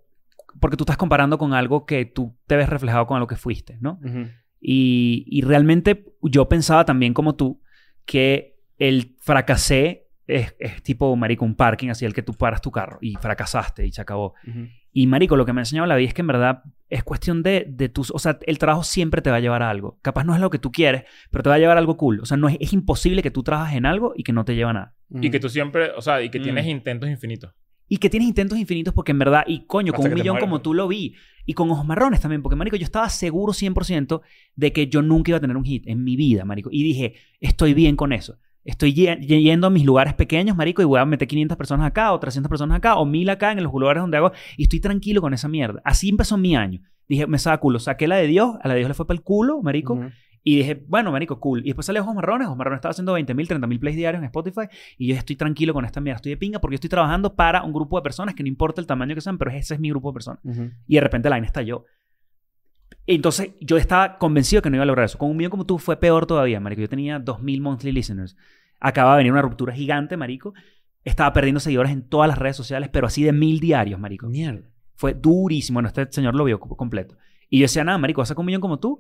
Speaker 1: porque tú estás comparando con algo que tú te ves reflejado con lo que fuiste, ¿no?
Speaker 2: Ujú.
Speaker 1: Y, y realmente yo pensaba también como tú que el fracasé es, es tipo, marico, un parking, así el que tú paras tu carro y fracasaste y se acabó.
Speaker 2: Ujú.
Speaker 1: Y marico, lo que me ha enseñado la vida es que en verdad es cuestión de, de tus... O sea, el trabajo siempre te va a llevar a algo. Capaz no es lo que tú quieres, pero te va a llevar a algo cool. O sea, no es, es imposible que tú trabajes en algo y que no te lleva a nada.
Speaker 3: Y que tú siempre, o sea, y que
Speaker 4: Mm.
Speaker 3: tienes intentos infinitos.
Speaker 1: Y que tienes intentos infinitos porque en verdad... Y coño,
Speaker 4: Hasta
Speaker 1: con un
Speaker 4: que te
Speaker 1: millón
Speaker 4: mueras.
Speaker 1: como tú lo vi. Y con ojos marrones también. Porque, marico, yo estaba seguro 100% de que yo nunca iba a tener un hit en mi vida, marico. Y dije, estoy bien con eso. Estoy ye- ye- yendo a mis lugares pequeños, marico, y voy a meter 500 personas acá, o 300 personas acá, o 1000 acá en los lugares donde hago. Y estoy tranquilo con esa mierda. Así empezó mi año. Dije, me saca culo. Saqué la de Dios, a la de Dios le fue para el culo, marico.
Speaker 2: Ujú.
Speaker 1: Y dije, bueno, marico, cool. Y después sale Ojos Marrones. Ojos Marrones estaba haciendo 20.000, 30.000 plays diarios en Spotify. Y yo estoy tranquilo con esta mierda. Estoy de pinga porque estoy trabajando para un grupo de personas que no importa el tamaño que sean, pero ese es mi grupo de personas.
Speaker 2: Ujú.
Speaker 1: Y de repente la vaina estalló. Y Entonces yo estaba convencido que no iba a lograr eso. Con un millón como tú fue peor todavía, marico. Yo tenía 2.000 monthly listeners. Acababa de venir una ruptura gigante, marico. Estaba perdiendo seguidores en todas las redes sociales, pero así de mil diarios, marico.
Speaker 2: Mierda.
Speaker 1: Fue durísimo. Bueno, este señor lo vio co- completo. Y yo decía, nada, marico, vas a sacar un millón como tú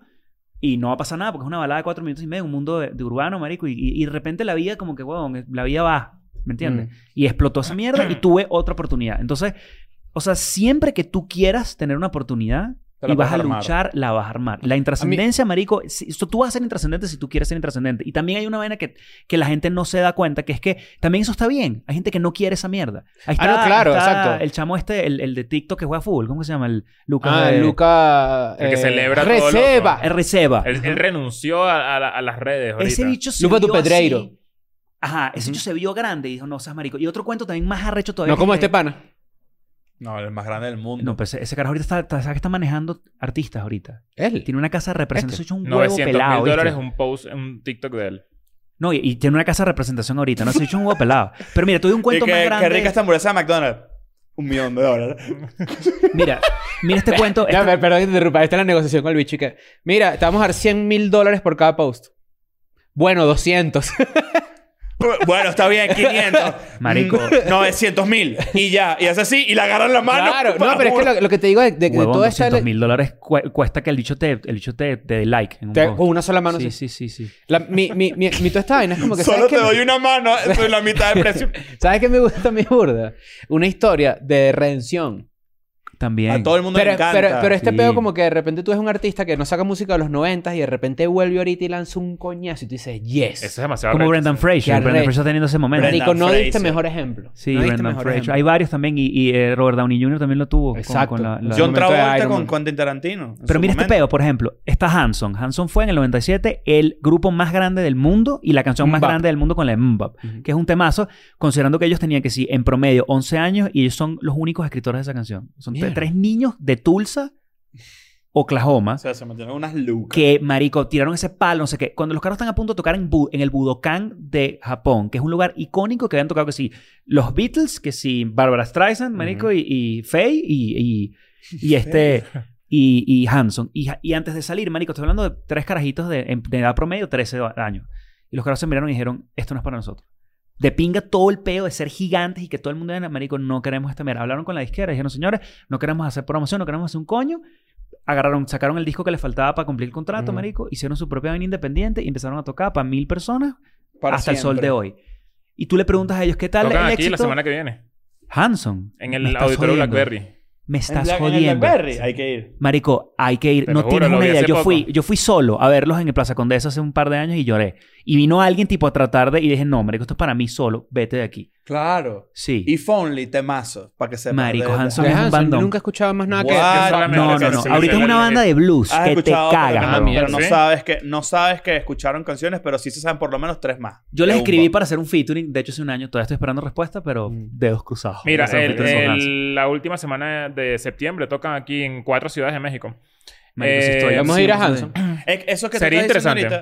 Speaker 1: y no va a pasar nada porque es una balada de cuatro minutos y medio, un mundo de, de urbano, marico. Y, y- y de repente la vida como que, huevón, la vida va, ¿me entiendes?
Speaker 2: Mm.
Speaker 1: Y explotó esa mierda y tuve otra oportunidad. Entonces, o sea, siempre que tú quieras tener una oportunidad
Speaker 4: Te la
Speaker 1: y vas
Speaker 4: vas
Speaker 1: a
Speaker 4: a armar.
Speaker 1: luchar, la vas a armar. La intrascendencia, marico, si- esto, tú vas a ser intrascendente si tú quieres ser intrascendente. Y también hay una vaina que, que la gente no se da cuenta, que es que también eso está bien. Hay gente que no quiere esa mierda. Ahí
Speaker 2: Ah,
Speaker 1: está,
Speaker 2: no, claro,
Speaker 1: está
Speaker 2: exacto.
Speaker 1: El chamo este, el, el de TikTok que juega fútbol, ¿cómo que se llama? El Lucas.
Speaker 2: Ah,
Speaker 1: de-
Speaker 2: Luca. eh,
Speaker 3: El que celebra todo loco.
Speaker 2: Receba.
Speaker 1: El Receba.
Speaker 3: Él, él renunció a, a la- a las redes ahorita.
Speaker 1: Ah, Ese bicho se
Speaker 2: Lupa
Speaker 1: vio
Speaker 2: tu Pedreiro.
Speaker 1: así. Ajá, ese bicho se vio grande y dijo, no, seas marico. Y otro cuento también más arrecho todavía.
Speaker 2: No
Speaker 1: que
Speaker 2: como
Speaker 1: es que-
Speaker 2: este pana.
Speaker 4: No, el más grande del mundo.
Speaker 1: No, pero ese, ese carajo ahorita está, está- ¿sabes que está manejando artistas ahorita.
Speaker 2: Él.
Speaker 1: Tiene una casa de representación. eso es
Speaker 2: Este.
Speaker 1: un huevo
Speaker 3: 900
Speaker 1: pelado.
Speaker 3: mil
Speaker 1: ¿viste?
Speaker 3: dólares un post, un TikTok de él.
Speaker 1: No, y, y tiene una casa de representación ahorita. No, se ha hecho un huevo pelado. Pero mira, te doy un cuento
Speaker 4: y que,
Speaker 1: más
Speaker 4: qué
Speaker 1: grande.
Speaker 4: rica esta hamburguesa de McDonald's. Un millón de dólares. [laughs]
Speaker 1: Mira, mira este cuento.
Speaker 2: [laughs] Ya,
Speaker 1: este-
Speaker 2: per- perdón que te interrumpa. Esta es la negociación con el bicho. y que, mira, te vamos a dar 100 mil dólares por cada post. Bueno, 200.
Speaker 4: bueno, está bien, 500. [laughs]
Speaker 1: Marico.
Speaker 4: Mm, 900 mil. Y ya. Y hace así y le agarran la mano.
Speaker 2: claro.
Speaker 4: Pa-
Speaker 2: No, pero es que lo, lo que te digo de, de,
Speaker 1: [laughs]
Speaker 2: de
Speaker 1: huevón,
Speaker 2: toda esta...
Speaker 1: 200 mil dólares cu- cuesta que el bicho te, el bicho te, te dé like en un
Speaker 2: te-
Speaker 1: post.
Speaker 2: con una sola mano.
Speaker 1: sí,
Speaker 2: sí.
Speaker 1: sí, sí, sí.
Speaker 2: La- mi, mi, mi, mi toda esta vaina es como que...
Speaker 4: [laughs] Solo
Speaker 2: ¿sabes
Speaker 4: te
Speaker 2: qué? [laughs]
Speaker 4: doy una mano, soy la mitad
Speaker 1: [laughs]
Speaker 4: de precio.
Speaker 2: ¿Sabes qué me gusta mi burda? Una historia de redención.
Speaker 1: También.
Speaker 4: A todo el mundo
Speaker 2: Pero,
Speaker 4: le encanta.
Speaker 2: pero, pero este
Speaker 1: Sí.
Speaker 2: pedo como que de repente tú eres un artista que no saca música de los 90 y de repente vuelve ahorita y lanza un coñazo y tú dices, yes.
Speaker 3: Eso es demasiado
Speaker 1: Como
Speaker 3: arrecho,
Speaker 1: Brendan
Speaker 3: sí.
Speaker 1: Fraser.
Speaker 2: arrecho.
Speaker 1: Brendan Fraser está teniendo ese momento.
Speaker 4: Brendan
Speaker 2: Marico, no diste
Speaker 4: Fraser.
Speaker 2: mejor ejemplo.
Speaker 1: Sí,
Speaker 2: no diste
Speaker 1: Brendan
Speaker 2: mejor
Speaker 1: Fraser.
Speaker 2: ejemplo.
Speaker 1: Hay varios también. Y, y, eh, Robert Downey Jr. también lo tuvo. con-
Speaker 2: Exacto.
Speaker 1: Con, la- la-
Speaker 2: el
Speaker 4: John
Speaker 2: momento de
Speaker 4: Travolta
Speaker 2: Iron
Speaker 4: con
Speaker 2: Man.
Speaker 4: Quentin Tarantino. en
Speaker 1: Pero
Speaker 4: su
Speaker 1: mira este
Speaker 4: momento.
Speaker 1: pedo, por ejemplo. Está Hanson. Hanson fue en el 97 el grupo más grande del mundo y la canción más
Speaker 2: Mbap.
Speaker 1: grande del mundo con la Mbap,
Speaker 2: Ujú.
Speaker 1: que es un temazo, considerando que ellos tenían que sí, en promedio 11 años y ellos son los únicos escritores de esa canción. Son te-
Speaker 2: Mierda.
Speaker 1: tres niños de Tulsa, Oklahoma,
Speaker 4: O sea, se metieron unas lucas.
Speaker 1: que, marico, tiraron ese palo, no sé qué. Cuando los carros están a punto de tocar en, Bu- en el Budokan de Japón, que es un lugar icónico que habían tocado que sí, los Beatles, que sí, Barbara Streisand, marico, y, y Faye, y, y, y este... Y, y Hanson. Y, y antes de salir, marico, estoy hablando de tres carajitos de, en- de edad promedio, 13 do- años. Y los carajos se miraron y dijeron, esto no es para nosotros. De pinga todo el peo de ser gigantes y que todo el mundo era, marico, no queremos esta mierda. Hablaron con la disquera y dijeron, señores, no queremos hacer promoción, no queremos hacer un coño agarraron, sacaron el disco que les faltaba para cumplir el contrato,
Speaker 2: Ujú.
Speaker 1: marico, hicieron su propia vaina independiente y empezaron a tocar para mil personas
Speaker 4: Para
Speaker 1: hasta el sol
Speaker 4: siempre.
Speaker 1: de hoy. Y tú le preguntas a ellos, ¿qué tal
Speaker 3: Tocan
Speaker 1: el
Speaker 3: aquí
Speaker 1: éxito?
Speaker 3: la semana que viene.
Speaker 1: Hanson.
Speaker 3: En
Speaker 1: me
Speaker 3: el
Speaker 1: estás
Speaker 3: auditorio
Speaker 1: jodiendo.
Speaker 3: Blackberry.
Speaker 1: Me
Speaker 4: En
Speaker 1: estás
Speaker 4: Black- en el
Speaker 1: jodiendo.
Speaker 4: Blackberry, Hay que ir.
Speaker 1: Marico, hay que ir.
Speaker 3: Te
Speaker 1: no
Speaker 3: lo juro,
Speaker 1: tienes
Speaker 3: lo
Speaker 1: una
Speaker 3: vi
Speaker 1: idea.
Speaker 3: hace
Speaker 1: Yo
Speaker 3: poco.
Speaker 1: fui, yo fui solo a verlos en el Plaza Condesa hace un par de años y lloré. Y vino alguien tipo a tratar de... Y dije, no, marico, esto es para mí solo. Vete de aquí.
Speaker 4: Claro.
Speaker 1: Sí.
Speaker 4: If only, temazo. Para que sepas.
Speaker 1: Marico,
Speaker 4: de verdad.
Speaker 1: Hanson.
Speaker 2: De
Speaker 1: es un
Speaker 2: Hanson,
Speaker 1: bandón.
Speaker 2: Nunca he escuchado más nada
Speaker 4: What?
Speaker 2: que...
Speaker 4: Ah,
Speaker 3: solamente
Speaker 1: No, no,
Speaker 3: se-
Speaker 1: no.
Speaker 3: se
Speaker 1: Ahorita es
Speaker 3: menciona
Speaker 1: una
Speaker 3: el-
Speaker 1: banda de blues
Speaker 4: Has
Speaker 1: que te
Speaker 4: escuchado,
Speaker 1: cagas.
Speaker 4: pero,
Speaker 2: Ah,
Speaker 1: huevón.
Speaker 2: mierda.
Speaker 4: pero no,
Speaker 3: ¿Sí?
Speaker 4: sabes que, no sabes que escucharon canciones, pero sí se saben por lo menos tres más.
Speaker 1: Yo les
Speaker 4: De un
Speaker 1: escribí
Speaker 4: bop.
Speaker 1: para hacer un featuring, de hecho hace un año, todavía estoy esperando respuesta, pero
Speaker 2: Mm.
Speaker 1: dedos cruzados.
Speaker 3: Mira,
Speaker 1: Ese
Speaker 3: el-
Speaker 1: featuring con
Speaker 3: el-
Speaker 1: Hanson.
Speaker 3: la última semana de septiembre tocan aquí en cuatro ciudades de México.
Speaker 1: Marico, sí estoy
Speaker 3: eh,
Speaker 2: Vamos a
Speaker 1: sí,
Speaker 2: ir a
Speaker 1: sí.
Speaker 2: Hanson.
Speaker 4: Es- Eso que tú
Speaker 3: Sería
Speaker 4: estás diciendo
Speaker 3: interesante.
Speaker 4: ahorita-